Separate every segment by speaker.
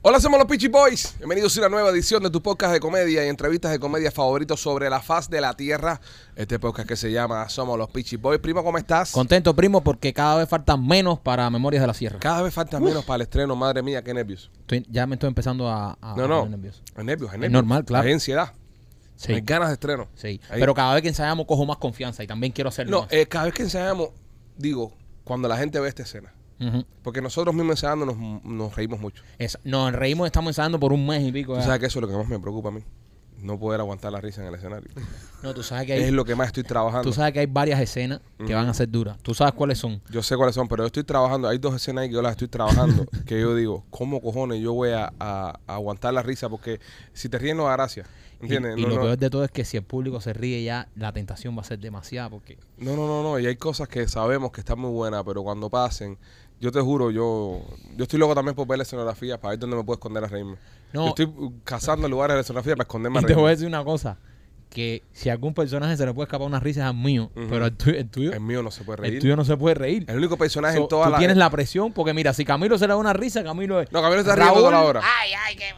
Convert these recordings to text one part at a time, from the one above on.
Speaker 1: Hola, somos los Peachy Boys. Bienvenidos a una nueva edición de tu podcast de comedia y entrevistas de comedia favoritos sobre la faz de la tierra. Este podcast que se llama Somos los Peachy Boys. Primo, ¿cómo estás?
Speaker 2: Contento, primo, porque cada vez faltan menos para Memorias de la Sierra.
Speaker 1: Cada vez falta menos para el estreno, madre mía, qué nervios.
Speaker 2: Estoy- ya me estoy empezando a, a
Speaker 1: No, no.
Speaker 2: poner
Speaker 1: Es
Speaker 2: Ah,
Speaker 1: nervios,
Speaker 2: nervioso.
Speaker 1: es nervios.
Speaker 2: normal, claro.
Speaker 1: Hay ansiedad.
Speaker 2: Sí,
Speaker 1: Hay ganas de estreno.
Speaker 2: sí.
Speaker 1: Hay-
Speaker 2: Pero cada vez que ensayamos cojo más confianza y también quiero hacerlo.
Speaker 1: No,
Speaker 2: más.
Speaker 1: eh, cada vez que ensayamos, digo, cuando la gente ve esta escena.
Speaker 2: Ujú.
Speaker 1: Porque nosotros mismos ensayando nos, nos reímos mucho.
Speaker 2: Es- nos reímos, estamos ensayando por un mes y pico.
Speaker 1: Tú
Speaker 2: ya.
Speaker 1: sabes que eso es lo que más me preocupa a mí. No poder aguantar la risa en el escenario.
Speaker 2: no, tú sabes que hay,
Speaker 1: es lo que más estoy trabajando.
Speaker 2: tú sabes que hay varias escenas que van a ser duras. Tú sabes cuáles son.
Speaker 1: Yo sé cuáles son, pero yo estoy trabajando. Hay dos escenas ahí que yo las estoy trabajando. que yo digo, ¿cómo cojones yo voy a, a- a aguantar la risa? Porque si te ríes no da gracia.
Speaker 2: Y,
Speaker 1: ¿Entiendes?
Speaker 2: y
Speaker 1: no,
Speaker 2: lo
Speaker 1: no,
Speaker 2: peor de todo es que si el público se ríe ya, la tentación va a ser demasiada porque
Speaker 1: no, no, no, no. Y hay cosas que sabemos que están muy buenas, pero cuando pasen, yo te juro, yo yo estoy loco también por ver la escenografía para ver dónde me puedo esconder a reírme.
Speaker 2: No.
Speaker 1: Yo estoy uh, cazando lugares de la escenografía para esconderme a
Speaker 2: Y te
Speaker 1: reírme.
Speaker 2: voy a decir una cosa. Que si a algún personaje se le puede escapar una risa es al mío.
Speaker 1: Ujú.
Speaker 2: Pero el, tu- el tuyo...
Speaker 1: El mío no se puede
Speaker 2: El
Speaker 1: reír.
Speaker 2: tuyo no se puede reír.
Speaker 1: El único personaje
Speaker 2: So,
Speaker 1: en toda
Speaker 2: tú
Speaker 1: la. eh,
Speaker 2: tienes la presión porque mira, si Camilo se le da una risa, Camilo es...
Speaker 1: No, Camilo está riendo toda la hora.
Speaker 2: Ay, ay, que...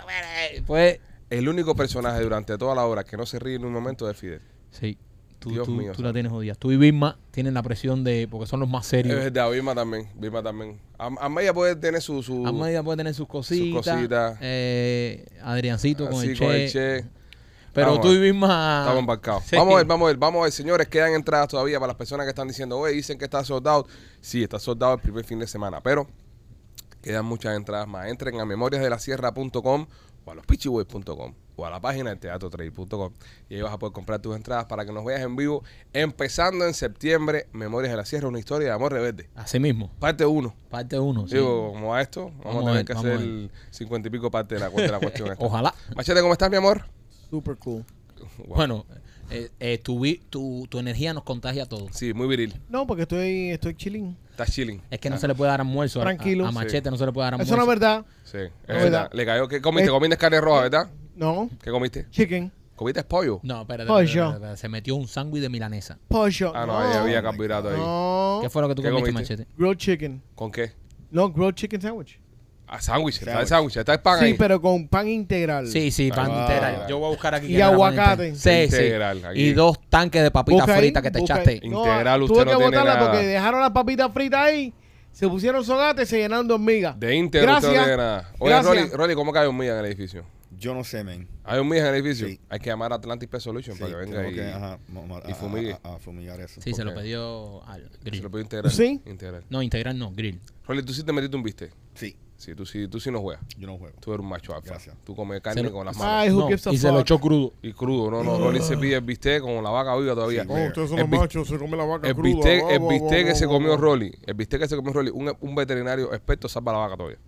Speaker 2: eh, Pues...
Speaker 1: El único personaje durante toda la hora que no se ríe en un momento es Fidel.
Speaker 2: Sí. Tú,
Speaker 1: Dios
Speaker 2: tú-
Speaker 1: mío,
Speaker 2: tú la
Speaker 1: santo.
Speaker 2: tienes jodida. Tú y Vilma tienen la presión de... Porque son los más serios.
Speaker 1: Es verdad, Vilma también. Vilma también. Am- Amelia puede tener su. su
Speaker 2: Amelia puede tener sus cositas.
Speaker 1: cositas.
Speaker 2: eh, Adriancito con
Speaker 1: así
Speaker 2: el,
Speaker 1: Ah, con
Speaker 2: che,
Speaker 1: el che.
Speaker 2: Pero
Speaker 1: Vamos
Speaker 2: tú
Speaker 1: a
Speaker 2: y
Speaker 1: ver.
Speaker 2: Vilma...
Speaker 1: Estamos embarcados.
Speaker 2: Sí.
Speaker 1: Vamos a ver, vamos a ver, vamos a ver. Señores, quedan entradas todavía para las personas que están diciendo, oye, dicen que está sold out. Sí, está sold out el primer fin de semana, pero quedan muchas entradas más. Entren a memoriasdelasierra.com o a lospichiboys.com o a la página del teatrotrail.com y ahí vas a poder comprar tus entradas para que nos veas en vivo empezando en septiembre. Memorias de la Sierra, una historia de amor rebelde.
Speaker 2: Así mismo.
Speaker 1: Parte 1.
Speaker 2: Parte uno. sí.
Speaker 1: Digo, como a esto, vamos,
Speaker 2: Vamos
Speaker 1: a tener
Speaker 2: a ver,
Speaker 1: que
Speaker 2: vamos a
Speaker 1: hacer
Speaker 2: ver.
Speaker 1: el cincuenta y pico parte de la, de la cuestión. esta.
Speaker 2: Ojalá.
Speaker 1: Machete, ¿cómo estás, mi amor?
Speaker 3: Super cool.
Speaker 1: Wow.
Speaker 2: Bueno, eh, eh, tu, vi- tu, tu energía nos contagia a todos.
Speaker 1: Sí, muy viril.
Speaker 3: No, porque estoy, estoy chilling.
Speaker 1: Estás chilling.
Speaker 2: Es que no se le puede dar almuerzo a-
Speaker 3: Tranquilo.
Speaker 2: a, a Machete, no se le puede dar almuerzo.
Speaker 3: Eso no es verdad.
Speaker 1: Sí, es
Speaker 3: verdad.
Speaker 1: verdad. Le cayó. ¿Qué comiste?
Speaker 3: Eh,
Speaker 1: comiste carne roja, ¿verdad?
Speaker 3: No.
Speaker 1: ¿Qué comiste?
Speaker 3: Chicken.
Speaker 1: ¿Comiste pollo?
Speaker 2: No, espérate,
Speaker 3: Pollo.
Speaker 2: espérate, espérate, espérate. se metió un sándwich de milanesa.
Speaker 3: Pollo.
Speaker 1: Ah, no, ahí había carbohidrato ahí.
Speaker 3: No.
Speaker 2: ¿Qué fue lo que tú
Speaker 1: ¿Qué
Speaker 2: comiste,
Speaker 1: comiste?
Speaker 2: Machete?
Speaker 3: Grilled chicken.
Speaker 1: ¿Con qué?
Speaker 3: No, grilled chicken sandwich.
Speaker 1: Ah, sándwich. Está el sándwich. Está el pan
Speaker 3: Sí,
Speaker 1: ahí.
Speaker 3: pero con pan integral.
Speaker 2: Sí, sí, pan
Speaker 1: Ah,
Speaker 2: integral.
Speaker 1: vale.
Speaker 2: Yo voy a buscar aquí.
Speaker 3: Y
Speaker 2: que era pan
Speaker 3: aguacate.
Speaker 2: integral. Sí,
Speaker 1: Integral,
Speaker 2: sí.
Speaker 1: aquí.
Speaker 2: Y dos tanques de papitas
Speaker 3: Busca ahí,
Speaker 2: fritas que te
Speaker 3: busca
Speaker 2: echaste.
Speaker 3: ahí.
Speaker 1: Integral, usted
Speaker 3: tuve
Speaker 1: no
Speaker 3: que
Speaker 1: tiene
Speaker 3: botarla
Speaker 1: nada.
Speaker 3: porque dejaron las papitas fritas ahí, se pusieron sogate y se llenaron de hormigas.
Speaker 1: De íntegro usted no
Speaker 3: Gracias.
Speaker 1: tiene nada. Oye,
Speaker 3: Gracias.
Speaker 1: Rolly, Rolly, ¿cómo cae hormiga en el edificio?
Speaker 4: Yo no sé, men.
Speaker 1: ¿Hay hormigas en el edificio?
Speaker 4: Sí.
Speaker 1: Hay que llamar a Atlantic Pest Solution para que venga
Speaker 4: tengo
Speaker 1: y,
Speaker 4: que, ajá, mo- mo-
Speaker 1: y
Speaker 4: a-
Speaker 1: fumigue.
Speaker 4: A, a- a fumigar eso.
Speaker 2: Sí, se lo
Speaker 1: Ok.
Speaker 2: pidió al
Speaker 1: se lo
Speaker 2: grill.
Speaker 1: pido integral.
Speaker 3: Sí.
Speaker 1: Integral.
Speaker 2: No, integral no, grill.
Speaker 1: Rolly, tú sí te metiste un viste.
Speaker 4: Sí,
Speaker 1: Sí, tú sí, tú sí no juegas.
Speaker 4: yo no juego.
Speaker 1: Tú eres un macho alfa.
Speaker 4: Gracias.
Speaker 1: Tú comes carne
Speaker 2: Se Ah. lo-
Speaker 1: con las manos.
Speaker 3: Ay, who
Speaker 2: No,
Speaker 3: gives a
Speaker 2: y se lo
Speaker 3: fuck?
Speaker 2: echó crudo.
Speaker 1: Y crudo, no, no. Rolly se pide el bistec con la vaca viva todavía.
Speaker 4: Sí,
Speaker 5: Oh, ustedes son
Speaker 1: El
Speaker 5: los
Speaker 1: bis-
Speaker 5: machos, se come la vaca
Speaker 1: El
Speaker 5: cruda.
Speaker 1: bistec,
Speaker 5: Guau,
Speaker 1: el
Speaker 5: guau,
Speaker 1: bistec que
Speaker 5: guau,
Speaker 1: se
Speaker 5: guau,
Speaker 1: comió
Speaker 5: guau.
Speaker 1: Rolly, el bistec que se comió Rolly, un, un veterinario experto salva la vaca todavía.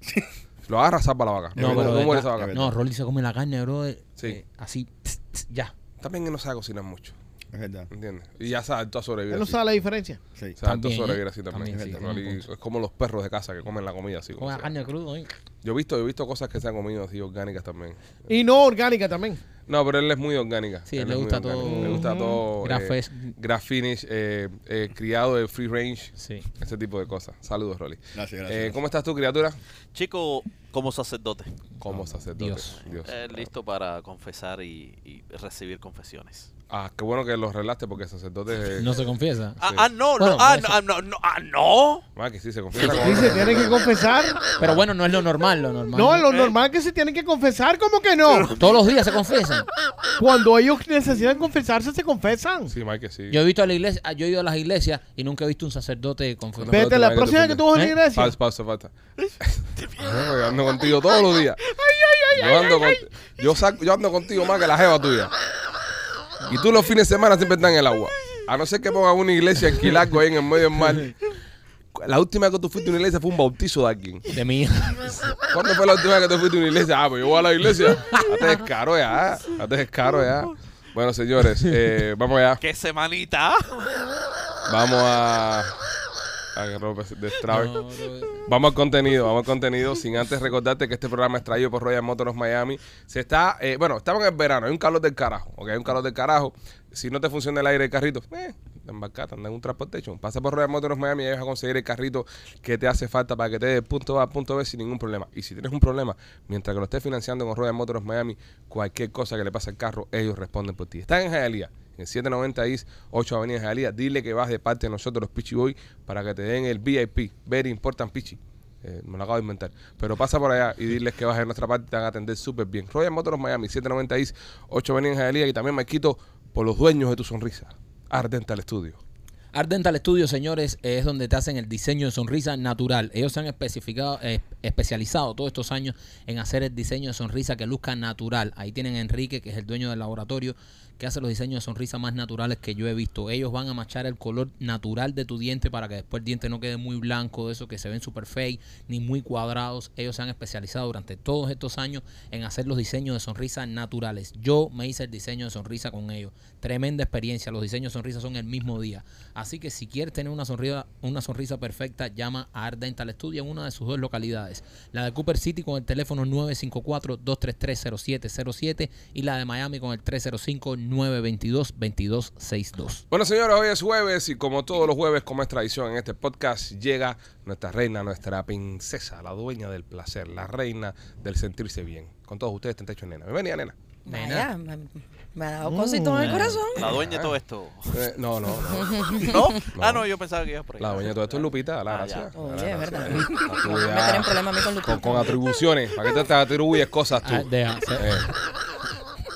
Speaker 1: Lo agarra, salva la vaca.
Speaker 2: No,
Speaker 1: No,
Speaker 2: pero
Speaker 1: no,
Speaker 2: de
Speaker 1: muere
Speaker 2: verdad-
Speaker 1: esa vaca.
Speaker 4: de
Speaker 2: No, Rolly se come la carne, bro. eh,
Speaker 1: Sí.
Speaker 2: eh, así, tss, tss, ya.
Speaker 1: También él no sabe cocinar mucho,
Speaker 4: Es verdad.
Speaker 1: ¿entiendes? Y ya sabe tú a sobrevivir
Speaker 3: Él no
Speaker 1: así.
Speaker 3: sabe la diferencia.
Speaker 4: Sí.
Speaker 1: Sabe tú a
Speaker 2: También,
Speaker 1: sobrevivir
Speaker 2: ¿eh?
Speaker 1: así también.
Speaker 2: También,
Speaker 1: sí.
Speaker 4: sí,
Speaker 1: Rolly
Speaker 2: tiene un
Speaker 1: es como los perros de casa que comen la comida así. como
Speaker 2: Come la
Speaker 1: sea.
Speaker 2: carne crudo. eh.
Speaker 1: Yo he visto, yo he visto cosas que se han comido así orgánicas también.
Speaker 3: Y no orgánica también.
Speaker 1: No, pero él es muy orgánica.
Speaker 2: Sí,
Speaker 1: Él
Speaker 2: le
Speaker 1: es muy
Speaker 2: gusta
Speaker 1: orgánico.
Speaker 2: todo-
Speaker 1: Le gusta
Speaker 3: Ujú.
Speaker 1: todo.
Speaker 2: Grass
Speaker 1: eh,
Speaker 2: fest.
Speaker 1: grass finish, eh, eh, criado de free range.
Speaker 2: Sí.
Speaker 1: Ese tipo de cosas. Saludos, Rolly.
Speaker 4: Gracias, gracias.
Speaker 1: Eh, ¿Cómo estás tú, criatura?
Speaker 6: Chico, como sacerdote,
Speaker 1: ¿Cómo sacerdote?
Speaker 2: Dios.
Speaker 6: eh, listo para confesar y, y recibir confesiones.
Speaker 1: Ah, qué bueno que los relaste porque sacerdote.
Speaker 2: No se confiesa.
Speaker 6: Ah, ah, no,
Speaker 2: Bueno,
Speaker 6: no, ah,
Speaker 2: eso-
Speaker 6: no, ah, no, no, ah, no.
Speaker 1: Ah, que sí, se confiesa con.
Speaker 3: Dice, tiene que confesar.
Speaker 2: Pero bueno, no es lo normal, lo normal.
Speaker 3: No, lo normal es que se tienen que confesar, ¿cómo que no?
Speaker 2: Todos los días se confiesan.
Speaker 3: Cuando ellos necesitan confesarse, se confesan.
Speaker 1: Sí, Mike, que sí.
Speaker 2: Yo he visto a la iglesia, ah, yo he ido a las iglesias y nunca he visto un sacerdote confesar.
Speaker 1: Ve-
Speaker 3: Vete, la próxima vez que tú vas a la
Speaker 2: ¿Eh?
Speaker 3: iglesia.
Speaker 1: Pausa, pausa, falta. yo ando contigo todos los días. yo, ando con- yo saco- yo ando contigo más que la jeva tuya. Y tú los fines de semana siempre estás en el agua. A no ser que pongan una iglesia en Quilaco ahí en el medio del mar. La última vez que tú fuiste a una iglesia fue un bautizo de alguien.
Speaker 2: De mí.
Speaker 1: ¿Cuándo fue la última vez que tú fuiste a una iglesia? Ah, pues yo voy a la iglesia. Hasta descaro ya. Hasta descaro ya. Bueno, señores, eh, vamos allá.
Speaker 6: Qué semanita.
Speaker 1: Vamos a. Agarró de Straber.
Speaker 7: No, bro.
Speaker 1: Vamos al contenido, vamos al contenido. Sin antes recordarte que este programa es traído por Royal Motors Miami. Se está, eh, bueno, estamos en el verano, hay un calor del carajo, ¿ok? Hay un calor del carajo. Si no te funciona el aire del carrito, eh, embarcate, anda en un transportation. Pasa por Royal Motors Miami y ahí vas a conseguir el carrito que te hace falta para que te dé del punto A al punto B sin ningún problema. Y si tienes un problema, mientras que lo estés financiando con Royal Motors Miami, cualquier cosa que le pase al carro, ellos responden por ti. Están en Hialeah. En 790 East, 8 Avenida Jalía. Dile que vas de parte de nosotros, los Pichi Boy, para que te den el VIP. Very important, Pichi. Eh, me lo acabo de inventar. Pero pasa por allá y diles que vas de nuestra parte. Te van a atender súper bien. Royal Motors Miami, 790 East, 8 Avenida Jalía. Y también me quito por los dueños de tu sonrisa. Ardental Studio.
Speaker 2: Art Dental Studio, señores, es donde te hacen el diseño de sonrisa natural. Ellos se han especificado, eh, especializado todos estos años en hacer el diseño de sonrisa que luzca natural. Ahí tienen a Enrique, que es el dueño del laboratorio, que hace los diseños de sonrisa más naturales que yo he visto. Ellos van a machar el color natural de tu diente para que después el diente no quede muy blanco, de eso que se ven super fake, ni muy cuadrados. Ellos se han especializado durante todos estos años en hacer los diseños de sonrisa naturales. Yo me hice el diseño de sonrisa con ellos. Tremenda experiencia. Los diseños de sonrisa son el mismo día. Así que si quieres tener una sonrisa, una sonrisa perfecta, llama a Art Dental Studio en una de sus dos localidades. La de Cooper City con el teléfono 954-233-0707 y la de Miami con el 305-922-2262.
Speaker 1: Bueno, señores, hoy es jueves y como todos los jueves, como es tradición en este podcast, llega nuestra reina, nuestra princesa, la dueña del placer, la reina del sentirse bien. Con todos ustedes, te hecho nena. Bienvenida, nena. Mm.
Speaker 8: Vaya, me, me ha dado cositos en el corazón.
Speaker 6: La dueña de todo esto.
Speaker 1: Eh, no, no, no.
Speaker 6: ¿No? Ah, no, yo pensaba que ibas por ahí.
Speaker 1: La dueña de todo esto es Lupita, la
Speaker 6: Ah,
Speaker 1: gracia.
Speaker 6: ya.
Speaker 8: Oye,
Speaker 1: La gracia.
Speaker 8: es verdad.
Speaker 1: La
Speaker 8: No
Speaker 1: tuya,
Speaker 8: me tienen problema a mí con Lupita.
Speaker 1: con, con atribuciones. ¿Para qué te, te atribuyes cosas tú?
Speaker 7: Ah, deja, se-
Speaker 1: Eh,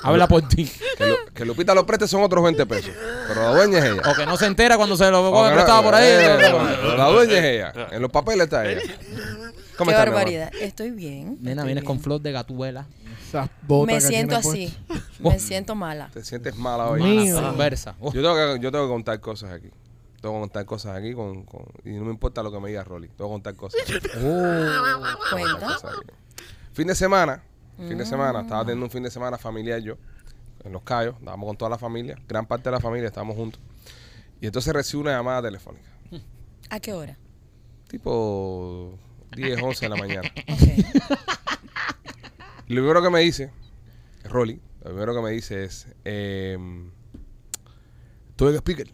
Speaker 7: habla por ti.
Speaker 1: que, Lu- que Lupita lo preste son otros 20 pesos. Pero la dueña es ella.
Speaker 2: O que no se entera cuando se lo coge
Speaker 1: Aunque
Speaker 2: prestado
Speaker 1: no-
Speaker 2: por ahí.
Speaker 1: eh, la dueña es ella. En los papeles está ella.
Speaker 8: Qué
Speaker 1: está, mi amor?
Speaker 8: barbaridad. Estoy bien.
Speaker 2: Nena,
Speaker 8: estoy
Speaker 2: vienes
Speaker 8: bien.
Speaker 2: con flor de gatuela.
Speaker 3: Esas botas
Speaker 8: Me
Speaker 3: que
Speaker 8: siento
Speaker 3: tiene
Speaker 8: así.
Speaker 3: puestas.
Speaker 8: Me siento mala.
Speaker 1: Te sientes mala hoy.
Speaker 3: Mío.
Speaker 2: Conversa.
Speaker 1: Yo tengo, que, yo tengo que contar cosas aquí. Tengo que contar cosas aquí con, con- y no me importa lo que me diga Rolly. Tengo que contar cosas. Tengo que contar
Speaker 8: Cuenta.
Speaker 1: cosas aquí. Fin de semana. Fin de semana. Estaba teniendo un fin de semana familiar yo. En Los Cayos. Estábamos con toda la familia. Gran parte de la familia. Estábamos juntos. Y entonces recibo una llamada telefónica.
Speaker 8: ¿A qué hora?
Speaker 1: Tipo 10, 11 de la mañana.
Speaker 8: Ok.
Speaker 1: Y Lo primero que me dice, Rolly, lo primero que me dice es, em, estoy en speaker.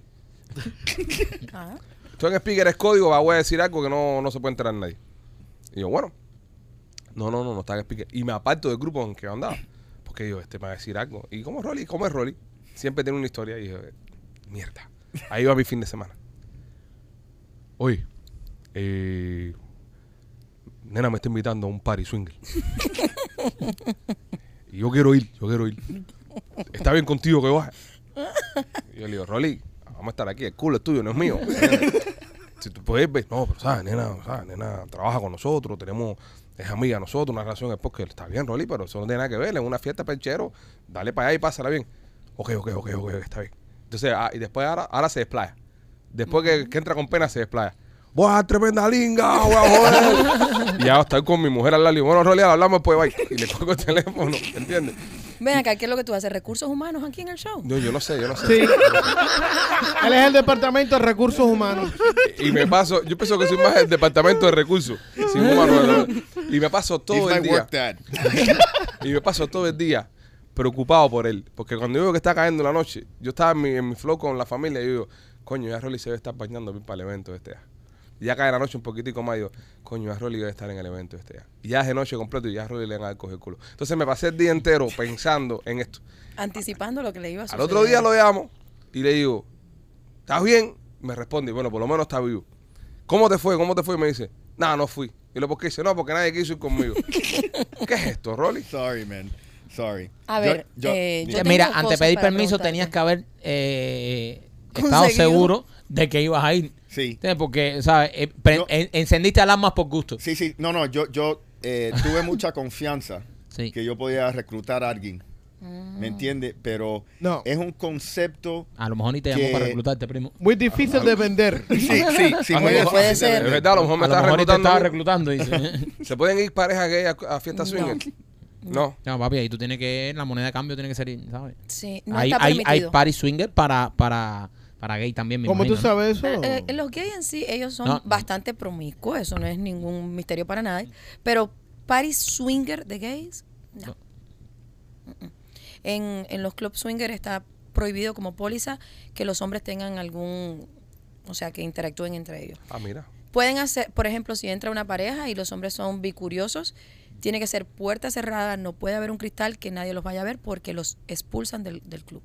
Speaker 8: Ah,
Speaker 1: Estoy en speaker, es código, va, voy a decir algo que no, no se puede enterar nadie. Y yo, bueno, no, no, no, no está en speaker. Y me aparto del grupo en que yo andaba. Porque yo, este me va a decir algo. ¿Y cómo es Rolly? ¿Cómo es Rolly? Siempre tiene una historia. Y yo, eh, mierda. Ahí va mi fin de semana. Oye, eh, nena me está invitando a un party swinger. y yo quiero ir, yo quiero ir. Está bien contigo que vas. Y yo le digo, Rolly, vamos a estar aquí, el culo es tuyo, no es mío. si tú puedes ver, no, pero sabes, nena, sabes, nena, trabaja con nosotros, tenemos, es amiga de nosotros, una relación es porque está bien, Rolly, pero eso no tiene nada que ver, es una fiesta perchero, dale para allá y pásala bien. Ok, ok, ok, ok, está bien. Entonces, ah, y después ahora, ahora se desplaya. Después que, que entra con pena, se desplaya. Voy a dar tremenda linga, voy a joder. y ya estoy con mi mujer al lado. y digo, Bueno, Rolly, ahora hablamos después, bye. Y le cojo el teléfono, ¿entiendes?
Speaker 8: Ven acá, ¿qué es lo que tú haces? ¿Recursos humanos aquí en el show?
Speaker 1: No, yo no sé, yo no sé.
Speaker 3: Sí. Él es el departamento de recursos humanos.
Speaker 1: y me paso, yo pienso que soy más del departamento de recursos, sin humano, y me paso todo
Speaker 4: If
Speaker 1: el
Speaker 4: I
Speaker 1: día,
Speaker 4: work that.
Speaker 1: y me paso todo el día preocupado por él, porque cuando yo veo que está cayendo la noche, yo estaba en mi, en mi flow con la familia y yo digo, coño, ya Rolly se debe estar bañando para el evento este ya. Y ya cae la noche un poquitico más y digo, coño, ya Rolly debe estar en el evento este ya. Y ya es de noche completo y ya a Rolly le van a coger el culo. Entonces me pasé el día entero pensando en esto.
Speaker 8: Anticipando lo que le iba a
Speaker 1: Al
Speaker 8: suceder.
Speaker 1: otro día lo llamo y le digo, ¿estás bien? Me responde, bueno, por lo menos está vivo. ¿Cómo te fue? ¿Cómo te fue? Y me dice, nada, no fui. Y lo ¿por qué? Dice, no, porque nadie quiso ir conmigo. ¿Qué es esto, Rolly?
Speaker 4: Sorry, man. Sorry.
Speaker 8: A
Speaker 4: Yo-
Speaker 8: ver,
Speaker 4: yo-
Speaker 8: eh, yo
Speaker 4: dime.
Speaker 8: tengo
Speaker 2: Mira,
Speaker 8: cosas
Speaker 2: antes de pedir
Speaker 8: para
Speaker 2: permiso
Speaker 8: preguntarte.
Speaker 2: tenías que haber eh, estado
Speaker 8: Conseguido.
Speaker 2: seguro de que ibas a ir.
Speaker 4: Sí.
Speaker 2: ¿Entiendes? Porque, ¿sabes? Eh, pre-
Speaker 4: No.
Speaker 2: en- encendiste alarmas por gusto.
Speaker 4: Sí, sí. No, no. Yo, yo eh, tuve mucha confianza
Speaker 2: Sí.
Speaker 4: que yo podía reclutar a alguien.
Speaker 8: Ah.
Speaker 4: ¿Me entiende? Pero
Speaker 3: No.
Speaker 4: es un concepto.
Speaker 2: A lo mejor ni te llamó
Speaker 4: Que-
Speaker 2: para reclutarte, primo.
Speaker 3: Muy difícil de vender.
Speaker 4: Sí, sí, sí.
Speaker 1: Ah,
Speaker 4: muy
Speaker 1: no,
Speaker 4: difícil
Speaker 8: puede
Speaker 4: de
Speaker 8: ser.
Speaker 1: Es
Speaker 4: vender.
Speaker 1: verdad, a lo mejor me
Speaker 2: a lo
Speaker 1: estás
Speaker 2: mejor ni te
Speaker 1: reclutando.
Speaker 2: estaba
Speaker 1: a mí.
Speaker 2: reclutando. Dice.
Speaker 1: ¿Se pueden ir parejas gay a, a fiestas
Speaker 8: No.
Speaker 1: swinger? No.
Speaker 2: no, papi, ahí tú tienes que. La moneda de cambio tiene que ser. ¿sabes?
Speaker 8: Sí, no
Speaker 2: hay,
Speaker 8: está
Speaker 2: hay, hay
Speaker 8: permitido.
Speaker 2: party swinger para, para Para gay también, me
Speaker 3: ¿Cómo tú
Speaker 2: imagino, ¿no?
Speaker 3: sabes eso?
Speaker 8: Eh, eh, los gays en sí, ellos son
Speaker 2: No.
Speaker 8: bastante promiscuos, eso no es ningún misterio para nadie. Pero party swinger de gays, no. Mm, mm. En, en los club swinger está prohibido como póliza que los hombres tengan algún, o sea, que interactúen entre ellos.
Speaker 1: Ah, mira.
Speaker 8: Pueden hacer, por ejemplo, si entra una pareja y los hombres son bicuriosos, tiene que ser puerta cerrada, no puede haber un cristal que nadie los vaya a ver porque los expulsan del, del club.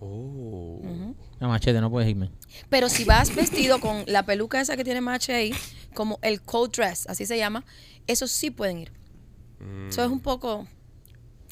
Speaker 1: Oh.
Speaker 8: Ujú.
Speaker 2: No, machete, no puedes irme.
Speaker 8: Pero si vas vestido con la peluca esa que tiene Mache ahí, como el coat dress, así se llama, eso sí pueden ir. Eso es un poco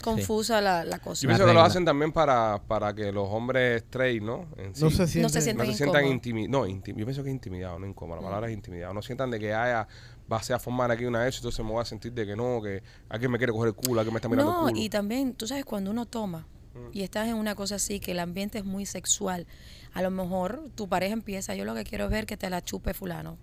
Speaker 8: confusa la, la cosa.
Speaker 1: Yo
Speaker 2: La
Speaker 1: pienso que lo
Speaker 2: regla.
Speaker 1: hacen también para, para que los hombres straight, ¿no? En sí,
Speaker 3: No se siente.
Speaker 8: No se siente.
Speaker 1: no se
Speaker 8: Sienten
Speaker 1: sientan
Speaker 8: incómodo.
Speaker 1: intimidados. No, inti- yo pienso que es intimidado, no incómodo. La palabra es intimidado. No sientan de que haya, va a ser a formar aquí una hecha, entonces me voy a sentir de que no, que alguien me quiere coger el culo, alguien me está mirando
Speaker 8: No,
Speaker 1: el culo.
Speaker 8: y también, tú sabes, cuando uno toma
Speaker 1: Mm.
Speaker 8: y estás en una cosa así, que el ambiente es muy sexual, a lo mejor tu pareja empieza, yo lo que quiero es ver que te la chupe fulano.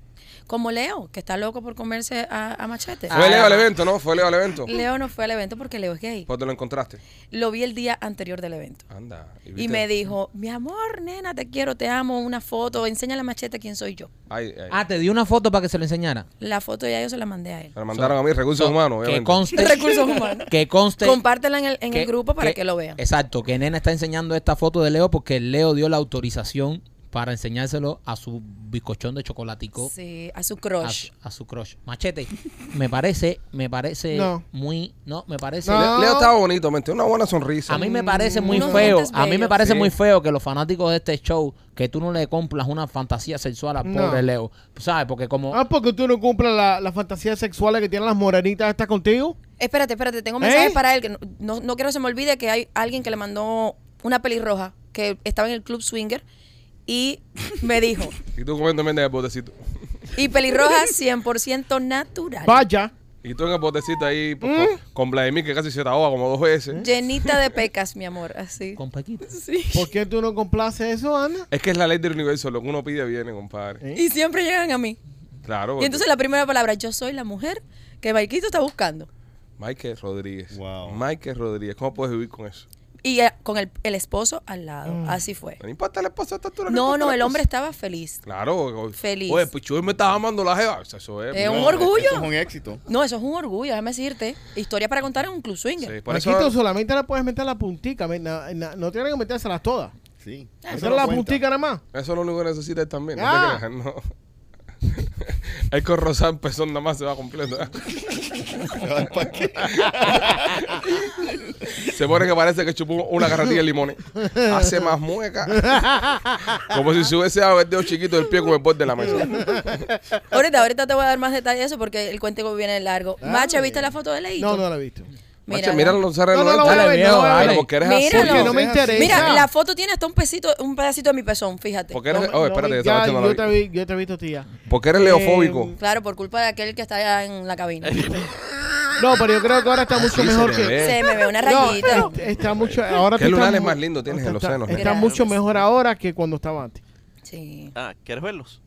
Speaker 8: Como Leo, que está loco por comerse a, a machete.
Speaker 1: Fue Leo al evento, ¿no? Fue Leo al evento.
Speaker 8: Leo no fue al evento porque Leo es gay.
Speaker 1: ¿Cuándo lo encontraste?
Speaker 8: Lo vi el día anterior del evento.
Speaker 1: Anda.
Speaker 8: Y
Speaker 1: viste?
Speaker 8: me dijo, mi amor, nena, te quiero, te amo, una foto, enséñale a Machete quién soy yo.
Speaker 1: Ay, ay.
Speaker 2: Ah, te di una foto para que se lo enseñara.
Speaker 8: La foto ya yo se la mandé a él.
Speaker 1: Me la mandaron a mí, recursos
Speaker 2: So,
Speaker 1: humanos.
Speaker 2: Que
Speaker 1: obviamente.
Speaker 2: conste.
Speaker 8: Recursos humanos.
Speaker 2: Que conste.
Speaker 8: Compártela en el, en
Speaker 2: que-
Speaker 8: el grupo para que, lo vean.
Speaker 2: Exacto, que Nena está enseñando esta foto de Leo porque Leo dio la autorización para enseñárselo a su bizcochón de chocolatico.
Speaker 8: Sí, a su
Speaker 2: A,
Speaker 8: crush.
Speaker 2: su- a su crush. Machete, me parece, me parece
Speaker 3: No.
Speaker 2: muy. No, me parece.
Speaker 3: No.
Speaker 1: Le- Leo estaba bonito, mente, una buena sonrisa.
Speaker 2: A mí me parece muy
Speaker 8: Unos
Speaker 2: feo.
Speaker 8: dientes
Speaker 2: A mí me
Speaker 8: bellos.
Speaker 2: parece
Speaker 1: Sí.
Speaker 2: muy feo que los fanáticos de este show, que tú no le compras una fantasía sexual al
Speaker 3: No.
Speaker 2: pobre Leo. ¿Sabes? Porque como.
Speaker 3: Ah, porque tú no cumples la, la fantasía sexual que tienen las morenitas estas contigo.
Speaker 8: Espérate, espérate, tengo mensajes
Speaker 3: ¿Eh?
Speaker 8: para él. Que no, no, no quiero que se me olvide que hay alguien que le mandó una pelirroja que estaba en el club swinger y me dijo,
Speaker 1: Y tú comiendo en el botecito.
Speaker 8: y pelirroja 100% natural.
Speaker 3: Vaya.
Speaker 1: Y tú en el botecito
Speaker 3: ¿Mm?
Speaker 1: ahí po- con, con Vladimir, que casi se ahoga como dos veces.
Speaker 8: Llenita de pecas, mi amor, así.
Speaker 2: Con Paquita.
Speaker 3: ¿Por qué tú no complaces eso, Ana?
Speaker 1: Es que es la ley del universo, lo que uno pide viene, compadre.
Speaker 8: Y siempre llegan a mí.
Speaker 1: Claro.
Speaker 8: Y
Speaker 1: porque-
Speaker 8: entonces la primera palabra, yo soy la mujer que Marquito está buscando.
Speaker 1: Michael Rodríguez.
Speaker 4: Wow.
Speaker 1: Michael Rodríguez. ¿Cómo puedes vivir con eso?
Speaker 8: Y eh, con el, el esposo al lado.
Speaker 3: Mm.
Speaker 8: Así fue.
Speaker 1: No importa el esposo a esta altura.
Speaker 8: No,
Speaker 1: importa
Speaker 8: no,
Speaker 1: la
Speaker 3: pues.
Speaker 8: el
Speaker 1: cosa.
Speaker 8: hombre estaba feliz.
Speaker 1: Claro. o-
Speaker 8: Feliz. Eh,
Speaker 1: Oye, pues yo me estaba amando la jeva. O sea, Eso es.
Speaker 8: Es un
Speaker 1: no,
Speaker 8: orgullo.
Speaker 4: Eso es un éxito.
Speaker 8: No, eso es un orgullo, déjame decirte. Historia para contar en un club swinger.
Speaker 1: Sí, por
Speaker 3: Aquí
Speaker 1: eso.
Speaker 3: tú solamente la puedes meter la puntica. men, na- na- no tienen que metérselas todas.
Speaker 4: Sí. Eso
Speaker 3: Meter
Speaker 4: no
Speaker 3: la
Speaker 4: cuenta.
Speaker 3: puntica nada más.
Speaker 1: Eso es lo único que necesitas también. No
Speaker 3: Ah.
Speaker 1: te creas, no. El con Rosal Pezón nada más se va completo.
Speaker 4: Se va al parque.
Speaker 1: Se pone que parece que chupó una carretilla de limones. Hace más mueca. Como si se hubiese aventado chiquito el pie con el borde de la mesa.
Speaker 8: Ahorita, ahorita te voy a dar más detalles de eso porque el cuento viene largo. Macha, ¿viste la foto de Leito?
Speaker 3: No, no la he visto.
Speaker 1: Macho, míralo los arreglos.
Speaker 3: No, no,
Speaker 1: de
Speaker 3: lo voy a
Speaker 1: esta.
Speaker 3: ver, no lo voy a
Speaker 1: Dale,
Speaker 2: ver.
Speaker 1: porque eres
Speaker 8: Míralo.
Speaker 1: así.
Speaker 3: Porque no me
Speaker 4: es así.
Speaker 3: interesa.
Speaker 8: Mira, la foto tiene hasta un pesito, un pedacito de mi pezón, fíjate.
Speaker 1: Porque eres,
Speaker 3: No,
Speaker 1: oh,
Speaker 3: no,
Speaker 1: espérate, que
Speaker 3: ya,
Speaker 1: estaba haciendo la
Speaker 3: yo, Eh, te
Speaker 1: vi-
Speaker 3: vi, yo te he visto, tía.
Speaker 1: Porque eres leofóbico.
Speaker 8: Claro, por culpa de aquel que está allá en la cabina.
Speaker 3: No, pero yo creo que ahora está mucho
Speaker 1: se
Speaker 3: mejor
Speaker 1: te
Speaker 3: que.
Speaker 1: ve.
Speaker 8: Se me ve una
Speaker 3: No,
Speaker 8: rayita.
Speaker 3: est- está mucho. Ahora
Speaker 1: ¿Qué
Speaker 3: tú estás
Speaker 1: lunares
Speaker 3: mu-
Speaker 1: más lindos tienes en los
Speaker 3: está-
Speaker 1: senos?
Speaker 3: Está,
Speaker 8: Gracias.
Speaker 3: mucho mejor ahora que cuando estaba antes.
Speaker 8: Sí.
Speaker 6: Ah, ¿quieres verlos?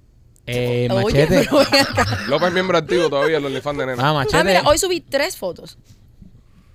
Speaker 2: Eh,
Speaker 8: Oye,
Speaker 2: machete.
Speaker 8: pero ven acá.
Speaker 1: López es miembro activo todavía, el OnlyFans de nena.
Speaker 2: Ah, machete.
Speaker 8: Ah, mira, hoy subí tres fotos.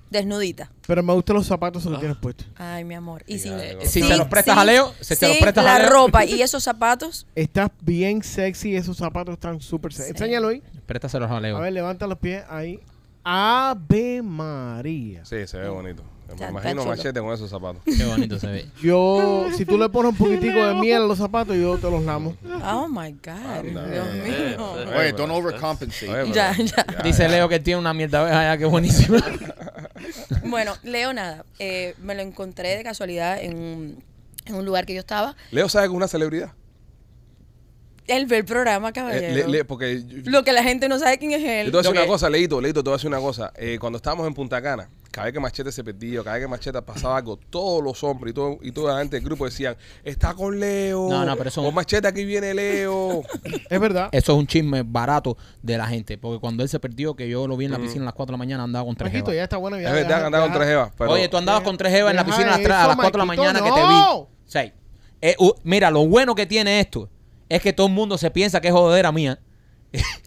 Speaker 8: Desnudita.
Speaker 3: Pero me gustan los zapatos que tienes puestos.
Speaker 8: Ay, mi amor. Y sin,
Speaker 1: Fíjate,
Speaker 2: Si se los prestas a Leo, si te los
Speaker 8: sin
Speaker 2: prestas a
Speaker 8: la
Speaker 2: Leo.
Speaker 8: ropa y esos zapatos.
Speaker 3: Estás bien sexy, esos zapatos están súper sexy.
Speaker 8: Sí.
Speaker 3: Enséñalo ahí.
Speaker 2: Préstaselos a Leo.
Speaker 3: A ver, levanta los pies ahí. Ave María.
Speaker 1: Sí, se ve bonito. Me
Speaker 8: Está-
Speaker 1: imagino
Speaker 8: está chulo.
Speaker 1: machete con esos zapatos.
Speaker 2: Qué bonito se ve.
Speaker 3: Yo, si tú le pones un poquitico de miel a los zapatos, yo te los lamo.
Speaker 8: Oh my God. Dios
Speaker 1: eh,
Speaker 8: mío.
Speaker 4: Oye, don't overcompensate.
Speaker 1: Oye,
Speaker 8: Ya,
Speaker 1: pero-
Speaker 8: ya.
Speaker 2: Dice Leo que tiene una mierda abeja allá que es buenísima.
Speaker 8: Bueno, Leo, nada. eh, me lo encontré de casualidad en un, en un lugar que yo estaba.
Speaker 1: Leo sabe que es una celebridad.
Speaker 8: Él ve el programa,
Speaker 1: Eh,
Speaker 8: caballero.
Speaker 1: le- le- porque yo- yo
Speaker 8: Lo que la gente no sabe quién es
Speaker 1: te
Speaker 8: él.
Speaker 1: voy a decir
Speaker 2: lo
Speaker 1: una
Speaker 2: que-
Speaker 1: cosa, Leito, Leito, te voy a decir una cosa. Eh, cuando estábamos en Punta Cana, cada vez que Machete se perdía, cada vez que Machete pasaba algo, todos los hombres y, todo, y toda la gente del grupo decían, está con Leo.
Speaker 2: No, no, pero eso-
Speaker 1: Con Machete aquí viene Leo.
Speaker 3: Es verdad.
Speaker 2: Eso es un chisme barato de la gente. Porque cuando él se perdió, que yo lo vi en la
Speaker 1: Mm.
Speaker 2: piscina a las 4 de la mañana, andaba con tres
Speaker 3: Maquito,
Speaker 2: jevas.
Speaker 3: ya está bueno.
Speaker 1: es verdad que andaba con tres jevas, pero-
Speaker 2: Oye, tú andabas con tres jevas en la
Speaker 3: Deja
Speaker 2: piscina a las, tres- a
Speaker 3: eso,
Speaker 2: las 4 de la
Speaker 3: Maquito,
Speaker 2: mañana que te
Speaker 3: no.
Speaker 2: vi. Sí. Eh, u- mira, lo bueno que tiene esto es que todo el mundo se piensa que es jodera mía.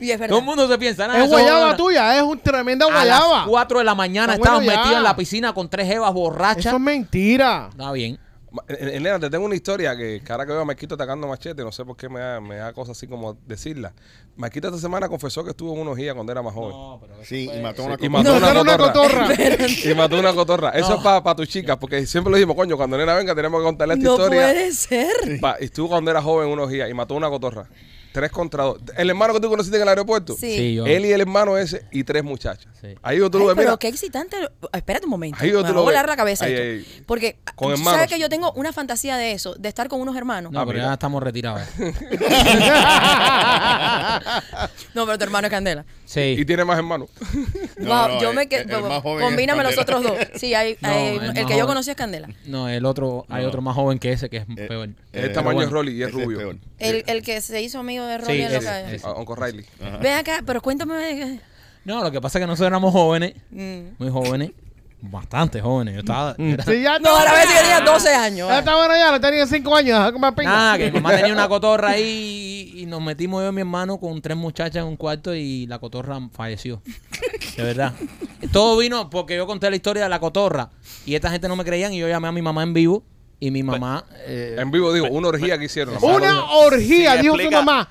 Speaker 8: Y es verdad.
Speaker 2: Todo el mundo se piensa, nada,
Speaker 3: Es
Speaker 2: eso
Speaker 3: guayaba
Speaker 2: jodera".
Speaker 3: tuya, es un tremenda
Speaker 2: A las
Speaker 3: guayaba.
Speaker 2: 4 de la mañana
Speaker 3: Está
Speaker 2: estabas
Speaker 3: bueno ya.
Speaker 2: metido en la piscina con tres jevas borrachas.
Speaker 3: Eso es mentira.
Speaker 2: Está bien.
Speaker 1: Ma- eh, Elena, te tengo una historia que que ahora que veo a Marquito atacando machete, no sé por qué me da, me da cosas así como decirla. Marquito esta semana confesó que estuvo en una orgía cuando era más joven.
Speaker 4: Sí, y mató a una
Speaker 1: Y
Speaker 4: cotorra.
Speaker 1: mató
Speaker 3: No,
Speaker 1: una
Speaker 3: era una
Speaker 1: cotorra.
Speaker 3: cotorra.
Speaker 1: Y mató una cotorra. Eso es para tus chicas, porque siempre lo dijimos, coño, cuando Elena venga tenemos que contarle esta
Speaker 8: No
Speaker 1: historia.
Speaker 8: puede ser.
Speaker 1: Pa- y estuvo cuando era joven en una orgía y mató una cotorra. Tres contra dos. El hermano que tú conociste en el aeropuerto.
Speaker 8: Sí.
Speaker 2: Sí, yo.
Speaker 1: Él y el hermano ese y tres muchachas.
Speaker 2: Sí.
Speaker 1: Ahí yo tú lo
Speaker 8: Ay,
Speaker 1: ves,
Speaker 8: pero
Speaker 1: mira,
Speaker 8: qué excitante. Espérate un momento.
Speaker 1: Ahí
Speaker 8: Me
Speaker 1: yo
Speaker 8: va
Speaker 1: te
Speaker 8: a
Speaker 1: lo veo.
Speaker 8: volar la cabeza
Speaker 1: Ahí,
Speaker 8: esto.
Speaker 1: ahí.
Speaker 8: Porque
Speaker 1: Con
Speaker 8: tú
Speaker 1: hermanos.
Speaker 8: sabes que yo tengo una fantasía de eso, de estar con unos hermanos.
Speaker 2: No,
Speaker 1: Ah,
Speaker 2: pero
Speaker 1: mira.
Speaker 2: ya estamos retirados.
Speaker 8: No, pero tu hermano es Candela.
Speaker 1: y
Speaker 2: Sí.
Speaker 1: tiene más hermanos.
Speaker 4: No,
Speaker 8: wow,
Speaker 4: no,
Speaker 8: yo
Speaker 4: el-
Speaker 8: me quedé.
Speaker 4: el más joven es
Speaker 8: Combíname los
Speaker 4: Candela.
Speaker 8: otros dos. Sí, hay,
Speaker 2: No,
Speaker 8: hay-
Speaker 2: el
Speaker 8: el,
Speaker 2: más
Speaker 8: que
Speaker 2: joven.
Speaker 8: yo conocí es Candela.
Speaker 2: No, el otro, hay
Speaker 4: No.
Speaker 2: otro más joven que ese que es
Speaker 4: Eh,
Speaker 2: peor.
Speaker 1: Es el
Speaker 4: Eh,
Speaker 1: tamaño
Speaker 2: bueno,
Speaker 1: de Rolly y es
Speaker 4: Ese
Speaker 1: rubio.
Speaker 4: peor.
Speaker 8: El, el que se hizo amigo de Ronnie en
Speaker 2: ese,
Speaker 8: los calles.
Speaker 2: ese.
Speaker 1: Ah, Uncle Riley.
Speaker 8: Ven acá, pero cuéntame.
Speaker 2: No, lo que pasa es que nosotros éramos jóvenes,
Speaker 8: Mm.
Speaker 2: muy jóvenes, bastante jóvenes. Yo estaba.
Speaker 4: Mm.
Speaker 2: era-
Speaker 3: Sí, ya
Speaker 8: No,
Speaker 3: está
Speaker 8: ahora ves
Speaker 3: bueno.
Speaker 8: si tenía 12 años.
Speaker 3: Ya está bueno ya, le tenía 5 años. deja que me pinga.
Speaker 2: Nada, que mi mamá tenía una cotorra ahí y, y nos metimos yo y mi hermano con tres muchachas en un cuarto y la cotorra falleció. De verdad. Todo vino porque yo conté la historia de la cotorra y esta gente no me creían y yo llamé a mi mamá en vivo y mi
Speaker 4: Pues,
Speaker 2: mamá... eh,
Speaker 1: En vivo digo, una orgía que hicieron. la madre.
Speaker 3: Una orgía,
Speaker 6: Sí,
Speaker 3: dijo
Speaker 6: explica.
Speaker 3: su mamá.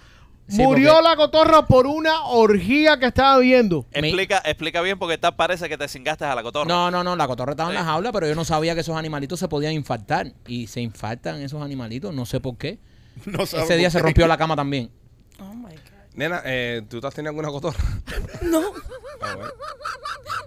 Speaker 2: Sí,
Speaker 3: Murió
Speaker 2: porque-
Speaker 3: la cotorra por una orgía que estaba viendo.
Speaker 2: Me-
Speaker 6: Explica, explica bien porque tal parece que te cingaste a la cotorra.
Speaker 2: no, no, no, la cotorra estaba en la
Speaker 4: Eh.
Speaker 6: Sí.
Speaker 2: jaula, pero yo no sabía que esos animalitos se podían infartar. Y se infartan esos animalitos, no sé por qué.
Speaker 4: No sabe
Speaker 2: Ese día
Speaker 4: por
Speaker 2: se
Speaker 4: qué.
Speaker 2: rompió la cama también.
Speaker 8: Oh my God.
Speaker 1: Nena, eh, ¿tú estás teniendo alguna cotorra?
Speaker 8: No,
Speaker 1: Ah, bueno.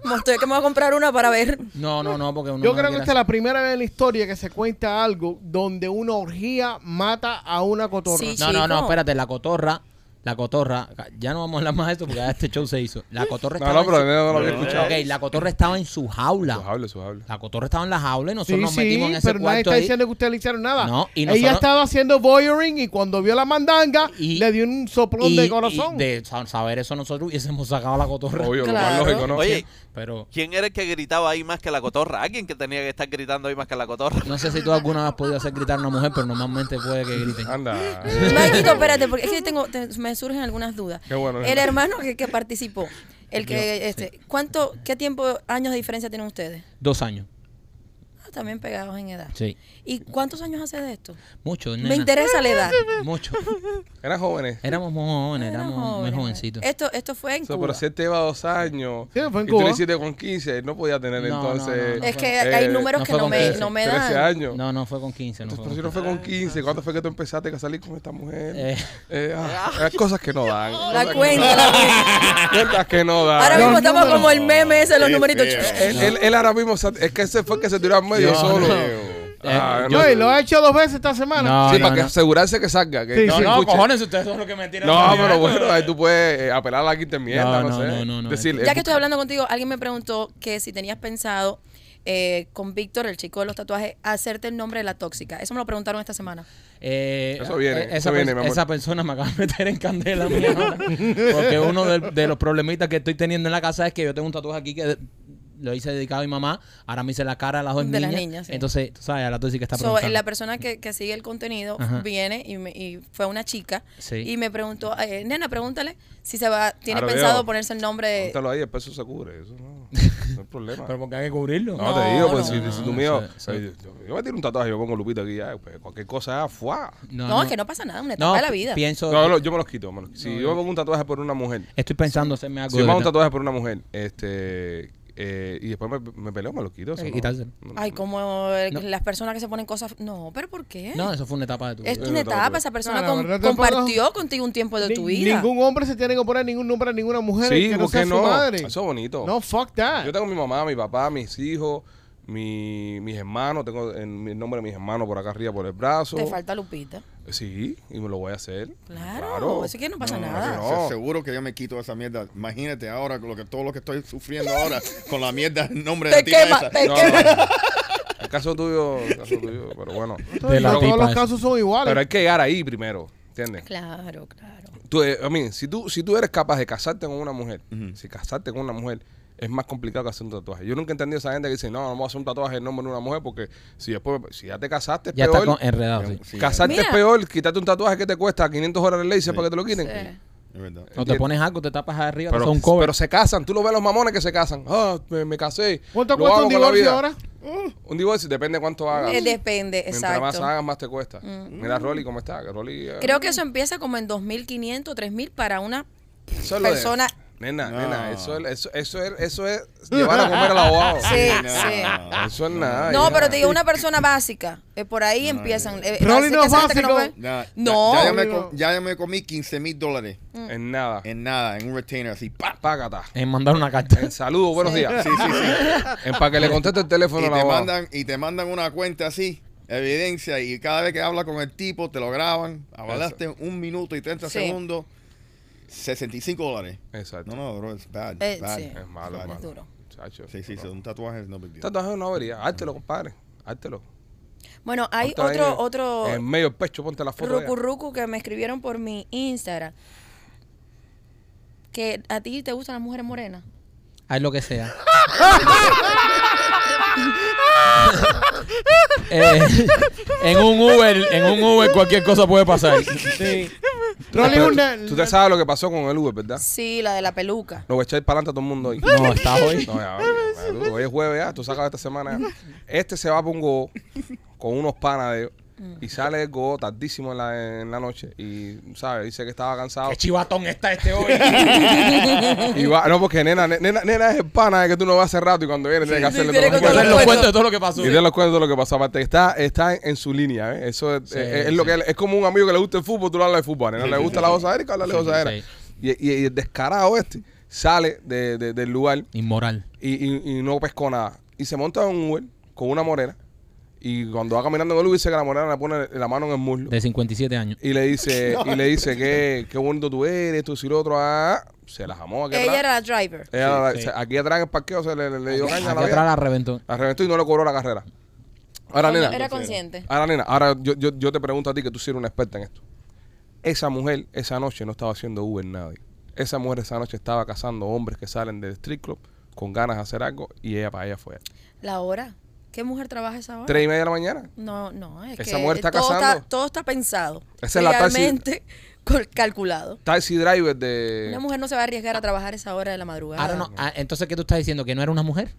Speaker 8: me estoy que me voy a comprar una para ver.
Speaker 2: No, no, no, porque uno
Speaker 3: Yo
Speaker 2: no
Speaker 3: creo que
Speaker 2: quiere
Speaker 3: esta es la primera vez en la historia que se cuenta algo donde una orgía mata a una cotorra.
Speaker 8: Sí.
Speaker 2: No, no, no,
Speaker 8: Chico.
Speaker 2: espérate, la cotorra, la cotorra, ya no vamos a hablar más de esto porque ya este show se hizo. La cotorra
Speaker 1: No,
Speaker 2: estaba
Speaker 1: no, pero
Speaker 2: en
Speaker 1: Nena no lo había
Speaker 6: Pero-
Speaker 2: su,
Speaker 1: escuchado.
Speaker 2: Ok, la cotorra estaba en su
Speaker 1: Su
Speaker 2: jaula.
Speaker 1: hable, su hable.
Speaker 2: La cotorra estaba en la jaula y nosotros
Speaker 3: Sí,
Speaker 2: nos
Speaker 3: sí,
Speaker 2: metimos en ese
Speaker 3: pero nadie
Speaker 2: cuarto
Speaker 3: está
Speaker 2: ahí.
Speaker 3: diciendo que usted le hicieron nada.
Speaker 2: No, y
Speaker 3: Ella
Speaker 2: nosotros-
Speaker 3: estaba haciendo voyeuring y cuando vio la mandanga
Speaker 2: Y-
Speaker 3: le dio un soplón
Speaker 2: Y-
Speaker 3: de corazón.
Speaker 2: y de sa- saber eso nosotros hubiésemos sacado la cotorra.
Speaker 1: Obvio, lo
Speaker 8: Claro.
Speaker 1: más lógico, ¿no?
Speaker 6: Oye,
Speaker 2: Pero
Speaker 6: ¿quién era el que gritaba ahí más que la cotorra? Alguien que tenía que estar gritando ahí más que la cotorra.
Speaker 2: no sé si tú alguna vez has podido hacer gritar a una mujer, pero normalmente puede que griten.
Speaker 1: Anda.
Speaker 8: Maikito, espérate, porque es que tengo, te- me surgen algunas dudas.
Speaker 1: Qué bueno,
Speaker 8: El
Speaker 1: nena.
Speaker 8: hermano que, que participó, el que, este, ¿cuánto, qué tiempo, años de diferencia tienen ustedes?
Speaker 2: Dos años.
Speaker 8: Ah, también pegados en edad.
Speaker 2: Sí.
Speaker 8: ¿Y cuántos años hace de esto?
Speaker 2: Mucho,
Speaker 8: Me
Speaker 2: nena.
Speaker 8: interesa la edad.
Speaker 2: Mucho.
Speaker 1: Eran jóvenes.
Speaker 2: Éramos muy jóvenes,
Speaker 8: Eran
Speaker 2: éramos
Speaker 8: jóvenes,
Speaker 2: muy jovencitos.
Speaker 8: Esto, esto fue en
Speaker 1: O sea,
Speaker 8: Cuba.
Speaker 1: pero si él te iba a dos años
Speaker 3: Sí, fue en
Speaker 1: y tú le
Speaker 3: Cuba.
Speaker 1: hiciste con 15, no podía tener
Speaker 2: No, no,
Speaker 1: entonces.
Speaker 2: no, no.
Speaker 8: es que
Speaker 1: Eh,
Speaker 8: hay números
Speaker 2: no
Speaker 8: que
Speaker 2: fue
Speaker 8: no
Speaker 2: con
Speaker 8: me,
Speaker 2: quince,
Speaker 8: no me
Speaker 1: 13
Speaker 8: dan.
Speaker 1: años.
Speaker 2: No, no, fue con 15. No
Speaker 1: Entonces,
Speaker 2: fue con
Speaker 1: pero si no fue con 15, ¿cuándo fue que tú empezaste a salir con esta mujer?
Speaker 2: Eh.
Speaker 1: Eh, ah, hay cosas que no dan.
Speaker 8: La
Speaker 1: cosas que
Speaker 8: cuenta,
Speaker 1: no
Speaker 8: la
Speaker 1: dan.
Speaker 8: cuenta.
Speaker 1: Cuentas que no dan.
Speaker 8: Ahora
Speaker 1: No,
Speaker 8: mismo estamos
Speaker 4: números.
Speaker 8: como el meme ese, los
Speaker 4: Qué
Speaker 8: numeritos.
Speaker 4: feo.
Speaker 8: Eh, Ch-
Speaker 1: Él, él- él ahora mismo, o sea, es que ese fue el que se tiró al medio
Speaker 2: Dios,
Speaker 1: solo.
Speaker 4: Dios.
Speaker 1: Ah, no.
Speaker 3: Yo, y lo ha hecho dos veces esta semana.
Speaker 2: Eh, No,
Speaker 1: sí,
Speaker 2: no,
Speaker 1: para que
Speaker 2: no.
Speaker 1: asegurarse que salga. Que
Speaker 3: Sí,
Speaker 2: No,
Speaker 3: sí,
Speaker 2: no,
Speaker 1: escuche.
Speaker 2: cojones, ustedes son los que me tiran.
Speaker 1: No,
Speaker 2: también.
Speaker 1: pero bueno, ahí tú puedes eh, apelar a la quinta enmienda, no,
Speaker 2: No, no,
Speaker 1: sé.
Speaker 2: no, no, no,
Speaker 1: Decir,
Speaker 8: Ya
Speaker 1: eh,
Speaker 8: que estoy hablando contigo, alguien me preguntó que si tenías pensado eh, con Víctor, el chico de los tatuajes, hacerte el nombre de la tóxica. Eso me lo preguntaron esta semana.
Speaker 2: Eh,
Speaker 1: Eso viene,
Speaker 2: eh,
Speaker 1: eso
Speaker 2: esa,
Speaker 1: viene,
Speaker 2: pers-
Speaker 1: mi amor.
Speaker 2: esa persona me acaba de meter en candela, mía, ahora. Porque uno del- de, los problemitas que estoy teniendo en la casa es que yo tengo un tatuaje aquí que lo hice dedicado a mi mamá. Ahora me hice la cara a las dos
Speaker 8: De las
Speaker 2: niñas.
Speaker 8: niñas, sí.
Speaker 2: Entonces, tú sabes, a la tóxica está
Speaker 8: So,
Speaker 2: preguntando.
Speaker 8: la persona que, que sigue el contenido
Speaker 2: Ajá.
Speaker 8: viene y, me- y fue una chica
Speaker 2: Sí.
Speaker 8: y me preguntó, eh, nena, pregúntale si se va, tiene
Speaker 1: Claro,
Speaker 8: pensado
Speaker 1: veo.
Speaker 8: ponerse el nombre de...
Speaker 1: Póntalo ahí, el peso se cubre. Eso no, no hay problema.
Speaker 2: Pero porque hay que cubrirlo.
Speaker 1: No, te digo, pues
Speaker 8: no,
Speaker 1: si,
Speaker 2: no,
Speaker 1: si tú
Speaker 2: no,
Speaker 1: mío.
Speaker 2: eso- eso-
Speaker 1: oye, Yo, yo me tiro un tatuaje, yo pongo Lupita aquí, ya, pues, cualquier cosa, fuá.
Speaker 8: No, es que no pasa nada, una etapa
Speaker 2: No,
Speaker 8: de la vida.
Speaker 2: Pienso,
Speaker 1: No, yo lo- yo me los quito. me los- si yo me pongo un tatuaje por una mujer,
Speaker 2: estoy pensando hacerme algo.
Speaker 1: si me
Speaker 2: de
Speaker 1: pongo un
Speaker 2: verdad.
Speaker 1: tatuaje por una mujer, este. eh, y después me, me peleo, me lo quito. eso
Speaker 2: Eh,
Speaker 1: no.
Speaker 2: quitárselo.
Speaker 1: No, no.
Speaker 8: Ay, como eh,
Speaker 2: No.
Speaker 8: las personas que se ponen cosas... No, pero ¿por qué?
Speaker 2: No, eso fue una etapa de tu vida.
Speaker 8: es
Speaker 1: no,
Speaker 8: una
Speaker 1: no, no, no.
Speaker 8: etapa, esa persona
Speaker 3: No, no,
Speaker 8: com-
Speaker 3: no te pongas-
Speaker 8: compartió contigo un tiempo de
Speaker 3: Ni-
Speaker 8: tu vida.
Speaker 3: Ningún hombre se tiene que poner ningún nombre a ninguna mujer
Speaker 1: Sí,
Speaker 3: que no
Speaker 1: ¿por
Speaker 3: sea
Speaker 1: qué
Speaker 3: su
Speaker 1: no?
Speaker 3: madre.
Speaker 1: Eso es bonito.
Speaker 3: No, fuck that.
Speaker 1: Yo tengo mi mamá, mi papá, mis hijos, mi, mis hermanos. Tengo el, el nombre de mis hermanos por acá arriba, por el brazo.
Speaker 8: Te falta Lupita.
Speaker 1: Sí, y me lo voy a hacer.
Speaker 8: Claro, así que no pasa nada.
Speaker 1: claro que no.
Speaker 4: Seguro que yo me quito esa mierda. Imagínate ahora con lo que todo lo que estoy sufriendo ahora con la mierda en nombre de
Speaker 8: Te
Speaker 4: la tipa
Speaker 8: quema,
Speaker 4: esa.
Speaker 8: te
Speaker 1: No,
Speaker 8: quema.
Speaker 1: no. El caso tuyo, el caso tuyo, pero bueno.
Speaker 3: Entonces,
Speaker 2: la
Speaker 3: todos
Speaker 2: tipa
Speaker 3: los
Speaker 2: esa.
Speaker 3: casos son iguales.
Speaker 1: Pero hay que llegar ahí primero, ¿entiendes?
Speaker 8: Claro, claro.
Speaker 1: Tú, eh, I mean, si, tú, si tú eres capaz de casarte con una mujer, si casarte con una mujer es más complicado que hacer un tatuaje. Yo nunca he entendido a esa gente que dice, no, no vamos a hacer un tatuaje en nombre de una mujer porque si después, si ya te casaste, es
Speaker 2: Ya está
Speaker 1: peor.
Speaker 2: con- eh, enredado, sí.
Speaker 4: Sí,
Speaker 1: Casarte
Speaker 8: Mira.
Speaker 1: es peor, quitarte un tatuaje que te cuesta 500 dólares ley, para que te lo quiten.
Speaker 8: Sí.
Speaker 4: Es verdad.
Speaker 2: No te pones algo, te tapas arriba, te
Speaker 1: Pero,
Speaker 2: haces un cover.
Speaker 1: pero se casan, tú lo ves a los mamones que se casan. Ah, me, me casé.
Speaker 3: ¿Cuánto
Speaker 1: lo
Speaker 3: cuesta
Speaker 1: hago
Speaker 3: un
Speaker 1: con la
Speaker 3: divorcio
Speaker 1: vida.
Speaker 3: ahora?
Speaker 1: Un divorcio depende cuánto hagas.
Speaker 8: Eh, depende,
Speaker 1: Mientras más
Speaker 8: exacto. Mm.
Speaker 1: hagas, más te cuesta. Mira Rolly cómo está. que Rolly, eh,
Speaker 8: Creo que eso empieza como en 2.500, 3.000 para una
Speaker 1: eso es lo de-
Speaker 8: persona.
Speaker 1: Nena,
Speaker 4: No.
Speaker 1: nena, eso es, eso, eso es, eso es llevar a comer al abogado.
Speaker 8: Sí,
Speaker 4: No,
Speaker 8: sí.
Speaker 1: Eso es nada.
Speaker 8: No,
Speaker 1: hija.
Speaker 8: pero te digo, una persona básica. Eh, por ahí empiezan. eh,
Speaker 3: Rolly
Speaker 8: así
Speaker 3: no
Speaker 8: que
Speaker 3: es
Speaker 8: esa gente que
Speaker 3: básico.
Speaker 8: ve-
Speaker 4: Ya- ya-
Speaker 8: No.
Speaker 4: Ya, yo me, co- ya yo me comí 15 mil dólares
Speaker 1: Es nada.
Speaker 4: en nada, en un retainer así. ¡pa!
Speaker 1: Págata.
Speaker 2: En mandar una carta.
Speaker 1: En saludos, buenos días.
Speaker 4: Sí, sí, sí.
Speaker 1: En para que le conteste el teléfono
Speaker 4: y,
Speaker 1: al
Speaker 4: te
Speaker 1: abogado.
Speaker 4: mandan, y te mandan una cuenta así, evidencia, y cada vez que hablas con el tipo te lo graban. Hablaste un minuto y 30
Speaker 8: Sí.
Speaker 4: segundos, 65 dólares.
Speaker 1: Exacto.
Speaker 4: No, no, bro, es bad.
Speaker 8: Eh,
Speaker 4: bad.
Speaker 8: sí.
Speaker 1: Es malo,
Speaker 4: Vale.
Speaker 1: es malo.
Speaker 8: Es duro.
Speaker 1: Chacho,
Speaker 4: Sí, sí,
Speaker 1: no.
Speaker 4: sí, un tatuaje es no big deal.
Speaker 1: Tatuaje es una avería. Hártelo, compadre. Hártelo.
Speaker 8: Bueno, hay
Speaker 1: Ponte ahí
Speaker 8: otro,
Speaker 1: en-
Speaker 8: otro
Speaker 1: En medio del pecho, ponte la foto. allá.
Speaker 8: rucurrucu que me escribieron por mi Instagram. Que a ti te gustan las mujeres morenas.
Speaker 2: Haz lo que sea. Eh, en un Uber, en un Uber cualquier cosa puede pasar.
Speaker 3: Rolly
Speaker 1: Pero
Speaker 3: es un ne-
Speaker 1: tú, tú te sabes lo que pasó con el Uber, ¿verdad?
Speaker 8: Sí, la de la peluca.
Speaker 1: Lo voy a echar para adelante a todo el mundo hoy.
Speaker 2: No, estás hoy.
Speaker 1: No, ya, ya, ya, hoy es jueves ya, tú sacas esta semana. ya. Este se va para un go con unos panas de ellos y sale del go tardísimo en la, en la noche y, ¿sabes? Dice que estaba cansado.
Speaker 2: Qué chivatón está este hoy.
Speaker 1: Y va, no, porque nena, ne- nena, nena es el pana de que tú no vas hace rato y cuando viene tiene que
Speaker 8: sí,
Speaker 1: hacerle
Speaker 8: tiene
Speaker 1: todo
Speaker 8: que
Speaker 1: los
Speaker 2: Hacer los
Speaker 1: cuentos.
Speaker 2: cuentos de todo lo que pasó.
Speaker 1: Y te los cuento de lo que pasó. Aparte, está, está en, en su línea, ¿eh? Eso es,
Speaker 2: Sí,
Speaker 1: es- es lo que él- es como un amigo que le gusta el fútbol, tú le hablas de fútbol. ¿no? le gusta la osadera y habla de
Speaker 2: Sí, sí,
Speaker 1: osadera.
Speaker 2: sí.
Speaker 1: Y, y- y el descarado este sale de- de- del lugar
Speaker 2: Inmoral.
Speaker 1: y, y- y no pescó nada. Y se monta en un Uber con una morena. Y cuando va caminando en el Uber, dice que la morena le pone la mano en el muslo.
Speaker 2: De 57 años.
Speaker 1: Y le dice, y le dice que qué bonito tú eres, tú si lo otro. ah, ah. se la jamó aquí
Speaker 8: Ella
Speaker 1: atrás.
Speaker 8: era la driver.
Speaker 1: Ella la-
Speaker 2: Sí, sí.
Speaker 1: se- aquí atrás en el parqueo se le, le- le dio caña a
Speaker 2: Aquí
Speaker 1: la vieja.
Speaker 2: atrás la reventó.
Speaker 1: La reventó y no le cobró la carrera. Ahora,
Speaker 8: Coño,
Speaker 1: nena.
Speaker 8: era consciente.
Speaker 1: Ahora, nena, ahora yo, yo, yo te pregunto a ti que tú sí eres una experta en esto. Esa mujer esa noche no estaba haciendo Uber nadie. Esa mujer esa noche estaba cazando hombres que salen del street club con ganas de hacer algo y ella para ella fue.
Speaker 8: La hora. ¿Qué mujer trabaja esa hora?
Speaker 1: Tres y media de la mañana.
Speaker 8: No, no, es
Speaker 1: Esa
Speaker 8: que
Speaker 1: mujer está
Speaker 8: todo,
Speaker 1: casando.
Speaker 8: Está, todo está pensado.
Speaker 1: Esa es la taxi-
Speaker 8: realmente col- calculado.
Speaker 1: Taxi driver
Speaker 8: Una
Speaker 1: de.
Speaker 8: mujer no se va a arriesgar a trabajar esa hora de la madrugada.
Speaker 2: Ahora no. ah, entonces, ¿qué tú estás diciendo? ¿Que no era una mujer?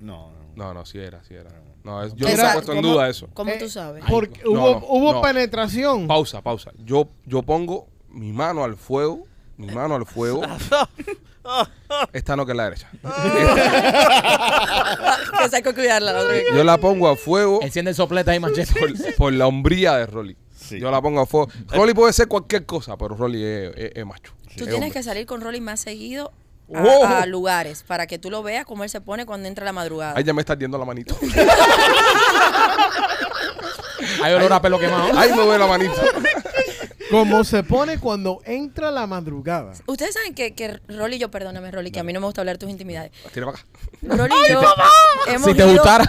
Speaker 4: No, no.
Speaker 1: No, no, sí era, sí era. No, es- yo
Speaker 8: Esa-
Speaker 1: nunca he puesto en
Speaker 8: ¿cómo-
Speaker 1: duda eso.
Speaker 8: ¿Cómo
Speaker 3: Eh,
Speaker 8: tú sabes?
Speaker 3: Porque
Speaker 1: no,
Speaker 3: hubo,
Speaker 1: no,
Speaker 3: hubo
Speaker 1: no.
Speaker 3: penetración.
Speaker 1: Pausa, pausa. Yo, yo pongo mi mano al fuego. Mi mano al fuego. Esta no que es la derecha.
Speaker 8: que se hay que cuidarla la otra vez.
Speaker 1: Yo la pongo al fuego.
Speaker 2: Enciende el soplete ahí, machete.
Speaker 1: por, por la hombría de Rolly.
Speaker 4: Sí.
Speaker 1: Yo la pongo a fuego. Rolly puede ser cualquier cosa, pero Rolly es, es- es macho.
Speaker 8: Tú
Speaker 1: Es
Speaker 8: tienes
Speaker 1: hombre.
Speaker 8: que salir con Rolly más seguido a,
Speaker 1: Ojo.
Speaker 8: a lugares para que tú lo veas cómo él se pone cuando entra la madrugada.
Speaker 1: Ay, ya me está ardiendo la manito.
Speaker 2: Hay olor a pelo quemado.
Speaker 1: Ay, me duele la manito.
Speaker 3: Como se pone cuando entra la madrugada.
Speaker 8: Ustedes saben que, que Rolly y yo, perdóname Rolly, que a mí no me gusta hablar tus intimidades.
Speaker 1: Tira para acá.
Speaker 8: Rolly y yo hemos
Speaker 2: Si te
Speaker 8: ido-
Speaker 2: gustara.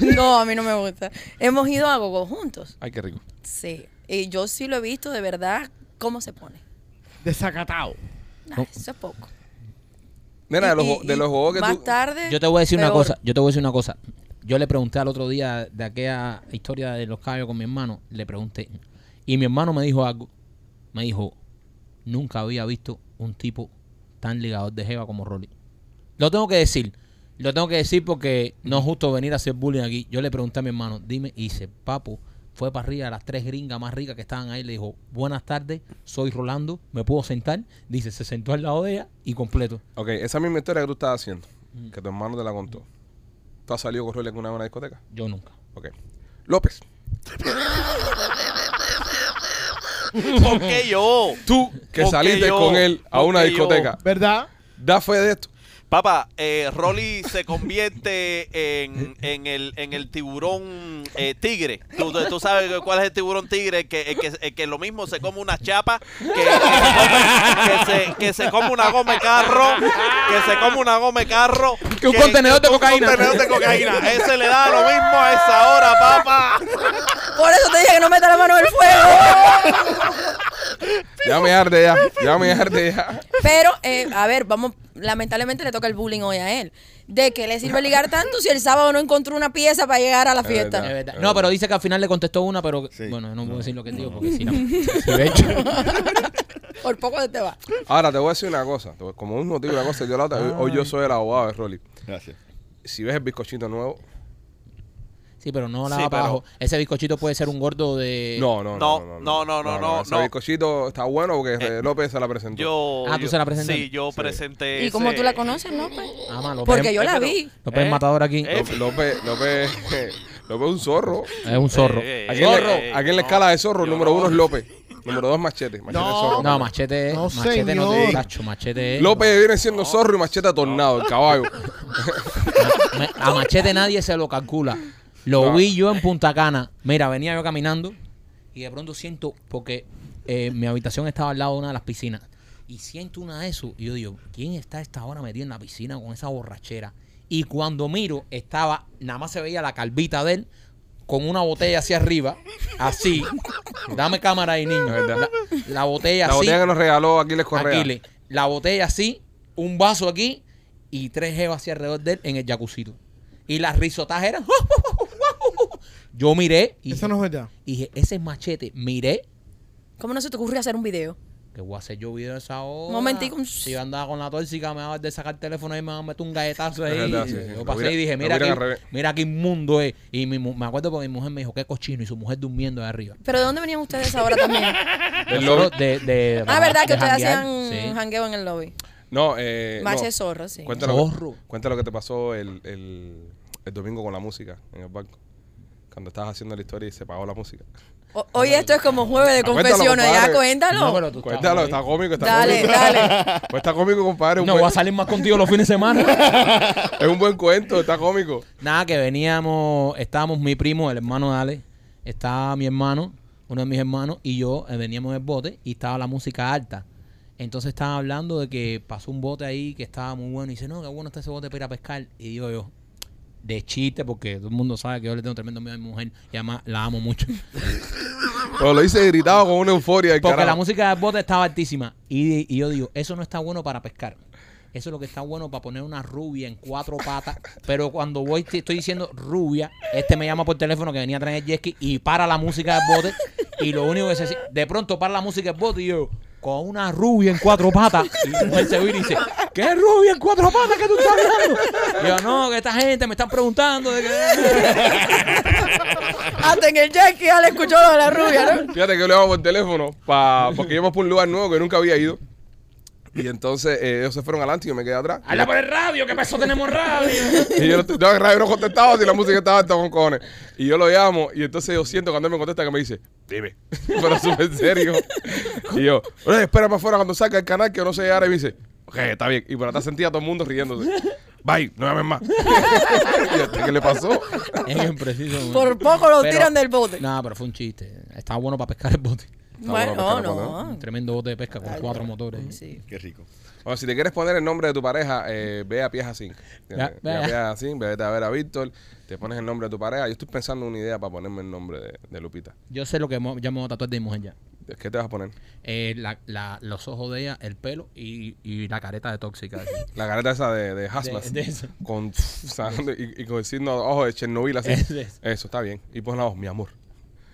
Speaker 8: No, a mí no me gusta. Hemos ido a Gogo juntos.
Speaker 1: Ay, qué rico.
Speaker 8: Sí. Y yo sí lo he visto de verdad cómo se pone.
Speaker 3: Desacatado.
Speaker 8: Nah, Eso es poco.
Speaker 1: Mira, de
Speaker 8: Y-
Speaker 1: los,
Speaker 8: y-
Speaker 1: jo- de
Speaker 8: y
Speaker 1: los juegos que
Speaker 8: más
Speaker 1: tú.
Speaker 8: tarde.
Speaker 2: Yo te voy a decir una
Speaker 8: peor.
Speaker 2: cosa. Yo te voy a decir una cosa. Yo le pregunté al otro día de aquella historia de los caballos con mi hermano. Le pregunté. Y mi hermano me dijo algo. Me dijo, nunca había visto un tipo tan ligador de Jeva como Rolly. Lo tengo que decir. Lo tengo que decir porque no es justo venir a hacer bullying aquí. Yo le pregunté a mi hermano, dime, y dice, papo, fue para arriba a las tres gringas más ricas que estaban ahí. Le dijo, buenas tardes, soy Rolando, ¿me puedo sentar? Dice, se sentó al lado de ella y completo.
Speaker 1: Ok, esa misma historia que tú estás haciendo, que tu hermano te la contó. ¿Tú has salido con Rolly en una, una discoteca?
Speaker 2: Yo nunca.
Speaker 1: Ok. López,
Speaker 6: ¿Por qué yo?
Speaker 1: tú que
Speaker 6: ¿Por qué
Speaker 1: saliste
Speaker 6: yo?
Speaker 1: con él a
Speaker 6: ¿Por
Speaker 1: una
Speaker 6: qué yo?
Speaker 1: discoteca,
Speaker 3: ¿Verdad?
Speaker 1: da fe de esto.
Speaker 6: Papá, eh, Rolly se convierte en, en el, en el tiburón eh, tigre. ¿Tú, tú- tú sabes cuál es el tiburón tigre? El que, el que, el que lo mismo se come una chapa, que, que se, come, que se- que se come una goma de carro, que se come una goma de carro.
Speaker 2: Que un contenedor de cocaína.
Speaker 6: Un contenedor de cocaína. Ese le da lo mismo a esa hora, papá.
Speaker 8: Por eso te dije que no meta la mano en el fuego.
Speaker 1: Ya me arde ya. Ya me arde ya.
Speaker 8: Pero, eh, a ver, vamos, lamentablemente le toca el bullying hoy a él. ¿De qué le sirve ligar tanto si el sábado no encontró una pieza para llegar a la
Speaker 1: verdad.
Speaker 8: fiesta?
Speaker 2: Es verdad. No, pero dice que al final le contestó una, pero
Speaker 4: Sí.
Speaker 2: bueno, no puedo decir lo que digo porque si no.
Speaker 8: Por poco te va.
Speaker 1: Ahora te voy a decir una cosa. te voy- Como un motivo, una cosa. Yo la otra, hoy yo soy el abogado de Rolly.
Speaker 4: Gracias.
Speaker 1: Si ves el bizcochito nuevo.
Speaker 2: Sí, pero no la
Speaker 6: Sí,
Speaker 2: va para
Speaker 6: pero-
Speaker 2: abajo. Ese bizcochito puede ser un gordo de.
Speaker 1: No, no,
Speaker 6: Eh, no,
Speaker 1: no.
Speaker 6: no, no, no, no,
Speaker 1: Ese
Speaker 6: no.
Speaker 1: bizcochito está bueno porque eh, López se la presentó.
Speaker 6: Yo,
Speaker 2: Ah, ¿tú
Speaker 6: yo-
Speaker 2: se la presentaste?
Speaker 6: Sí, yo presenté.
Speaker 8: ¿Y como
Speaker 6: ese-
Speaker 8: tú la conoces, no? pues?
Speaker 2: Ah, malo.
Speaker 8: Porque yo
Speaker 6: eh,
Speaker 8: la
Speaker 6: pero-
Speaker 8: vi.
Speaker 2: López
Speaker 6: Eh,
Speaker 2: Matador aquí.
Speaker 6: eh,
Speaker 1: López, López, López, López es un zorro.
Speaker 2: Es un zorro.
Speaker 6: Eh, eh,
Speaker 1: Aquí en, la-
Speaker 6: zorro.
Speaker 1: aquí en la
Speaker 6: No,
Speaker 1: escala de zorro,
Speaker 6: yo
Speaker 1: número
Speaker 6: no.
Speaker 1: uno es López. Número dos, Machete. Machete
Speaker 3: No.
Speaker 1: es zorro.
Speaker 2: No, machete es.
Speaker 3: No,
Speaker 2: machete no
Speaker 3: señor.
Speaker 2: te tacho, machete es.
Speaker 1: López viene siendo zorro y Machete atornado, el caballo.
Speaker 2: Me- A machete nadie se lo calcula. Lo
Speaker 1: No.
Speaker 2: vi yo en Punta Cana. Mira, venía yo caminando y de pronto siento, porque eh, mi habitación estaba al lado de una de las piscinas, y siento una de eso. Y yo digo, ¿quién está a esta hora metida en la piscina con esa borrachera? Y cuando miro, estaba, nada más se veía la calvita de él con una botella hacia arriba, así. Dame cámara ahí, niño.
Speaker 1: Es verdad.
Speaker 2: La, la botella
Speaker 1: La
Speaker 2: así.
Speaker 1: botella que nos regaló Aquiles Correa.
Speaker 2: Aquiles, la botella así, un vaso aquí y tres jevas así alrededor de él en el jacuzito. Y las risotas eran. Yo miré y
Speaker 3: Eso no es verdad.
Speaker 2: dije, ese es machete. Miré.
Speaker 8: ¿Cómo no se te ocurrió hacer un video?
Speaker 2: Que voy a hacer yo video a esa hora.
Speaker 8: Un momentico.
Speaker 2: Si yo andaba con la tóxica, me va a dar de sacar el teléfono y me va a meter un galletazo ahí.
Speaker 1: Es verdad, sí, sí.
Speaker 2: Yo
Speaker 1: Lo
Speaker 2: pasé
Speaker 1: hubiera-
Speaker 2: y dije,
Speaker 1: lo
Speaker 2: mira
Speaker 1: hubieran
Speaker 2: qué,
Speaker 1: al revés.
Speaker 2: mira qué inmundo es. Y mi mu- me acuerdo porque mi mujer me dijo, qué cochino. Y su mujer durmiendo de arriba.
Speaker 8: ¿Pero de dónde venían ustedes ahora también?
Speaker 1: Del
Speaker 2: Nosotros
Speaker 1: lobby.
Speaker 2: de, de-
Speaker 8: ah, ¿verdad? Que
Speaker 2: de
Speaker 8: ustedes
Speaker 2: janguear,
Speaker 8: hacían
Speaker 2: sí.
Speaker 8: jangueo en el lobby.
Speaker 1: No, eh. no.
Speaker 8: Mache zorro, sí.
Speaker 1: Cuéntalo, lo que-
Speaker 2: Zorro.
Speaker 1: cuéntalo lo que te pasó el, el, el domingo con la música en el banco. Cuando estabas haciendo la historia y se pagó la música.
Speaker 8: O- hoy esto es como jueves de
Speaker 1: Ah, cuéntalo,
Speaker 8: confesiones. Ya,
Speaker 1: compadre.
Speaker 8: cuéntalo.
Speaker 2: No, pero tú estabas
Speaker 1: Cuéntalo,
Speaker 2: ahí.
Speaker 1: está cómico, está
Speaker 8: Dale,
Speaker 1: cómico.
Speaker 8: dale.
Speaker 1: Pues está cómico, compadre. es un
Speaker 2: No
Speaker 1: buen-
Speaker 2: voy a salir más contigo los fines de semana.
Speaker 1: Es un buen cuento, está cómico.
Speaker 2: Nada, que veníamos, estábamos mi primo, el hermano de Ale, estaba mi hermano, uno de mis hermanos, y yo eh, veníamos en el bote y estaba la música alta. Entonces estaban hablando de que pasó un bote ahí que estaba muy bueno. Y dice, no, qué bueno está ese bote para ir a pescar. Y digo yo, de chiste, porque todo el mundo sabe que yo le tengo tremendo miedo a mi mujer y además la amo mucho.
Speaker 1: Pero lo hice gritado con una euforia. del
Speaker 2: Porque la
Speaker 1: carajo.
Speaker 2: música del bote estaba altísima. Y, y yo digo, eso no está bueno para pescar. Eso es lo que está bueno para poner una rubia en cuatro patas. Pero cuando voy, te estoy diciendo rubia, este me llama por teléfono que venía a traer el jet ski y para la música del bote. Y lo único que se de pronto para la música del bote y yo, con una rubia en cuatro patas. Y mi mujer se vira y dice, ¿qué rubia en cuatro patas que tú estás hablando? Y yo, no, que esta gente me están preguntando de que...
Speaker 8: Hasta en el jet que ya le escuchó lo de la rubia, ¿no?
Speaker 1: Fíjate que yo le hago por teléfono pa, porque íbamos por un lugar nuevo que nunca había ido. Y entonces eh, ellos se fueron adelante y yo me quedé atrás.
Speaker 2: Habla por el radio, que peso tenemos radio.
Speaker 1: Y yo no, estoy- no, el radio no contestaba si la música estaba alta con cojones. Y yo lo llamo y entonces yo siento cuando él me contesta que me dice, dime, pero súper serio. Y yo, "Oye, espérame afuera cuando salga el canal que yo no sé ahora. Y me dice, ok, está bien. Y por atrás sentía a todo el mundo riéndose. Bye, no llames más. y yo, ¿qué le pasó?
Speaker 2: En el preciso momento.
Speaker 8: Por poco lo
Speaker 2: Pero-
Speaker 8: tiran del bote.
Speaker 2: No, pero fue un chiste. Estaba bueno para pescar el bote.
Speaker 8: bueno,
Speaker 1: no, no,
Speaker 8: no.
Speaker 2: Un tremendo bote de pesca con cuatro motores.
Speaker 8: Ah. Sí.
Speaker 4: Qué rico.
Speaker 1: Bueno, si te quieres poner el nombre de tu pareja, eh, ve a Pieza Zinc. ¿entiendes?
Speaker 2: Ya,
Speaker 1: Ve a
Speaker 2: ya.
Speaker 1: Pieza Zinc, vete a ver a Víctor, te pones el nombre de tu pareja. Yo estoy pensando en una idea para ponerme el nombre de, de Lupita.
Speaker 2: Yo sé lo que mo- ya me voy a tatuar de mi mujer ya.
Speaker 1: ¿Qué te vas a poner?
Speaker 2: Eh, la- la- los ojos de ella, el pelo y, y la careta de tóxica. así.
Speaker 1: La careta esa de, de Hazmat.
Speaker 2: De- de eso.
Speaker 1: Con, sangre y, y con el signo ojo de Chernobyl así.
Speaker 2: Es de eso.
Speaker 1: Eso, está bien. Y pon la voz, mi amor,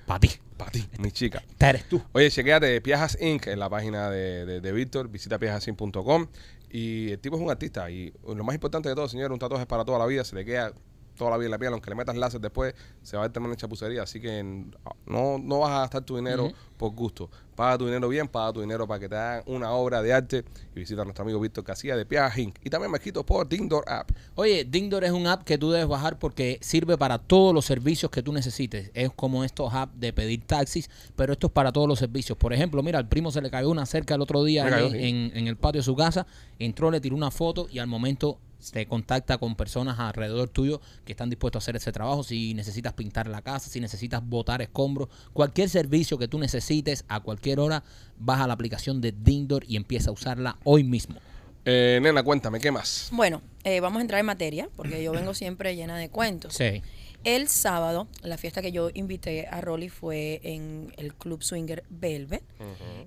Speaker 2: Pa' ti.
Speaker 1: para ti, mi chica.
Speaker 2: Esta eres tú.
Speaker 1: Oye, chequéate Piajas Inc. en la página de, de, de Víctor, visita piajasinc.com y el tipo es un artista y lo más importante de todo, señor, un tatuaje es para toda la vida, se le queda toda la vida en la piel, aunque le metas láser después, se va a terminar en chapucería, así que no, no vas a gastar tu dinero por gusto. Paga tu dinero bien, paga tu dinero para que te hagan una obra de arte y visita a nuestro amigo Víctor Casilla de Piajas Inc. Y también me quito por Dindor App.
Speaker 2: Oye, Dingdor es un app que tú debes bajar porque sirve para todos los servicios que tú necesites. Es como estos apps de pedir taxis, pero esto es para todos los servicios. Por ejemplo, mira, al primo se le cayó una cerca el otro día
Speaker 1: Me
Speaker 2: en,
Speaker 1: cayó, sí.
Speaker 2: en- en el patio de su casa, entró, le tiró una foto y al momento se contacta con personas alrededor tuyo que están dispuestos a hacer ese trabajo. Si necesitas pintar la casa, si necesitas botar escombros, cualquier servicio que tú necesites a cualquier hora, baja la aplicación de Dingdor y empieza a usarla hoy mismo.
Speaker 1: Eh, nena, cuéntame, ¿qué más?
Speaker 8: Bueno, eh, vamos a entrar en materia, porque yo vengo siempre llena de cuentos.
Speaker 2: Sí.
Speaker 8: El sábado, la fiesta que yo invité a Rolly fue en el Club Swinger Velvet.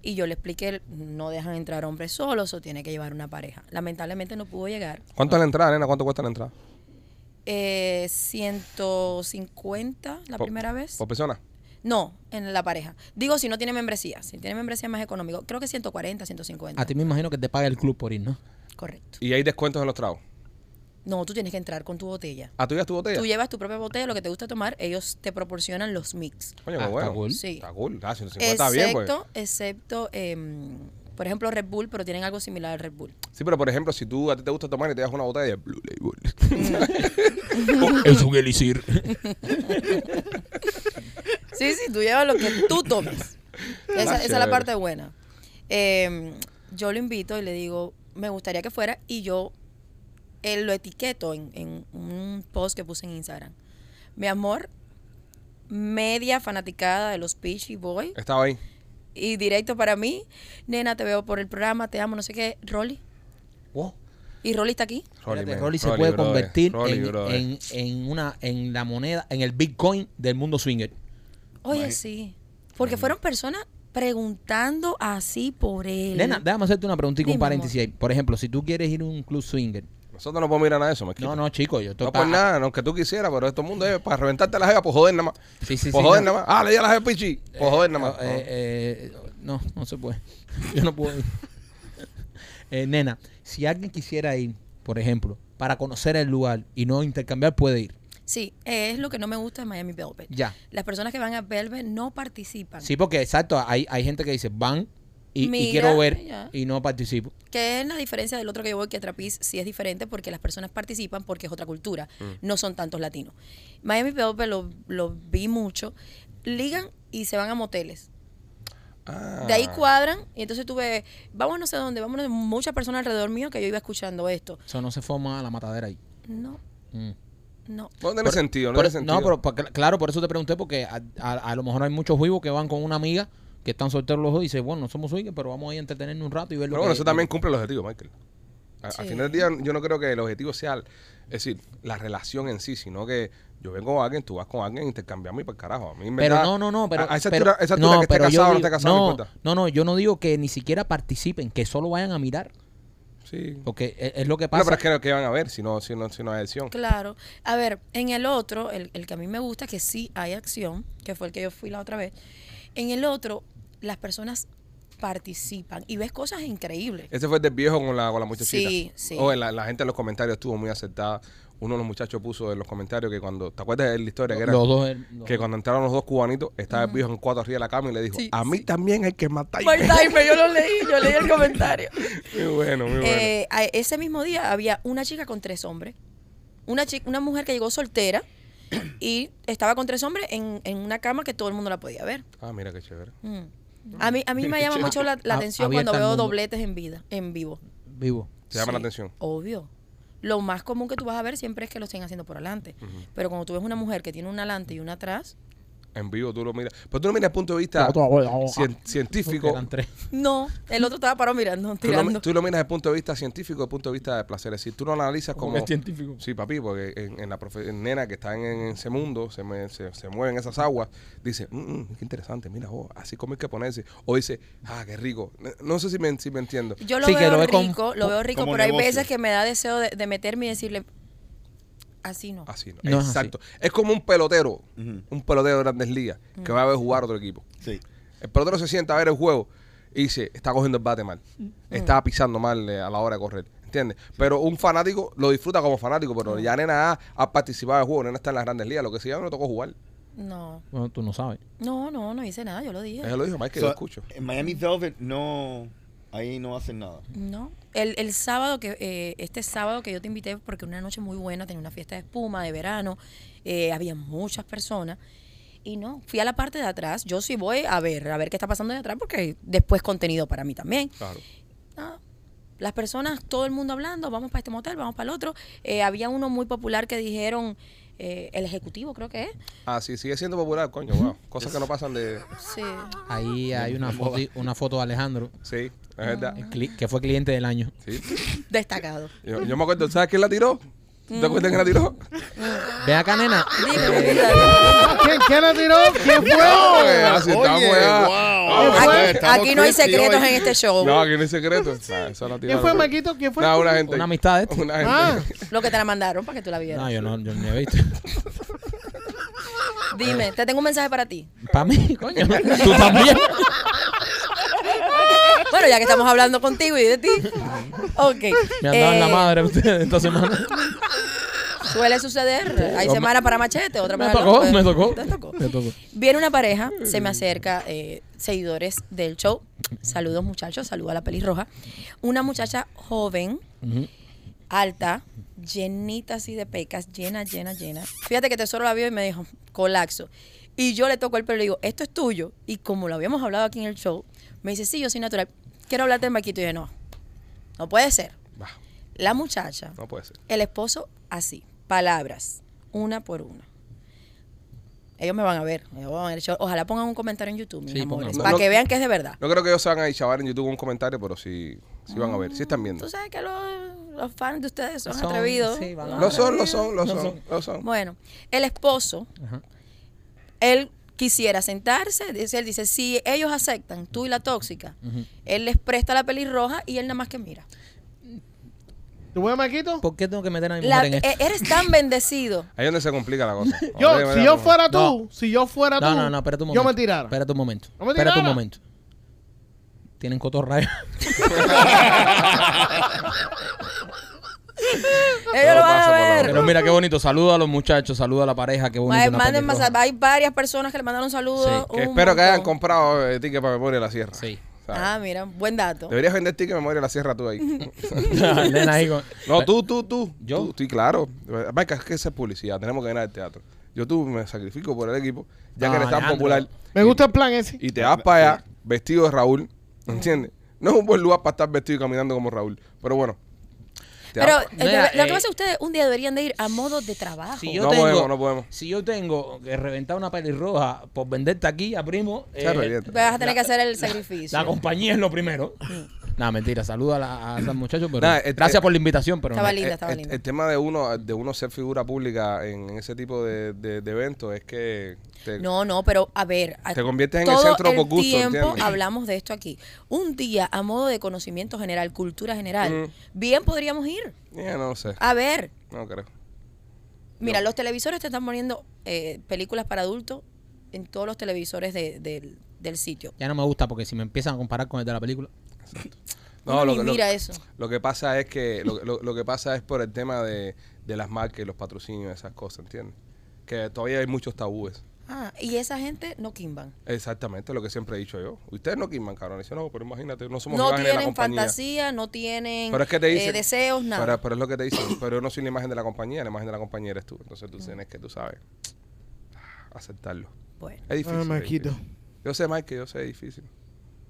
Speaker 8: Y yo le expliqué, no dejan entrar hombres solos o tiene que llevar una pareja. Lamentablemente no pudo llegar.
Speaker 1: ¿Cuánto es la entrada, nena? ¿Cuánto cuesta la entrada?
Speaker 8: Eh, 150 la
Speaker 1: Por-
Speaker 8: primera vez.
Speaker 1: ¿Por persona?
Speaker 8: No, en la pareja. Digo, si no tiene membresía. Si tiene membresía es más económico. Creo que 140, 150.
Speaker 2: A ti me imagino que te paga el club por ir, ¿no?
Speaker 8: Correcto.
Speaker 1: ¿Y hay descuentos en los tragos?
Speaker 8: No, tú tienes que entrar con tu botella.
Speaker 1: ¿A tú llevas tu botella?
Speaker 8: Tú llevas tu propia botella, lo que te gusta tomar, ellos te proporcionan los mix.
Speaker 1: Coño, qué
Speaker 2: Ah,
Speaker 1: bueno.
Speaker 2: está cool.
Speaker 8: Sí.
Speaker 1: Está cool. Ah, 150 está
Speaker 8: Excepto,
Speaker 1: bien, pues.
Speaker 8: excepto, em, por ejemplo, Red Bull, pero tienen algo similar al Red Bull.
Speaker 1: Sí, pero por ejemplo, si tú a ti te gusta tomar y te das una botella de Blue Label.
Speaker 2: es un elixir.
Speaker 8: Sí, sí, tú llevas lo que tú tomes. Esa, esa es la
Speaker 1: chévere.
Speaker 8: parte buena. Eh, yo lo invito y le digo, me gustaría que fuera, y yo eh, lo etiqueto en, en un post que puse en Instagram. Mi amor, media fanaticada de los Peachy Boy
Speaker 1: Estaba ahí.
Speaker 8: y directo para mí. Nena, te veo por el programa, te amo, no sé qué. Rolly.
Speaker 2: Wow.
Speaker 8: Y Rolly está aquí.
Speaker 2: Rolly,
Speaker 1: man.
Speaker 2: se puede
Speaker 1: brother.
Speaker 2: convertir
Speaker 1: Rolly,
Speaker 2: en,
Speaker 1: brother.
Speaker 2: en- en una, en la moneda, en el Bitcoin del mundo swinger.
Speaker 8: Oye, sí. Porque fueron personas preguntando así por él.
Speaker 2: Nena, déjame hacerte una preguntita, un
Speaker 8: Dime, amor.
Speaker 2: paréntesis ahí. Por ejemplo, si tú quieres ir a un club swinger.
Speaker 1: Nosotros no podemos ir a nada de eso, me
Speaker 2: No, no, chico, yo estoy
Speaker 1: No
Speaker 2: pa-
Speaker 1: por nada, aunque tú quisieras, pero esto mundo es para reventarte la jeva por joder nada más.
Speaker 2: Sí, sí,
Speaker 1: por
Speaker 2: sí,
Speaker 1: joder
Speaker 2: no.
Speaker 1: nada más. Ah, le di a la jeva pichi. Por joder nada más.
Speaker 2: Eh, eh, eh, no, no se puede. Yo no puedo ir. Eh, nena, si alguien quisiera ir, por ejemplo, para conocer el lugar y no intercambiar, puede ir.
Speaker 8: Sí, eh, es lo que no me gusta de Miami Velvet.
Speaker 2: Ya.
Speaker 8: Las personas que van a Velvet no participan.
Speaker 2: Sí, porque exacto, hay, hay gente que dice, van y, y
Speaker 8: Mira,
Speaker 2: quiero ver
Speaker 8: ya.
Speaker 2: y no participo.
Speaker 8: Que es la diferencia del otro que yo voy, que Trapiz sí es diferente porque las personas participan porque es otra cultura.
Speaker 2: Mm.
Speaker 8: No son tantos latinos. Miami Velvet lo, lo vi mucho. Ligan y se van a moteles.
Speaker 1: Ah.
Speaker 8: De ahí cuadran y entonces tuve, vamos no sé dónde, vámonos muchas personas alrededor mío que yo iba escuchando esto.
Speaker 2: Eso no se forma la matadera ahí.
Speaker 8: No,
Speaker 2: Mm.
Speaker 8: no.
Speaker 1: No tiene
Speaker 2: Por-
Speaker 1: sentido, no
Speaker 2: por-
Speaker 1: tiene sentido.
Speaker 2: no, pero pa- cl- claro, por eso te pregunté, porque a, a- a lo mejor hay muchos juivos que van con una amiga que están solteros los dos y dicen, bueno, no somos juivos, pero vamos ahí a entretenernos un rato y ver lo
Speaker 1: Pero bueno,
Speaker 2: que-
Speaker 1: eso también cumple el objetivo, Michael. A- Al
Speaker 8: Sí.
Speaker 1: final del día, yo no creo que el objetivo sea, el- es decir, la relación en sí, sino que yo vengo con alguien, tú vas con alguien, intercambiamos y para el carajo. A mí, en
Speaker 2: Pero
Speaker 1: verdad,
Speaker 2: no, no, no, pero...
Speaker 1: A, a esa
Speaker 2: pero-
Speaker 1: altura, a esa altura que esté
Speaker 2: pero yo
Speaker 1: casado o no
Speaker 2: digo-
Speaker 1: esté casado, no, importa.
Speaker 2: no, no, yo no digo que ni siquiera participen, que solo vayan a mirar,
Speaker 1: Sí.
Speaker 2: porque e, es, es lo que
Speaker 1: No,
Speaker 2: pasa.
Speaker 1: pero es que, que van a ver si no, si no, si no hay adhesión.
Speaker 8: Claro. A ver, en el otro, el, el que a mí me gusta, que sí hay acción, que fue el que yo fui la otra vez, en el otro las personas participan y ves cosas increíbles.
Speaker 1: Ese fue el del viejo con la, con la muchachita.
Speaker 8: Sí, sí.
Speaker 1: Oye, la, la gente en los comentarios estuvo muy acertada. Uno de los muchachos puso en los comentarios que cuando, ¿te acuerdas de la historia? Que era
Speaker 2: Los dos, el- los
Speaker 1: que
Speaker 2: dos.
Speaker 1: cuando entraron los dos cubanitos, estaba el viejo en cuatro arriba de la cama y le dijo,
Speaker 8: Sí,
Speaker 1: a mí
Speaker 8: sí.
Speaker 1: también hay que matar.
Speaker 8: Part timer, yo lo leí, yo leí el comentario.
Speaker 1: Muy bueno, muy bueno.
Speaker 8: Eh, a- ese mismo día había una chica con tres hombres, una, chica, una mujer que llegó soltera y estaba con tres hombres en, en una cama que todo el mundo la podía ver.
Speaker 1: ah, mira qué chévere.
Speaker 8: Mm. A mí, a mí me llama mucho la, la
Speaker 2: A-
Speaker 8: atención cuando
Speaker 2: abierta al
Speaker 8: veo
Speaker 2: mundo.
Speaker 8: dobletes en vida, en vivo.
Speaker 2: Vivo.
Speaker 1: Te llama la
Speaker 8: Sí,
Speaker 1: atención.
Speaker 8: Obvio. Lo más común que tú vas a ver siempre es que lo estén haciendo por adelante. Pero cuando tú ves una mujer que tiene una adelante y una atrás,
Speaker 1: En vivo tú lo miras. Pero tú lo miras desde el punto de vista cien- científico.
Speaker 2: Eran tres.
Speaker 8: no, el otro estaba parado mirando,
Speaker 1: Tú lo, mi-
Speaker 8: tirando.
Speaker 1: tú lo miras desde el punto de vista científico, desde el punto de vista de placer. Es decir, tú lo analizas como...
Speaker 2: científico.
Speaker 1: Sí, papi, porque en, en la profe- en nena que están en ese mundo, se, me- se, se mueven esas aguas, dice, "Mm, mm, qué interesante, mira, oh, así como hay que ponerse. O dice, ah, qué rico. No, no sé si me, si me entiendo.
Speaker 8: Yo lo
Speaker 2: Sí, que
Speaker 8: veo
Speaker 2: lo ve como-
Speaker 8: rico, lo veo rico,
Speaker 4: como
Speaker 8: pero hay
Speaker 4: negocio.
Speaker 8: veces que me da deseo de, de meterme y decirle, así no.
Speaker 1: Así, ¿no?
Speaker 2: No es así.
Speaker 1: Exacto. Es, como un pelotero,
Speaker 4: Ujú.
Speaker 1: un pelotero de grandes ligas, que va a ver jugar a otro equipo.
Speaker 4: Sí.
Speaker 1: El pelotero se sienta a ver el juego y dice, está cogiendo el bate mal,
Speaker 3: Mm.
Speaker 1: está pisando mal eh, a la hora de correr, ¿entiendes? Pero un fanático lo disfruta como fanático, pero ya nena ha, ha participado en el juego, nena está en las grandes ligas, lo que sea, no le tocó jugar.
Speaker 8: No,
Speaker 2: Bueno, tú no sabes.
Speaker 8: no, no, no hice nada, yo lo dije.
Speaker 1: Eso lo dijo Mike, que
Speaker 4: So,
Speaker 1: yo escucho.
Speaker 4: En Miami Velvet no. Ahí no hacen nada.
Speaker 8: No, el, el sábado que, eh, este sábado que yo te invité, porque una noche muy buena, tenía una fiesta de espuma de verano, eh, había muchas personas, y no, fui a la parte de atrás, yo sí voy a ver, a ver qué está pasando de atrás, porque después contenido para mí también.
Speaker 1: Claro.
Speaker 8: Nada. Las personas, todo el mundo hablando, vamos para este motel, vamos para el otro. Eh, había uno muy popular que dijeron, eh, el ejecutivo creo que es.
Speaker 1: Ah, sí, sigue siendo popular, coño, wow. Cosas que no pasan de...
Speaker 8: Sí.
Speaker 2: Ahí hay una foto, una foto de Alejandro,
Speaker 1: Sí, es
Speaker 3: Ah.
Speaker 1: verdad.
Speaker 2: el cli- que fue cliente del año.
Speaker 1: Sí.
Speaker 8: Destacado.
Speaker 3: Mm.
Speaker 1: Yo, yo me acuerdo, ¿sabes quién la tiró? ¿Te acuerdas quién la tiró?
Speaker 2: Ven acá, nena.
Speaker 8: Dime,
Speaker 2: Eh,
Speaker 8: mi vida.
Speaker 3: Ah, ¿Quién, quién la tiró? ¿Quién fue?
Speaker 1: Oye, así Ah, estamos
Speaker 4: Oye,
Speaker 1: ya.
Speaker 4: wow.
Speaker 1: Oye,
Speaker 4: Bueno,
Speaker 8: Aquí,
Speaker 4: estamos
Speaker 8: aquí no hay
Speaker 4: crispy
Speaker 8: secretos
Speaker 4: hoy.
Speaker 8: en este show.
Speaker 1: No, aquí no hay secreto. Ah, esa la
Speaker 3: Oh. ¿Quién
Speaker 1: tiraron.
Speaker 3: fue, Maquito? ¿Quién fue?
Speaker 1: No, una gente.
Speaker 2: Una amistad de este.
Speaker 1: Una gente.
Speaker 3: Ah,
Speaker 8: Lo que te la mandaron para que tú la vieras.
Speaker 2: No, yo no, yo ni he visto.
Speaker 8: Dime, te tengo un mensaje para ti.
Speaker 2: Para mí, coño. Tú también.
Speaker 8: Bueno, ya que estamos hablando contigo y de ti. Ok.
Speaker 2: Me han dado en la
Speaker 8: Eh,
Speaker 2: madre ustedes esta semana.
Speaker 8: Suele suceder. Hay
Speaker 2: Me-
Speaker 8: semana para machete, otra
Speaker 2: Me
Speaker 8: para el
Speaker 2: tocó,
Speaker 8: otro.
Speaker 2: me tocó.
Speaker 8: Te tocó.
Speaker 2: Me tocó.
Speaker 8: Viene una pareja, se me acerca, eh, seguidores del show. Saludos, muchachos. Saluda a la pelirroja. Una muchacha joven,
Speaker 2: Ujú.
Speaker 8: alta, llenita así de pecas, llena, llena, llena. Fíjate que Tesoro la vio y me dijo, colapso. Y yo le toco el pelo y le digo, esto es tuyo. Y como lo habíamos hablado aquí en el show, me dice, sí, yo soy natural. Quiero hablarte del maquito. Y yo, no, no puede ser.
Speaker 3: Ah.
Speaker 1: Bah,
Speaker 8: La muchacha,
Speaker 1: no puede ser.
Speaker 8: el esposo, así, palabras, una por una. Ellos me van a ver. ellos van a ver el show. Ojalá pongan un comentario en YouTube, mis
Speaker 2: Sí,
Speaker 8: amores,
Speaker 2: pongan.
Speaker 1: No,
Speaker 8: para
Speaker 1: no-
Speaker 8: que vean que es de verdad.
Speaker 1: No creo que ellos se van a chavar en YouTube un comentario, pero sí, sí van a ver. Sí están viendo.
Speaker 8: Tú sabes que los, los fans de ustedes son,
Speaker 2: Son-
Speaker 8: atrevidos.
Speaker 2: sí, van a-
Speaker 1: Lo son, lo son, lo son, lo son.
Speaker 8: Bueno, el esposo, él quisiera sentarse, dice, él dice, si ellos aceptan, tú y la tóxica, él les presta la pelirroja y él nada más que mira.
Speaker 3: ¿tú fue, Maquito?
Speaker 2: ¿Por qué tengo que meter a mi
Speaker 8: La-
Speaker 2: mujer en esto?
Speaker 8: e- eres tan bendecido.
Speaker 1: Ahí es donde se complica la cosa. Oye,
Speaker 3: Yo,
Speaker 1: me
Speaker 3: si
Speaker 1: da
Speaker 3: yo
Speaker 1: como-
Speaker 3: fuera tú,
Speaker 2: No.
Speaker 3: si yo fuera tú,
Speaker 2: No, no, no, espérate un momento.
Speaker 3: yo me tirara.
Speaker 2: Espérate un momento.
Speaker 3: Yo me
Speaker 2: Espérate un
Speaker 3: tirara.
Speaker 2: momento. Tienen cotorraya.
Speaker 8: Ellos lo van
Speaker 1: pasa
Speaker 8: a
Speaker 1: por la
Speaker 8: ver.
Speaker 2: Pero mira qué bonito. Saluda a los muchachos, saluda a la pareja, qué bonito.
Speaker 8: Ay,
Speaker 2: una
Speaker 8: manden
Speaker 2: pelirroja.
Speaker 8: más- hay varias personas que le mandaron saludos.
Speaker 2: Sí,
Speaker 1: Que
Speaker 8: un
Speaker 1: espero que hayan
Speaker 8: montón.
Speaker 1: comprado eh, ticket para Memoria de la Sierra.
Speaker 2: Sí.
Speaker 1: ¿sabes?
Speaker 8: Ah, mira, buen dato.
Speaker 1: Deberías vender ticket Memoria de la Sierra tú ahí.
Speaker 2: Elena ahí con-
Speaker 1: No, tú, tú, tú.
Speaker 2: ¿Yo?
Speaker 1: Tú, sí, claro. Marca, es que esa es publicidad. Tenemos que ganar el teatro. Yo tú me sacrifico por el equipo, ya
Speaker 2: No,
Speaker 1: que eres tan
Speaker 2: Alejandro.
Speaker 1: popular.
Speaker 3: Me gusta el plan ese.
Speaker 1: Y te vas para allá vestido de Raúl. ¿Entiendes? No es un buen lugar para estar vestido y caminando como Raúl. Pero bueno. te
Speaker 8: Pero
Speaker 1: vas
Speaker 8: eh,
Speaker 2: Mira,
Speaker 8: debe- lo
Speaker 2: eh,
Speaker 8: que pasa es que ustedes un día deberían de ir a modo de trabajo.
Speaker 2: Si yo
Speaker 1: No
Speaker 2: tengo,
Speaker 1: podemos, no podemos.
Speaker 2: Si yo tengo que reventar una pelirroja por venderte aquí a primo, eh,
Speaker 1: Se revienta.
Speaker 8: Vas a tener que hacer el sacrificio.
Speaker 2: la compañía es lo primero. Nada, mentira. Saluda a, la- a esos muchachos. Pero
Speaker 1: Nah, eh,
Speaker 2: gracias
Speaker 1: eh,
Speaker 2: por la invitación, pero
Speaker 8: Estaba
Speaker 2: no.
Speaker 8: linda,
Speaker 1: el-
Speaker 8: estaba
Speaker 1: Eh, el,
Speaker 8: linda.
Speaker 1: el tema de uno de uno ser figura pública en, en ese tipo de, de- de eventos es que te-
Speaker 8: No, no, pero a ver. a-
Speaker 1: Te conviertes en el
Speaker 8: todo
Speaker 1: centro por gusto,
Speaker 8: tiempo
Speaker 1: ¿entiendes?
Speaker 8: hablamos de esto aquí. Un día, a modo de conocimiento general, cultura general,
Speaker 1: Mm.
Speaker 8: bien podríamos ir.
Speaker 1: Ya, Eh, no sé,
Speaker 8: A ver,
Speaker 1: no creo.
Speaker 8: mira, los televisores te están poniendo eh, películas para adultos en todos los televisores de- del- del sitio.
Speaker 2: Ya no me gusta porque si me empiezan a comparar con el de la película.
Speaker 8: Uno
Speaker 1: lo
Speaker 8: ni
Speaker 1: que- lo-
Speaker 8: mira eso.
Speaker 1: Lo que pasa es que lo, lo- lo que pasa es por el tema de, de las marcas y los patrocinios, esas cosas, ¿entiendes? Que todavía hay muchos tabúes.
Speaker 8: Ah, y esa gente no quimban.
Speaker 1: Exactamente lo que siempre he dicho yo. Ustedes no quiman, cabrones. Yo no, pero imagínate, no somos
Speaker 8: No
Speaker 1: imagen de la
Speaker 8: tienen
Speaker 1: compañía.
Speaker 8: fantasía, no tienen
Speaker 1: Pero es que te
Speaker 8: eh,
Speaker 1: dicen,
Speaker 8: deseos, nada.
Speaker 1: Pero, pero es lo que te dicen. Pero yo no soy la imagen de la compañía, la imagen de la compañía eres tú. Entonces tú tienes que, tú sabes, aceptarlo.
Speaker 8: Bueno,
Speaker 1: Es difícil.
Speaker 3: Ah,
Speaker 1: es
Speaker 3: Maquito.
Speaker 1: difícil. Yo sé, Mike, que yo sé, es difícil.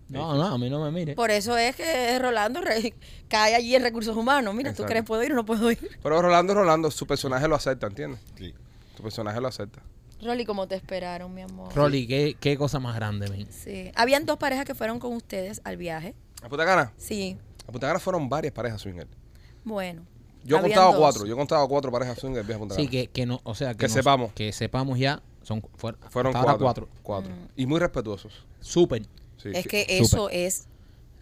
Speaker 2: No, no, a mí no me mire.
Speaker 8: por eso es que Rolando re- cae allí en recursos humanos. Mira,
Speaker 1: Exacto.
Speaker 8: ¿tú crees puedo ir o no puedo ir?
Speaker 1: Pero Rolando, Rolando, su personaje lo acepta, ¿entiendes?
Speaker 4: Sí.
Speaker 1: Tu personaje lo acepta.
Speaker 8: Rolly, ¿cómo te esperaron, mi amor?
Speaker 2: Rolly, qué, qué cosa más grande, men.
Speaker 8: Sí. Habían dos parejas que fueron con ustedes al viaje.
Speaker 1: A Punta Cana.
Speaker 8: Sí.
Speaker 1: A Punta Cana fueron varias parejas swinger.
Speaker 8: Bueno.
Speaker 1: Yo
Speaker 8: habían
Speaker 1: contaba
Speaker 8: dos.
Speaker 1: cuatro. Yo contaba cuatro parejas swinger viejas a Punta
Speaker 2: Sí,
Speaker 1: Cana.
Speaker 2: que, que no, o sea, que,
Speaker 1: Que
Speaker 2: nos-
Speaker 1: sepamos.
Speaker 2: Que sepamos ya. Son, fuer-
Speaker 1: fueron
Speaker 2: hasta ahora
Speaker 1: cuatro. Cuatro. Y muy respetuosos.
Speaker 2: Súper.
Speaker 1: Sí,
Speaker 8: Mm. Es
Speaker 1: sí.
Speaker 8: que
Speaker 2: Súper.
Speaker 8: eso es.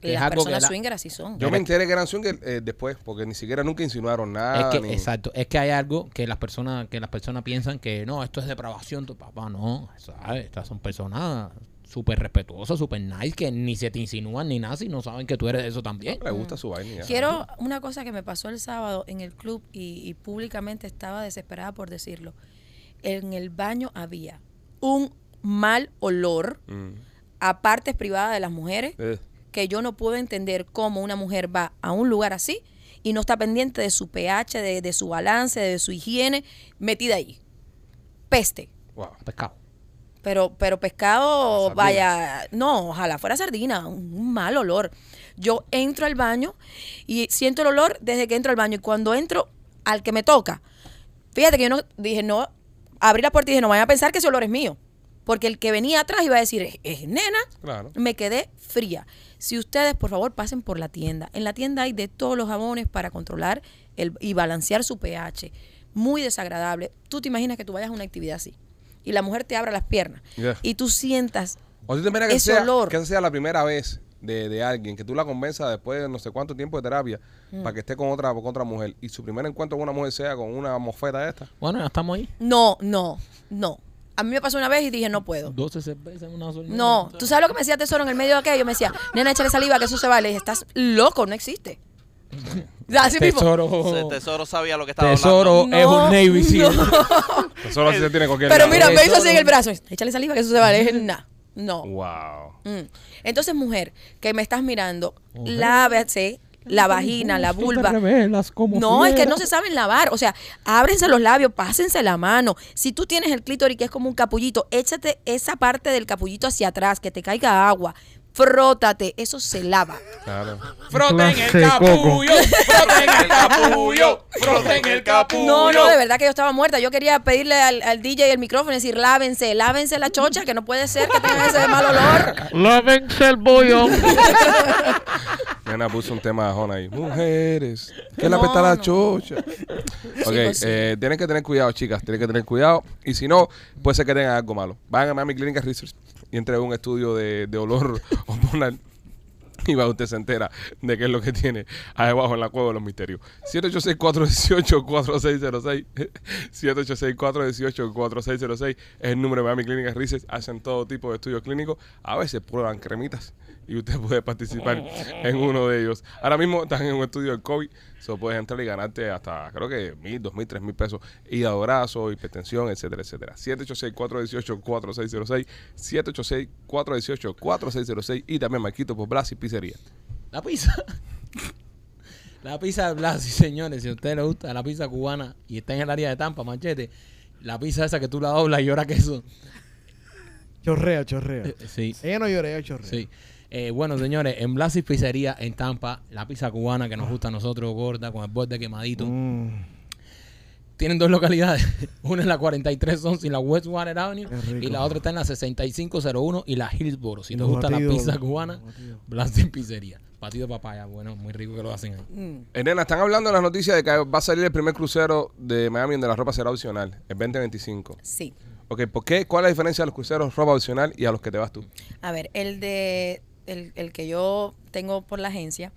Speaker 2: Que es
Speaker 8: Las
Speaker 2: algo que
Speaker 8: personas
Speaker 2: la-
Speaker 8: swinger así son.
Speaker 1: Yo me enteré que eran swinger eh, después, porque ni siquiera nunca insinuaron
Speaker 2: Es
Speaker 1: nada.
Speaker 2: que,
Speaker 1: ni-
Speaker 2: exacto, es que hay algo que las personas que las personas piensan que no, esto es depravación, tu papá, no, ¿sabes? Estas son personas súper respetuosas, súper nice, que ni se te insinúan ni nada, si no saben que tú eres eso también.
Speaker 1: Le gusta su vaina. y ya.
Speaker 8: Quiero una cosa que me pasó el sábado en el club y, y públicamente estaba desesperada por decirlo. En el baño había un mal olor
Speaker 1: Mm.
Speaker 8: a partes privadas de las mujeres
Speaker 1: Eh.
Speaker 8: que yo no puedo entender cómo una mujer va a un lugar así y no está pendiente de su pH, de, de su balance, de su higiene, metida ahí. Peste.
Speaker 1: Wow.
Speaker 2: Pescado.
Speaker 8: Pero, pero pescado,
Speaker 1: La sardina.
Speaker 8: vaya, no, ojalá fuera sardina, un, un mal olor. Yo entro al baño y siento el olor desde que entro al baño. Y cuando entro al que me toca, fíjate que yo no dije, no, abrí la puerta y dije, no vayan a pensar que ese olor es mío. Porque el que venía atrás iba a decir, es, es nena.
Speaker 1: Claro.
Speaker 8: Me quedé fría. Si ustedes, por favor, pasen por la tienda. En la tienda hay de todos los jabones para controlar el, y balancear su pH. muy desagradable. Tú te imaginas que tú vayas a una actividad así y la mujer te abra las piernas
Speaker 1: Yeah.
Speaker 8: y tú sientas
Speaker 1: O si te mira que,
Speaker 8: Ese
Speaker 1: sea,
Speaker 8: olor.
Speaker 1: que esa sea la primera vez de, de alguien, que tú la convenzas después de no sé cuánto tiempo de terapia
Speaker 8: Mm.
Speaker 1: para que esté con otra, con otra mujer y su primer encuentro con una mujer sea con una mofeta de esta.
Speaker 2: Bueno, ya estamos ahí.
Speaker 8: No, no, no. A mí me pasó una vez y dije, no puedo.
Speaker 2: 12 cervezas en una sola.
Speaker 8: No, tú sabes lo que me decía Tesoro en el medio de aquello. Me decía, nena, échale saliva, que eso se vale. Le dije, estás loco, no existe. Así mismo.
Speaker 6: El
Speaker 2: Tesoro.
Speaker 6: tesoro sabía lo que estaba
Speaker 2: Tesoro
Speaker 8: hablando.
Speaker 2: es
Speaker 8: No,
Speaker 2: un Navy Seal.
Speaker 8: no.
Speaker 1: Eso no se tiene cualquier
Speaker 8: Pero
Speaker 1: lado.
Speaker 8: mira, me hizo
Speaker 2: Tesoro.
Speaker 8: así en el brazo. Échale saliva, que eso se vale. Le dije, nah, no.
Speaker 1: Wow.
Speaker 8: Mm. Entonces, mujer, que me estás mirando, lávese la vagina, la vulva. No, es que no se saben lavar. O sea, ábrense los labios, pásense la mano. Si tú tienes el clítoris que es como un capullito, échate esa parte del capullito hacia atrás, que te caiga agua. Frótate, eso se lava.
Speaker 1: Claro.
Speaker 7: Froten
Speaker 3: Clase
Speaker 7: el
Speaker 3: de
Speaker 7: capullo, froten el capullo, froten el capullo.
Speaker 8: No, no, de verdad que yo estaba muerta. Yo quería pedirle al, al DJ el micrófono y decir, lávense, lávense la chocha, que no puede ser que tengan ese mal olor.
Speaker 3: Lávense el bollo.
Speaker 1: Nena puso un tema de Jona ahí. Mujeres, que la
Speaker 8: No,
Speaker 1: peta la
Speaker 8: no.
Speaker 1: chocha. Ok,
Speaker 8: pues sí.
Speaker 1: eh, tienen que tener cuidado, chicas. Tienen que tener cuidado. Y si no, pues puede ser que tengan algo malo. Vayan a Miami Clinic Research y entren a un estudio de, de olor hormonal. Y va, usted se entera de qué es lo que tiene ahí abajo en la cueva de los misterios. 786-418-4606. 786-418-4606 es el número de Miami Clinic Research. Hacen todo tipo de estudios clínicos. A veces prueban cremitas y usted puede participar en uno de ellos. Ahora mismo están en un estudio del COVID. So puedes entrar y ganarte hasta, creo que mil, dos mil, tres mil pesos. Y adorazo, hipertensión, etcétera, etcétera. 786-418-4606. 786-418-4606. Y también Marquito por Blas y Pizzería.
Speaker 2: La pizza. La pizza de Blasi, señores. Si a ustedes les gusta la pizza cubana y está en el área de Tampa, machete. La pizza esa que tú la doblas y llora queso.
Speaker 3: Chorrea, chorrea.
Speaker 2: Eh, Sí.
Speaker 3: Ella no llora, ella chorrea.
Speaker 2: Sí. Eh, bueno, señores, en Blasis Pizzería, en Tampa, la pizza cubana que nos gusta a nosotros, gorda, con el borde quemadito.
Speaker 3: Mm.
Speaker 2: Tienen dos localidades. Una en la 4311 y la Westwater Avenue.
Speaker 3: Qué rico.
Speaker 2: Y la otra está en la 6501 y la Hillsboro. Si
Speaker 3: Y
Speaker 2: te
Speaker 3: los
Speaker 2: gusta la
Speaker 3: batidos,
Speaker 2: pizza
Speaker 3: los
Speaker 2: cubana,
Speaker 3: batidos.
Speaker 2: Blasis Pizzería. Batido de papaya, bueno, muy rico que lo hacen ahí.
Speaker 1: Eh, nena, están hablando en las noticias de que va a salir el primer crucero de Miami donde la ropa será opcional, el 2025.
Speaker 8: Sí.
Speaker 1: Ok, ¿por qué? ¿Cuál es la diferencia de los cruceros ropa opcional y a los que te vas tú?
Speaker 8: A ver, el de el, el que yo tengo por la agencia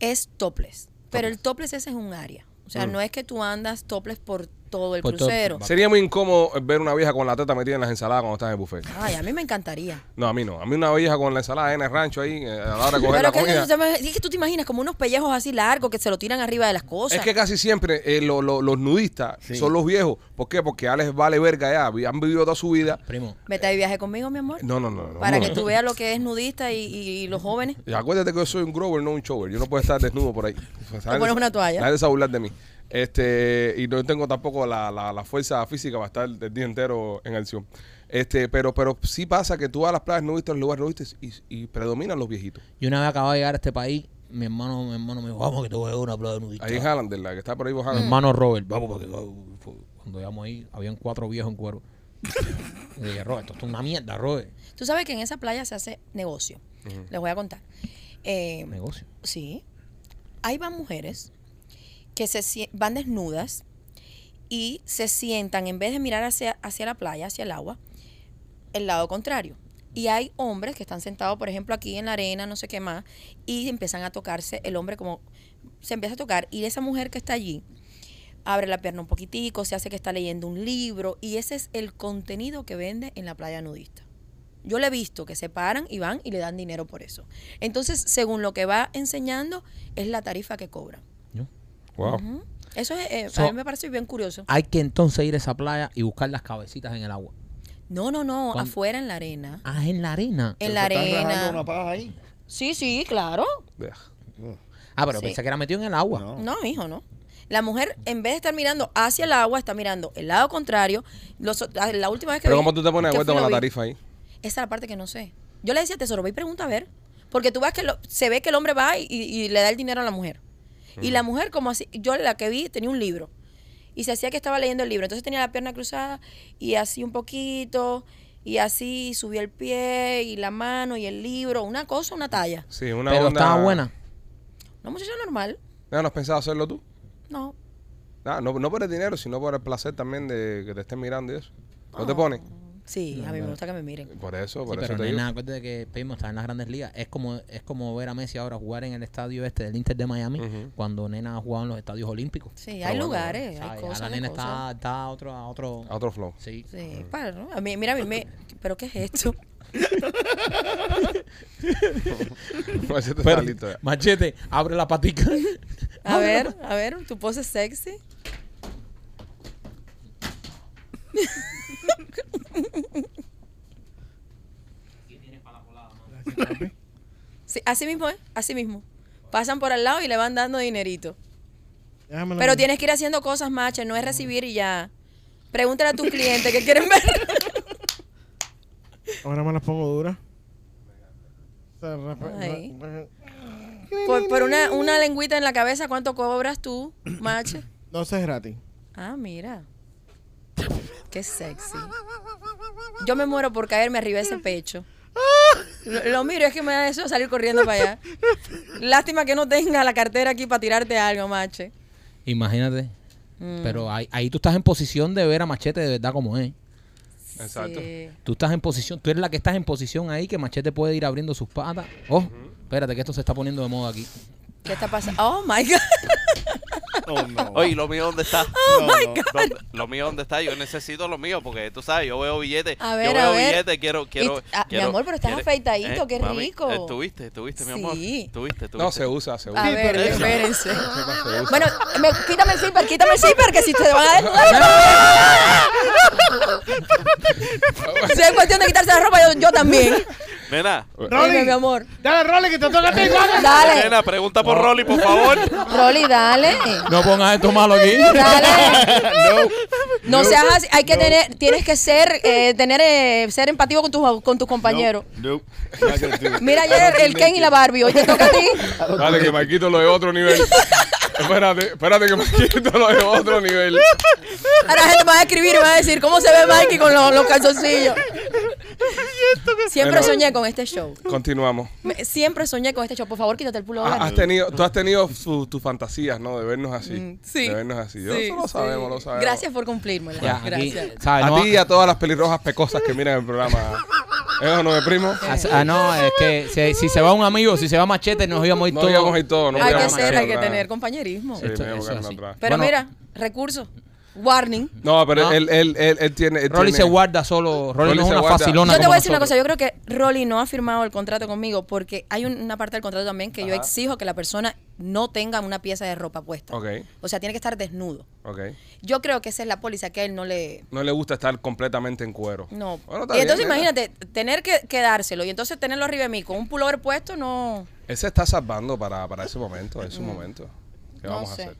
Speaker 8: es topless, pero el topless ese es un área. O sea,
Speaker 1: Mm.
Speaker 8: no es que tú andas topless por todo el
Speaker 2: Por todo-
Speaker 8: crucero.
Speaker 2: va-
Speaker 1: Sería muy incómodo ver una vieja con la teta metida en las ensaladas cuando estás en el buffet.
Speaker 8: Ay, a mí me encantaría.
Speaker 1: No, a mí no. A mí una vieja con la ensalada en el rancho ahí, eh, a la hora de coger
Speaker 8: Pero
Speaker 1: la
Speaker 8: que, eso
Speaker 1: comida.
Speaker 8: se me- es que tú te imaginas como unos pellejos así largos que se lo tiran arriba de las cosas.
Speaker 1: Es que casi siempre eh, lo- lo- los nudistas son los viejos. ¿Por qué? Porque ya les vale verga ya. vi- Han vivido toda su vida.
Speaker 2: Primo,
Speaker 8: Vete de viaje conmigo, mi amor.
Speaker 1: No, no, no. no,
Speaker 8: para
Speaker 1: no.
Speaker 8: que tú veas lo que es nudista y, y- y los jóvenes.
Speaker 1: Y Acuérdate que yo soy un grower, no un shower. Yo no puedo estar desnudo por ahí. Te
Speaker 8: pones una toalla.
Speaker 1: Nadie se va a burlar de mí. Este, y no tengo tampoco la, la- la fuerza física para estar el día entero en acción. Este, pero, pero sí pasa que tú vas a las playas nudistas, a los lugares nudistas y, y predominan los viejitos.
Speaker 2: yo una vez acababa de llegar a este país, mi hermano, mi hermano me dijo, vamos que te voy a dar una prueba de nudista.
Speaker 1: Ahí en Haaland, de la que está por ahí
Speaker 2: Mi
Speaker 1: bajando.
Speaker 8: Mm.
Speaker 2: hermano Robert, vamos porque uh, fue- cuando llegamos ahí, habían cuatro viejos en cuero. Y dije, Robert, esto es una mierda, Robert.
Speaker 8: Tú sabes que en esa playa se hace negocio. Les voy a contar. Eh,
Speaker 2: Negocio.
Speaker 8: Sí. Ahí van mujeres que se sie- van desnudas y se sientan, en vez de mirar hacia, hacia la playa, hacia el agua, el lado contrario. Y hay hombres que están sentados, por ejemplo, aquí en la arena, no sé qué más, y empiezan a tocarse, el hombre como se empieza a tocar, y esa mujer que está allí abre la pierna un poquitico, se hace que está leyendo un libro, y ese es el contenido que vende en la playa nudista. Yo le he visto que se paran y van y le dan dinero por eso. Entonces, según lo que va enseñando, es la tarifa que cobran.
Speaker 2: ¿no?
Speaker 1: Wow.
Speaker 8: Ujú. Eso es, eh,
Speaker 2: So-
Speaker 8: a mí me parece bien curioso.
Speaker 2: Hay que entonces ir a esa playa y buscar las cabecitas en el agua.
Speaker 8: No, no, no,
Speaker 2: ¿Cuán-
Speaker 8: afuera en la arena.
Speaker 2: Ah, en la arena.
Speaker 8: En la
Speaker 4: ¿Están rajando una
Speaker 8: arena.
Speaker 4: paja ahí?
Speaker 8: Sí, sí, claro.
Speaker 1: Deja.
Speaker 2: Ah, pero
Speaker 8: Sí.
Speaker 2: pensé que era metido en el agua.
Speaker 4: No.
Speaker 8: No, hijo, no. La mujer, en vez de estar mirando hacia el agua, está mirando el lado contrario. Los, ah, la última vez que
Speaker 1: Pero
Speaker 8: vi-
Speaker 1: ¿cómo tú te pones de
Speaker 8: que
Speaker 1: acuerdo
Speaker 8: fui,
Speaker 1: con la
Speaker 8: lo vi.
Speaker 1: tarifa ahí?
Speaker 8: Esa es la parte que no sé. Yo le decía, tesoro, ve y pregunta a ver. Porque tú ves que lo- se ve que el hombre va y, y- y le da el dinero a la mujer. Y la mujer, como así, yo la que vi tenía un libro. Y se hacía que estaba leyendo el libro. Entonces tenía la pierna cruzada y así un poquito. Y así subía el pie y la mano y el libro. Una cosa, una talla.
Speaker 1: Sí, una
Speaker 2: Pero
Speaker 1: onda- Ah,
Speaker 2: estaba buena.
Speaker 8: Una muchacha normal.
Speaker 1: No, ¿No has pensado hacerlo tú?
Speaker 8: No.
Speaker 1: Ah, no, no por el dinero, sino por el placer también de que te estén mirando y eso. ¿No
Speaker 8: Ah.
Speaker 1: te pones?
Speaker 8: Sí, a mí me gusta que me miren.
Speaker 1: Por eso,
Speaker 2: Sí,
Speaker 1: por eso
Speaker 2: pero
Speaker 1: te
Speaker 2: no es
Speaker 1: digo.
Speaker 2: nada, acuérdate que Pimo está en las grandes ligas. Es como, es como ver a Messi ahora jugar en el estadio este del Inter de Miami
Speaker 1: Ujú.
Speaker 2: cuando Nena ha jugado en los estadios olímpicos.
Speaker 8: Sí, hay lugares,
Speaker 2: ¿Sabes?
Speaker 8: hay
Speaker 2: Ahora
Speaker 8: cosas. hay
Speaker 2: Nena
Speaker 8: cosas.
Speaker 2: está, está a otro, a otro.
Speaker 1: A otro flow.
Speaker 2: Sí.
Speaker 8: Sí, para, ¿no? A mí, mira, a mí me... ¿Pero qué es esto?
Speaker 1: No, ese te está
Speaker 2: Pero-
Speaker 1: listo ya.
Speaker 2: machete, abre la patica.
Speaker 8: A ver, a ver, tu pose sexy. Sí, así mismo es, así mismo. Pasan por al lado y le van dando dinerito.
Speaker 3: Déjamelo
Speaker 8: Pero
Speaker 3: ver.
Speaker 8: tienes que ir haciendo cosas, macho, no es recibir y ya. Pregúntale a tus clientes que quieren ver.
Speaker 3: Ahora me las pongo duras. Se refe-
Speaker 8: Ay.
Speaker 3: re-
Speaker 8: Por, por una, una lengüita en la cabeza, ¿cuánto cobras tú, macho?
Speaker 3: No, eso es gratis.
Speaker 8: Ah, mira. Qué sexy. Yo me muero por caerme arriba de ese pecho. Lo, lo miro, es que me da eso salir corriendo para allá. Lástima que no tenga la cartera aquí para tirarte algo, mache.
Speaker 2: Imagínate.
Speaker 8: Mm.
Speaker 2: Pero ahí, ahí tú estás en posición de ver a Machete de verdad como es.
Speaker 1: Exacto.
Speaker 8: Sí.
Speaker 2: Tú estás en posición, tú eres la que estás en posición ahí que Machete puede ir abriendo sus patas. Oh, espérate que esto se está poniendo de moda aquí.
Speaker 8: ¿Qué está pasando? Oh my God.
Speaker 4: Oh, no.
Speaker 6: Oye, ¿y ¿lo mío dónde está?
Speaker 8: Oh
Speaker 4: No, no.
Speaker 6: ¿Dónde- ¿Lo mío dónde está? Yo necesito lo mío porque tú sabes, yo veo billetes.
Speaker 8: A ver,
Speaker 6: yo veo
Speaker 8: a ver.
Speaker 6: billetes, quiero, quiero,
Speaker 8: Y- ah, mi
Speaker 6: quiero-
Speaker 8: amor, pero estás afeitadito, qué
Speaker 6: mami,
Speaker 8: rico.
Speaker 6: eh, Tuviste, tuviste, mi amor.
Speaker 8: Sí.
Speaker 6: Tuviste, tuviste.
Speaker 1: No, se usa, se usa.
Speaker 8: A
Speaker 1: Se
Speaker 8: ver,
Speaker 6: pero-
Speaker 8: espérense.
Speaker 1: usa, se usa.
Speaker 8: Bueno, me- quítame el zipper, quítame el zipper, que si te van a desnudar. Si es cuestión de quitarse la ropa, yo, yo también.
Speaker 6: Nena,
Speaker 3: Rolly,
Speaker 8: Dime, mi amor.
Speaker 3: dale, Rolly, que te toca a ti, guaca.
Speaker 8: Dale.
Speaker 6: nena, pregunta por Rolly, por favor.
Speaker 8: Rolly, dale.
Speaker 2: No pongas esto malo aquí.
Speaker 8: Dale.
Speaker 4: No.
Speaker 8: No, seas así. Hay que tener, tienes que ser, eh, tener, eh, ser empático con tus con tus compañeros.
Speaker 4: No. No. Not gonna do it.
Speaker 8: Mira ayer el Ken y la Barbie, hoy te toca a ti.
Speaker 1: Dale, que Marquito lo de otro nivel. espérate, espérate que Marquito lo de otro nivel.
Speaker 8: Ahora la gente me va a escribir y me va a decir cómo se ve Mikey con los, los calzoncillos. Siempre
Speaker 1: Bueno.
Speaker 8: soñé con este show.
Speaker 1: Continuamos.
Speaker 8: Me- Siempre soñé con este show. Por favor, quítate el pulo.
Speaker 1: Ah, Has tenido, tú has tenido su- tus fantasías, ¿no? De vernos así.
Speaker 8: Mm, sí.
Speaker 1: De vernos así. Yo-
Speaker 8: Sí,
Speaker 1: eso lo
Speaker 8: sí.
Speaker 1: sabemos, lo sabemos.
Speaker 8: Gracias por cumplírmela.
Speaker 2: Ya, aquí,
Speaker 8: Gracias.
Speaker 2: ¿sabes?
Speaker 1: A
Speaker 2: No-
Speaker 1: ti y a todas las pelirrojas pecosas que miran el programa. ¿Eso no es primo?
Speaker 2: Ah, ah, no, es que si, si se va un amigo, si se va Machete, nos íbamos a ir
Speaker 1: No
Speaker 2: todos.
Speaker 1: íbamos a ir todos, no
Speaker 8: Hay que
Speaker 1: íbamos a
Speaker 8: ser,
Speaker 1: ir
Speaker 8: hay que
Speaker 1: atrás.
Speaker 8: tener compañerismo.
Speaker 1: Sí,
Speaker 2: Esto-
Speaker 1: me voy a
Speaker 2: eso es
Speaker 1: quedar
Speaker 2: así.
Speaker 1: atrás.
Speaker 8: Pero
Speaker 2: Bueno,
Speaker 8: mira, recursos. Warning.
Speaker 1: No, pero
Speaker 2: No.
Speaker 1: Él, él, él, él tiene. él
Speaker 2: Rolly
Speaker 1: tiene-
Speaker 2: se guarda solo. Rolly,
Speaker 1: Rolly
Speaker 2: no es
Speaker 1: se
Speaker 2: una
Speaker 1: guarda.
Speaker 2: facilona.
Speaker 8: Yo te
Speaker 2: como
Speaker 8: voy a decir una cosa.
Speaker 2: nosotros.
Speaker 8: Yo creo que Rolly no ha firmado el contrato conmigo porque hay un- una parte del contrato también que yo exijo que la persona no tenga una pieza de ropa puesta.
Speaker 1: Ok,
Speaker 8: O sea, tiene que estar desnudo.
Speaker 1: ok.
Speaker 8: Yo creo que esa es la póliza que a él no le...
Speaker 1: No le gusta estar completamente en cuero.
Speaker 8: No.
Speaker 1: Bueno, está
Speaker 8: y entonces
Speaker 1: bien, nena.
Speaker 8: imagínate, tener que quedárselo y entonces tenerlo arriba de mí con un pullover puesto, no...
Speaker 1: Él se está salvando para, para ese momento, es su momento. ¿Qué
Speaker 8: Mm. No
Speaker 1: vamos
Speaker 8: sé.
Speaker 1: a hacer?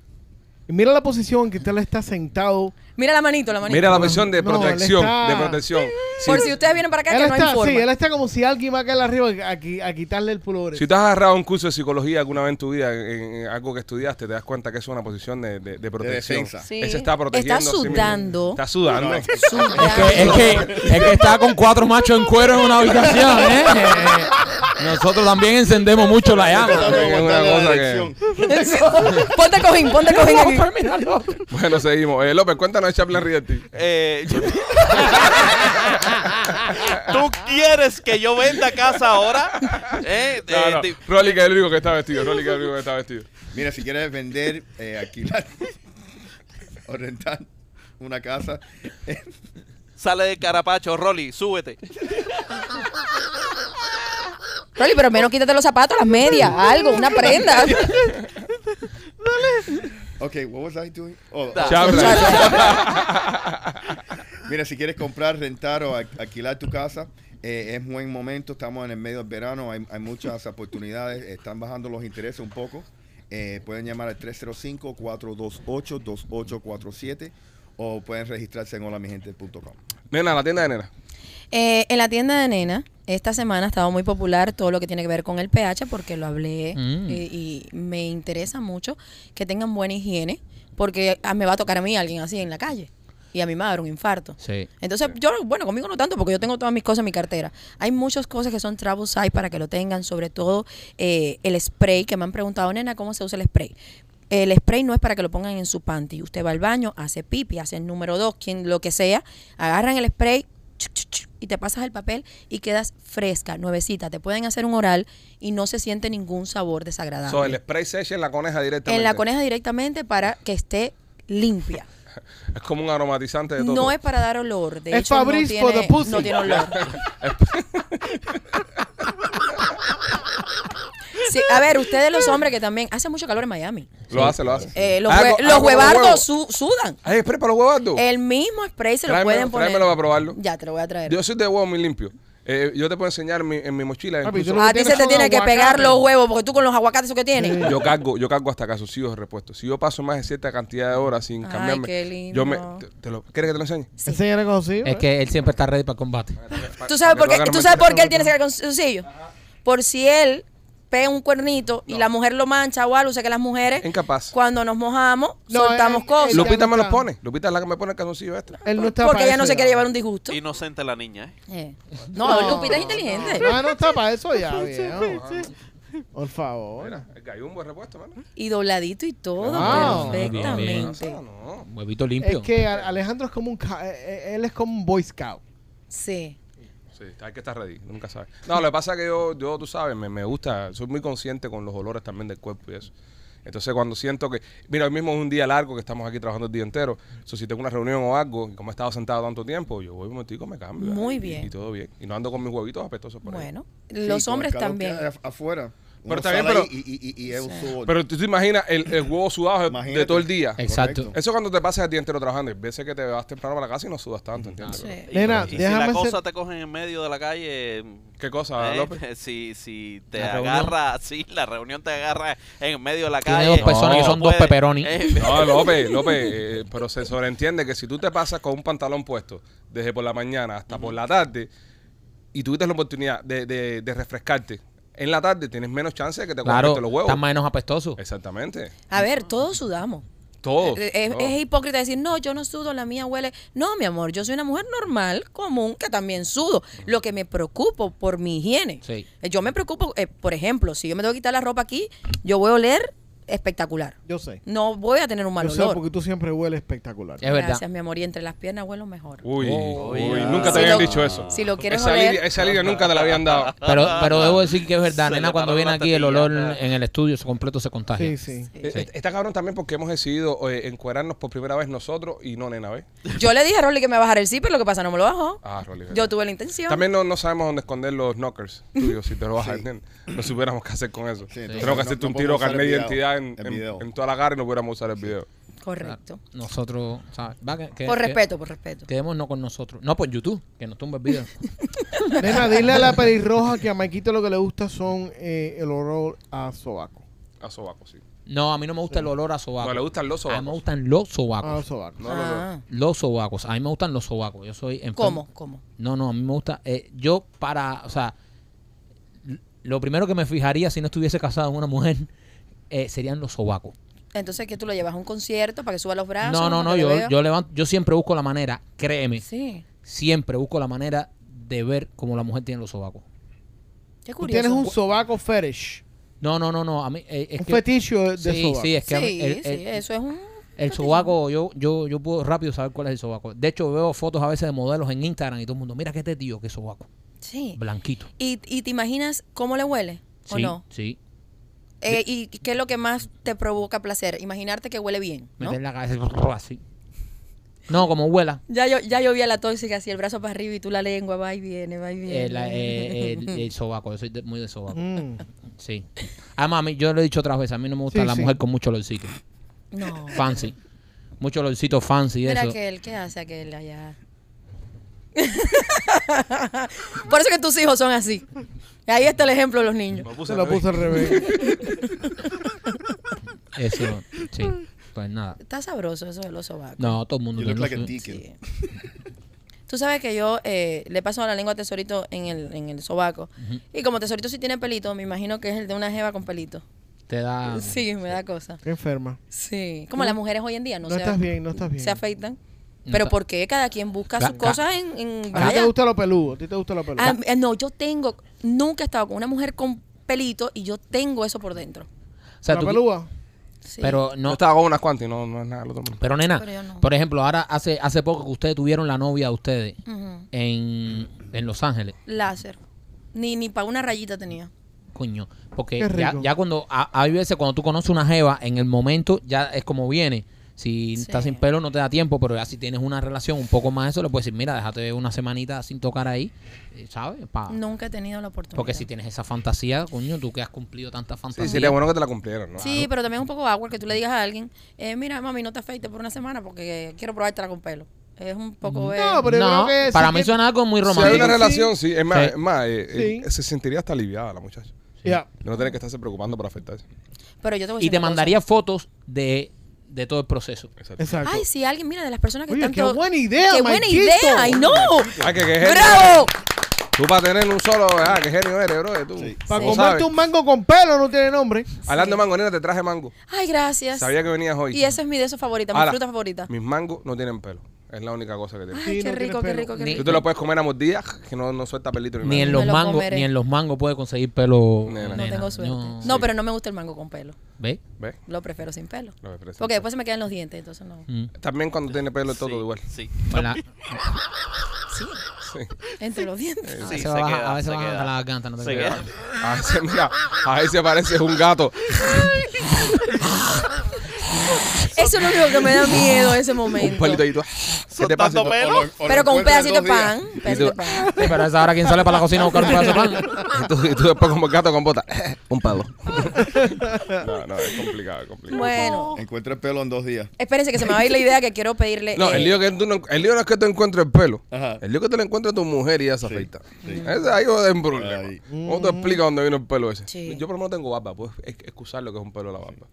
Speaker 3: Y Mira la posición que usted le está sentado.
Speaker 8: Mira la manito, la manito.
Speaker 1: Mira la misión de
Speaker 3: No, él
Speaker 1: protección,
Speaker 3: está-
Speaker 1: de protección. Si,
Speaker 8: Por si ustedes vienen para acá,
Speaker 3: Él
Speaker 8: que no hay
Speaker 3: está,
Speaker 8: forma.
Speaker 3: sí, él está como si alguien va a caer arriba a, qui- a quitarle el pullover.
Speaker 1: si te has agarrado un curso de psicología alguna vez en tu vida, en, en algo que estudiaste, te das cuenta que es una posición de, de- de protección.
Speaker 4: defensa.
Speaker 8: Sí.
Speaker 1: Él se está protegiendo.
Speaker 8: Está
Speaker 1: a sí mismo.
Speaker 8: sudando.
Speaker 1: Está sudando.
Speaker 2: Es que, es, que, es que está con cuatro machos en cuero en una habitación, ¿eh? Nosotros también encendemos mucho la llama.
Speaker 1: También es una
Speaker 4: Aguantar la
Speaker 1: cosa que-
Speaker 4: erección.
Speaker 8: ponte cojín, ponte cojín aquí.
Speaker 1: Bueno, seguimos. Eh, López, cuéntanos de Chaplin Rieti.
Speaker 6: Eh, yo- ¿Tú quieres que yo venda casa ahora? ¿Eh?
Speaker 1: No,
Speaker 6: Eh,
Speaker 1: no.
Speaker 6: ti-
Speaker 1: Rolly, que es el único que está vestido. Rolly, que es el único que está vestido.
Speaker 4: Mira, si quieres vender, eh, alquilar o rentar una casa, eh,
Speaker 6: Sale de carapacho, Rolly, súbete.
Speaker 8: Rolly, pero menos quítate los zapatos, las medias, algo, una prenda.
Speaker 4: Ok, what was I doing? Oh,
Speaker 6: Da.
Speaker 8: Ah.
Speaker 1: Chaplin.
Speaker 4: mira, si quieres comprar, rentar o al- alquilar tu casa, eh, es buen momento. Estamos en el medio del verano, hay, hay muchas oportunidades. Están bajando los intereses un poco. Eh, pueden llamar al 305-428-2847 o pueden registrarse en holamigente.com.
Speaker 1: Nena, la tienda de nena.
Speaker 8: Eh, en la tienda de nena, esta semana ha estado muy popular todo lo que tiene que ver con el pH, porque lo hablé
Speaker 2: Mm.
Speaker 8: eh, y, me interesa mucho que tengan buena higiene, porque ah, me va a tocar a mí alguien así en la calle. Y a mi madre un infarto.
Speaker 2: Sí.
Speaker 8: Entonces, yo, bueno, conmigo no tanto, porque yo tengo todas mis cosas en mi cartera. Hay muchas cosas que son travel size para que lo tengan, sobre todo eh, el spray, que me han preguntado, nena, ¿cómo se usa el spray? El spray no es para que lo pongan en su panty. Usted va al baño, hace pipi, hace el número dos, quien lo que sea, agarran el spray chuc, chuc, chuc, y te pasas el papel y quedas fresca, nuevecita. Te pueden hacer un oral y no se siente ningún sabor desagradable.
Speaker 1: So, el spray se echa en la coneja directamente.
Speaker 8: en la coneja directamente para que esté limpia.
Speaker 1: Es como un aromatizante de todo.
Speaker 8: No es para dar olor. De
Speaker 3: Es
Speaker 8: hecho, no
Speaker 3: Fabrice
Speaker 8: tiene,
Speaker 3: for the pussy.
Speaker 8: no tiene olor. Sí, a ver, ustedes los hombres que también... Hace mucho calor en Miami.
Speaker 1: Lo hace, lo hace.
Speaker 8: Eh, los
Speaker 1: Ah,
Speaker 8: hue-
Speaker 1: con- ah,
Speaker 8: los
Speaker 1: con
Speaker 8: huevardos
Speaker 1: huevos.
Speaker 8: su- Eh, sudan.
Speaker 1: Ay, espera, para los huevardos.
Speaker 8: El mismo spray se lo
Speaker 1: Tráemelo-
Speaker 8: pueden poner.
Speaker 1: tráemelo para probarlo.
Speaker 8: Ya, te lo voy a traer.
Speaker 1: Yo soy de huevo muy limpio. Eh, yo te puedo enseñar en mi, en mi mochila.
Speaker 3: Papi,
Speaker 1: incluso-
Speaker 3: tú lo
Speaker 8: a
Speaker 3: que
Speaker 8: ti se
Speaker 3: tienes
Speaker 8: te
Speaker 3: son
Speaker 8: tiene que
Speaker 3: aguacate.
Speaker 8: pegar los huevos porque tú con los aguacates esos que tienes.
Speaker 1: Yo cargo, yo cargo hasta casocillos de repuesto. Si yo paso más de cierta cantidad de horas sin
Speaker 8: Ay,
Speaker 1: cambiarme,
Speaker 8: qué lindo.
Speaker 1: yo me te, te lo, ¿quieres que te lo enseñe?
Speaker 8: Sí.
Speaker 3: Enséñale con sí,
Speaker 2: Es
Speaker 3: ¿eh?
Speaker 2: que él siempre está ready para el combate.
Speaker 8: ¿Tú sabes, por
Speaker 1: Porque
Speaker 8: qué,
Speaker 1: tú hagas
Speaker 8: ¿tú
Speaker 1: más
Speaker 8: sabes
Speaker 1: que-
Speaker 8: por qué él tiene que sacar con su sello? Por si él pega un cuernito y la mujer lo mancha o algo. O sea que las mujeres,
Speaker 1: Incapaz.
Speaker 8: cuando nos mojamos,
Speaker 3: No, eh,
Speaker 8: soltamos
Speaker 3: él-
Speaker 8: cosas.
Speaker 3: él-
Speaker 1: Lupita
Speaker 3: no
Speaker 1: me los
Speaker 3: está.
Speaker 1: pone. Lupita es la que me pone el calzoncillo este. extra.
Speaker 3: Él no está
Speaker 8: porque
Speaker 3: para
Speaker 8: ella no
Speaker 3: eso
Speaker 8: se quiere
Speaker 3: ya.
Speaker 8: llevar un disgusto.
Speaker 6: Inocente la niña, ¿eh?
Speaker 8: Eh. No, Lupita es inteligente.
Speaker 3: No, no está para eso ya, viejo. Por favor.
Speaker 1: Mira, el gallumbo de repuesto, mano.
Speaker 8: Y dobladito y
Speaker 1: Ah,
Speaker 8: todo,
Speaker 3: Wow.
Speaker 2: Bien,
Speaker 8: Ah, perfectamente.
Speaker 1: No.
Speaker 2: Huevito limpio.
Speaker 3: Es que A- Alejandro es como un... ca- eh, eh, Él es como un Boy Scout.
Speaker 8: Sí.
Speaker 1: Sí, hay que estar ready, nunca sabes. No, lo que pasa es que yo, yo tú sabes, me, me gusta, soy muy consciente con los olores también del cuerpo y eso. Entonces cuando siento que, mira, hoy mismo es un día largo que estamos aquí trabajando el día entero, so, si tengo una reunión o algo, y como he estado sentado tanto tiempo, yo voy un momentico, me cambio. ¿verdad?
Speaker 8: Muy
Speaker 1: Y-
Speaker 8: bien.
Speaker 1: Y, todo bien. Y no ando con mis huevitos apestosos por ahí.
Speaker 8: Bueno,
Speaker 4: Sí,
Speaker 8: los
Speaker 4: con el
Speaker 8: hombres
Speaker 4: calor que
Speaker 8: también.
Speaker 4: hay af- afuera.
Speaker 1: Pero
Speaker 4: Pero
Speaker 1: está
Speaker 4: está
Speaker 1: bien, pero-
Speaker 4: Y, y, y, y es un sudor.
Speaker 1: Pero tú te imaginas el, el huevo sudado de- de,
Speaker 4: Imagínate.
Speaker 1: todo el día.
Speaker 2: Exacto.
Speaker 4: Correcto.
Speaker 1: Eso cuando te pasas el día entero trabajando, y veces que te vas temprano para la casa y no sudas tanto, ¿entiendes?
Speaker 8: Sí.
Speaker 6: Y-
Speaker 3: Nena,
Speaker 6: y si
Speaker 3: déjame
Speaker 6: la
Speaker 3: hacer-
Speaker 6: cosa te cogen en medio de la calle,
Speaker 1: ¿Qué cosa,
Speaker 6: eh,
Speaker 1: López?
Speaker 6: si, si te
Speaker 2: La reunión.
Speaker 6: agarra, sí, la reunión te agarra en medio de la
Speaker 2: Tiene
Speaker 6: calle.
Speaker 2: dos personas que son dos
Speaker 6: puede-
Speaker 2: pepperoni.
Speaker 6: eh,
Speaker 1: No, López, López, eh, pero se sobreentiende que si tú te pasas con un pantalón puesto desde por la mañana hasta por la tarde y tuviste la oportunidad de, de- de refrescarte en la tarde, tienes menos chance de que te
Speaker 2: Claro,
Speaker 1: comiste los huevos.
Speaker 2: están menos apestosos.
Speaker 1: Exactamente.
Speaker 8: A ver, todos sudamos.
Speaker 1: Todo.
Speaker 8: Eh, Es,
Speaker 1: todo.
Speaker 8: es hipócrita decir, no, yo no sudo, la mía huele. No, mi amor, yo soy una mujer normal, común, que también sudo. Lo que me preocupo por mi higiene.
Speaker 2: Sí.
Speaker 8: Eh, Yo me preocupo, eh, por ejemplo, si yo me tengo que quitar la ropa aquí, yo voy a oler espectacular.
Speaker 3: Yo sé.
Speaker 8: No voy a tener un mal
Speaker 3: Yo sé
Speaker 8: olor.
Speaker 3: porque tú siempre hueles espectacular.
Speaker 2: Es verdad.
Speaker 8: Gracias, mi amor. Y entre las piernas huelo mejor.
Speaker 1: Uy,
Speaker 2: Oh,
Speaker 1: uy,
Speaker 6: ya.
Speaker 1: nunca te
Speaker 6: Si
Speaker 1: habían
Speaker 8: lo-
Speaker 1: dicho eso.
Speaker 8: si lo quieres
Speaker 1: esa
Speaker 8: oler-
Speaker 1: línea, esa línea nunca te la habían dado.
Speaker 2: Pero, pero debo decir que es verdad,
Speaker 6: Se
Speaker 2: nena,
Speaker 6: le
Speaker 2: cuando
Speaker 6: paró
Speaker 2: viene
Speaker 6: la
Speaker 2: aquí el
Speaker 6: tetilla.
Speaker 2: olor en el estudio se completo se contagia.
Speaker 3: Sí, sí.
Speaker 1: Eh, eh, Está cabrón también porque hemos decidido eh, encuerarnos por primera vez nosotros y no nena, ¿ves?
Speaker 8: Yo le dije a Rolly que me bajara el zipper, lo que pasa no me lo bajó.
Speaker 1: Ah, Rolly, ¿verdad?
Speaker 8: Yo tuve la intención.
Speaker 1: También no, no sabemos dónde esconder los knockers tuyos si te lo bajas. ¿entiendes? No supiéramos qué hacer con eso.
Speaker 4: Sí, entonces
Speaker 1: Tengo que
Speaker 4: no-
Speaker 1: hacerte
Speaker 4: no
Speaker 1: un tiro
Speaker 4: podemos usar
Speaker 1: carnet de
Speaker 4: el
Speaker 1: identidad en,
Speaker 4: video, el
Speaker 1: en-
Speaker 4: video.
Speaker 1: en toda la cara y no pudiéramos usar el video.
Speaker 8: Correcto.
Speaker 2: Ah. Nosotros, ¿sabes? Va, que- que-
Speaker 8: Por
Speaker 2: que-
Speaker 8: respeto, por respeto.
Speaker 2: Quedémonos con nosotros. No por YouTube, que nos tumba el video.
Speaker 3: Nena, dile a la pelirroja que a Maikito lo que le gusta son eh, el olor a sobaco.
Speaker 1: A sobaco, sí.
Speaker 2: No, a mí no me gusta el olor a sobaco.
Speaker 1: No, le gustan los
Speaker 2: A mí me
Speaker 1: sobacos.
Speaker 2: gustan los
Speaker 3: Ah,
Speaker 2: sobacos.
Speaker 3: sobaco.
Speaker 1: No, no, no.
Speaker 8: Ah.
Speaker 2: Los sobacos. A mí me gustan los sobacos. Yo soy enfermo.
Speaker 8: ¿Cómo? ¿Cómo?
Speaker 2: No, no, a mí me gusta. eh, yo para, o sea, l- lo primero que me fijaría si no estuviese casado con una mujer eh, serían los sobacos.
Speaker 8: Entonces, que tú lo llevas a un concierto para que suba los brazos?
Speaker 2: No, no,
Speaker 8: para
Speaker 2: no,
Speaker 8: que
Speaker 2: yo,
Speaker 8: le vea?
Speaker 2: yo levanto, yo siempre busco la manera, créeme,
Speaker 8: Sí.
Speaker 2: siempre busco la manera de ver cómo la mujer tiene los sobacos.
Speaker 8: Qué
Speaker 3: Tú
Speaker 8: curioso.
Speaker 3: tienes un sobaco fetish.
Speaker 2: No, no, no, no, a mí eh, es
Speaker 3: Un
Speaker 2: que
Speaker 3: fetiche de, de
Speaker 2: sí,
Speaker 3: sobaco.
Speaker 2: sí, es que a mí-
Speaker 8: sí,
Speaker 2: el, el-
Speaker 8: sí, eso es un...
Speaker 2: el sobaco, yo, yo, yo puedo rápido saber cuál es el sobaco. De hecho, veo fotos a veces de modelos en Instagram y todo el mundo, mira que este tío, qué sobaco,
Speaker 8: Sí.
Speaker 2: blanquito.
Speaker 8: ¿Y, y te imaginas cómo le huele? ¿O
Speaker 2: sí,
Speaker 8: no?
Speaker 2: sí.
Speaker 8: Eh, ¿Y qué es lo que más te provoca placer? Imaginarte que huele bien, ¿no?
Speaker 2: Meter la cabeza así. No, como huela.
Speaker 8: Ya yo, ya yo vi a la tóxica así, el brazo para arriba y tú la lengua, va y viene, va y viene.
Speaker 2: Eh, la- eh, el, el sobaco, yo soy de- muy de sobaco.
Speaker 3: Mm.
Speaker 2: Sí. Además, a mí, yo lo he dicho otras veces, a mí no me gusta
Speaker 3: Sí,
Speaker 2: la
Speaker 3: sí.
Speaker 2: mujer con mucho olorcito.
Speaker 8: No.
Speaker 2: Fancy. Mucho olorcito fancy y
Speaker 8: Mira
Speaker 2: eso.
Speaker 8: aquel, ¿qué hace aquel allá? Por eso que tus hijos son así. Ahí está el ejemplo de los niños.
Speaker 1: Me
Speaker 3: Se
Speaker 1: puse
Speaker 3: lo
Speaker 1: al
Speaker 3: puse al
Speaker 1: revés.
Speaker 3: revés.
Speaker 2: Eso, sí. Pues nada.
Speaker 8: Está sabroso eso de los sobacos.
Speaker 2: No, todo el mundo
Speaker 4: You
Speaker 2: tiene
Speaker 4: look like a
Speaker 2: los-
Speaker 4: deacon.
Speaker 8: Sí. Tú sabes que yo eh, le paso la lengua a Tesorito en el, en el sobaco. Y como Tesorito sí tiene pelito, me imagino que es el de una jeva con pelito.
Speaker 2: Te da.
Speaker 8: sí, me da cosa.
Speaker 3: Qué enferma.
Speaker 8: Sí. Como las mujeres hoy en día, ¿no?
Speaker 3: No,
Speaker 8: se-
Speaker 3: estás bien, no estás bien.
Speaker 8: Se afeitan.
Speaker 2: No
Speaker 8: Pero
Speaker 2: está-
Speaker 8: ¿por qué cada quien busca
Speaker 2: Ca-
Speaker 8: sus
Speaker 2: ca-
Speaker 8: cosas en... en-
Speaker 3: A ti te
Speaker 8: vaya.
Speaker 3: gusta lo peludo. A ti te gusta lo peludo.
Speaker 8: Ah, eh, no, yo tengo... Nunca he estado con una mujer con pelito y yo tengo eso por dentro.
Speaker 2: O sea,
Speaker 3: ¿La
Speaker 2: tú-
Speaker 3: pelúa?
Speaker 8: Sí.
Speaker 2: Pero
Speaker 1: No. Yo
Speaker 2: no,
Speaker 1: estaba con unas cuantas y no, no es nada del otro mundo.
Speaker 2: pero nena,
Speaker 8: Pero yo no.
Speaker 2: por ejemplo, ahora hace hace poco que ustedes tuvieron la novia de ustedes
Speaker 8: Ujú.
Speaker 2: en, en Los Ángeles.
Speaker 8: Láser. Ni, ni para una rayita tenía.
Speaker 2: Coño, porque
Speaker 3: Qué
Speaker 2: ya,
Speaker 3: rico.
Speaker 2: ya cuando a- hay veces cuando tú conoces una jeva en el momento ya es como viene. Si
Speaker 8: Sí.
Speaker 2: estás sin pelo no te da tiempo, pero ya si tienes una relación un poco más eso le puedes decir, mira, déjate una semanita sin tocar ahí, eh, ¿sabes? Pa-
Speaker 8: Nunca he tenido la oportunidad.
Speaker 2: Porque si tienes esa fantasía, coño, tú que has cumplido tantas
Speaker 1: Sí,
Speaker 2: fantasías.
Speaker 1: sería bueno que te la cumplieron, ¿no?
Speaker 8: Sí, pero también es un poco agua que tú le digas a alguien, eh, mira, mami, no te afeites por una semana porque quiero probártela con pelo. Es un poco... eh,
Speaker 3: No, pero yo
Speaker 2: no,
Speaker 3: creo que
Speaker 2: para
Speaker 3: sí
Speaker 2: mí
Speaker 3: que-
Speaker 2: suena algo muy
Speaker 1: Si hay
Speaker 2: romántico.
Speaker 1: una relación, sí. Es más,
Speaker 2: Sí.
Speaker 1: es más eh, eh,
Speaker 3: Sí.
Speaker 1: se sentiría hasta aliviada la muchacha.
Speaker 3: Ya.
Speaker 1: De no tener que estarse preocupando por afectarse.
Speaker 8: Pero yo te voy a
Speaker 2: Y
Speaker 8: decir
Speaker 2: te
Speaker 8: una cosa.
Speaker 2: mandaría fotos de, de todo el proceso.
Speaker 1: Exacto.
Speaker 3: Exacto.
Speaker 8: Ay, sí, alguien, mira, de las personas que
Speaker 3: Oye,
Speaker 8: están...
Speaker 3: qué
Speaker 8: todo-
Speaker 3: buena idea,
Speaker 8: ¡Qué buena
Speaker 3: Marquito!
Speaker 8: idea! ¡Ay, no!
Speaker 1: Ay, Ah, que, que genio.
Speaker 8: ¡Bravo!
Speaker 1: Tú para tener un solo, ah, qué genio eres, bro. Tú.
Speaker 4: Sí.
Speaker 3: Para
Speaker 8: Sí.
Speaker 1: Tú
Speaker 3: comerte
Speaker 1: sabes.
Speaker 3: un mango con pelo no tiene nombre.
Speaker 1: Hablando de mango, nena, te traje mango.
Speaker 8: ¡Ay, gracias!
Speaker 1: Sabía que venías hoy.
Speaker 8: Y esa es mi de esos favorita, mi
Speaker 1: Ahora,
Speaker 8: fruta favorita.
Speaker 1: Mis mangos no tienen pelo. Es la única cosa que tienen.
Speaker 8: Ay,
Speaker 3: Sí,
Speaker 8: qué
Speaker 3: no
Speaker 8: rico,
Speaker 3: tiene
Speaker 8: qué
Speaker 3: pelo.
Speaker 8: rico, qué
Speaker 2: Ni-
Speaker 1: Tú
Speaker 8: rico.
Speaker 1: te lo puedes comer a mordidas que no, no suelta pelito ni,
Speaker 2: Ni en
Speaker 1: nada.
Speaker 2: los
Speaker 8: lo
Speaker 2: mangos,
Speaker 8: comeré.
Speaker 2: ni en los mangos puede conseguir pelo.
Speaker 1: Nena.
Speaker 8: No
Speaker 1: lo-
Speaker 2: nena.
Speaker 8: tengo suerte. No,
Speaker 2: No.
Speaker 8: pero no me gusta el mango con pelo.
Speaker 2: ¿Ve?
Speaker 1: ¿Ves?
Speaker 8: Lo prefiero sin pelo.
Speaker 1: Lo que parece.
Speaker 8: Porque después se me quedan los dientes, entonces no.
Speaker 2: Mm.
Speaker 1: También cuando tiene pelo es todo
Speaker 6: Sí,
Speaker 1: igual.
Speaker 6: Sí.
Speaker 2: Hola.
Speaker 8: Sí,
Speaker 1: Sí.
Speaker 8: entre los dientes.
Speaker 2: A
Speaker 6: Sí,
Speaker 2: veces
Speaker 6: se
Speaker 2: baja-
Speaker 6: queda,
Speaker 2: a veces
Speaker 6: se
Speaker 2: baja
Speaker 6: queda.
Speaker 2: hasta la garganta, no te
Speaker 6: Se
Speaker 2: creas.
Speaker 6: queda.
Speaker 1: A veces, mira, a veces parece un gato.
Speaker 8: Eso es lo único que me da miedo en ese momento.
Speaker 1: Un palito ahí tú. ¿Qué te pasa?
Speaker 6: Soltando pelo.
Speaker 8: Pero con un pedacito de pan. pedacito
Speaker 1: Y tú-
Speaker 8: de pan.
Speaker 2: Sí, pero a esa hora quien sale para la cocina a buscar un pedazo de pan.
Speaker 1: Y tú, y tú después como el gato con bota. un palo. no, no, es complicado, es complicado.
Speaker 8: Bueno,
Speaker 4: Encuentra el pelo en dos días.
Speaker 8: espérense que se me va a ir la idea que quiero pedirle.
Speaker 1: No,
Speaker 8: eh,
Speaker 1: el lío, que tú no, el lío no es que te encuentres el pelo.
Speaker 4: Ajá.
Speaker 1: El lío es que te lo encuentres tu mujer y ella se afeita.
Speaker 4: sí.
Speaker 1: Ese ahí va a ser un problema.
Speaker 4: Ay.
Speaker 1: ¿Cómo te explicas dónde vino el pelo ese?
Speaker 8: Sí.
Speaker 1: Yo por lo menos tengo barba. Puedes ex- excusar lo que es un pelo de la barba.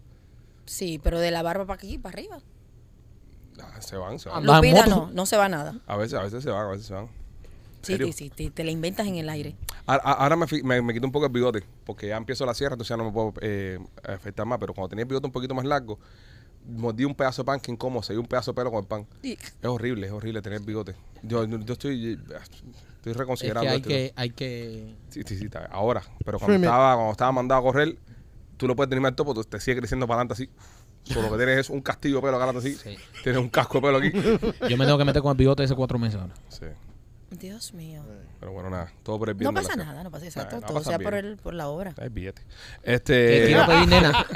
Speaker 8: Sí, pero de la barba para aquí, para arriba.
Speaker 1: Ah, se van, se van.
Speaker 2: Andas en
Speaker 8: Lupita
Speaker 2: moto.
Speaker 8: no, no se va nada.
Speaker 1: A veces, a veces se van, a veces se van.
Speaker 8: Sí,
Speaker 1: serio?
Speaker 8: sí, sí, te, te la inventas en el aire.
Speaker 1: A- a- Ahora me, fi- me, me quito un poco el bigote, porque ya empiezo la sierra, entonces ya no me puedo eh, afectar más. Pero cuando tenía el bigote un poquito más largo, mordí un pedazo de pan que incómodo, seguí un pedazo de pelo con el pan.
Speaker 8: Y-
Speaker 1: Es horrible, es horrible tener bigote. Yo, yo estoy, estoy
Speaker 2: Es
Speaker 1: reconsiderando
Speaker 2: que hay
Speaker 1: esto.
Speaker 2: que, hay que...
Speaker 1: Sí, sí, sí, está- ahora. Pero cuando
Speaker 3: Freeman.
Speaker 1: estaba, cuando estaba mandado a correr, tú lo puedes tener más topo, tú- te sigue creciendo para adelante así. Solo que tienes es un castillo de pelo acá adelante así.
Speaker 2: Sí.
Speaker 1: Tienes un casco de pelo aquí.
Speaker 2: Yo me tengo que meter con el bigote hace cuatro meses ahora.
Speaker 1: Sí.
Speaker 8: Dios mío.
Speaker 1: Pero bueno, nada. Todo por el bien
Speaker 8: No
Speaker 1: de
Speaker 8: pasa
Speaker 1: la
Speaker 8: nada, no pasa exacto.
Speaker 1: No, no
Speaker 8: todo
Speaker 1: pasa
Speaker 8: sea por,
Speaker 1: bien. Eh,
Speaker 8: el, por la obra.
Speaker 1: Hay billete.
Speaker 6: Eh.
Speaker 2: ¿Qué
Speaker 1: Este.
Speaker 2: quiero pedir, nena?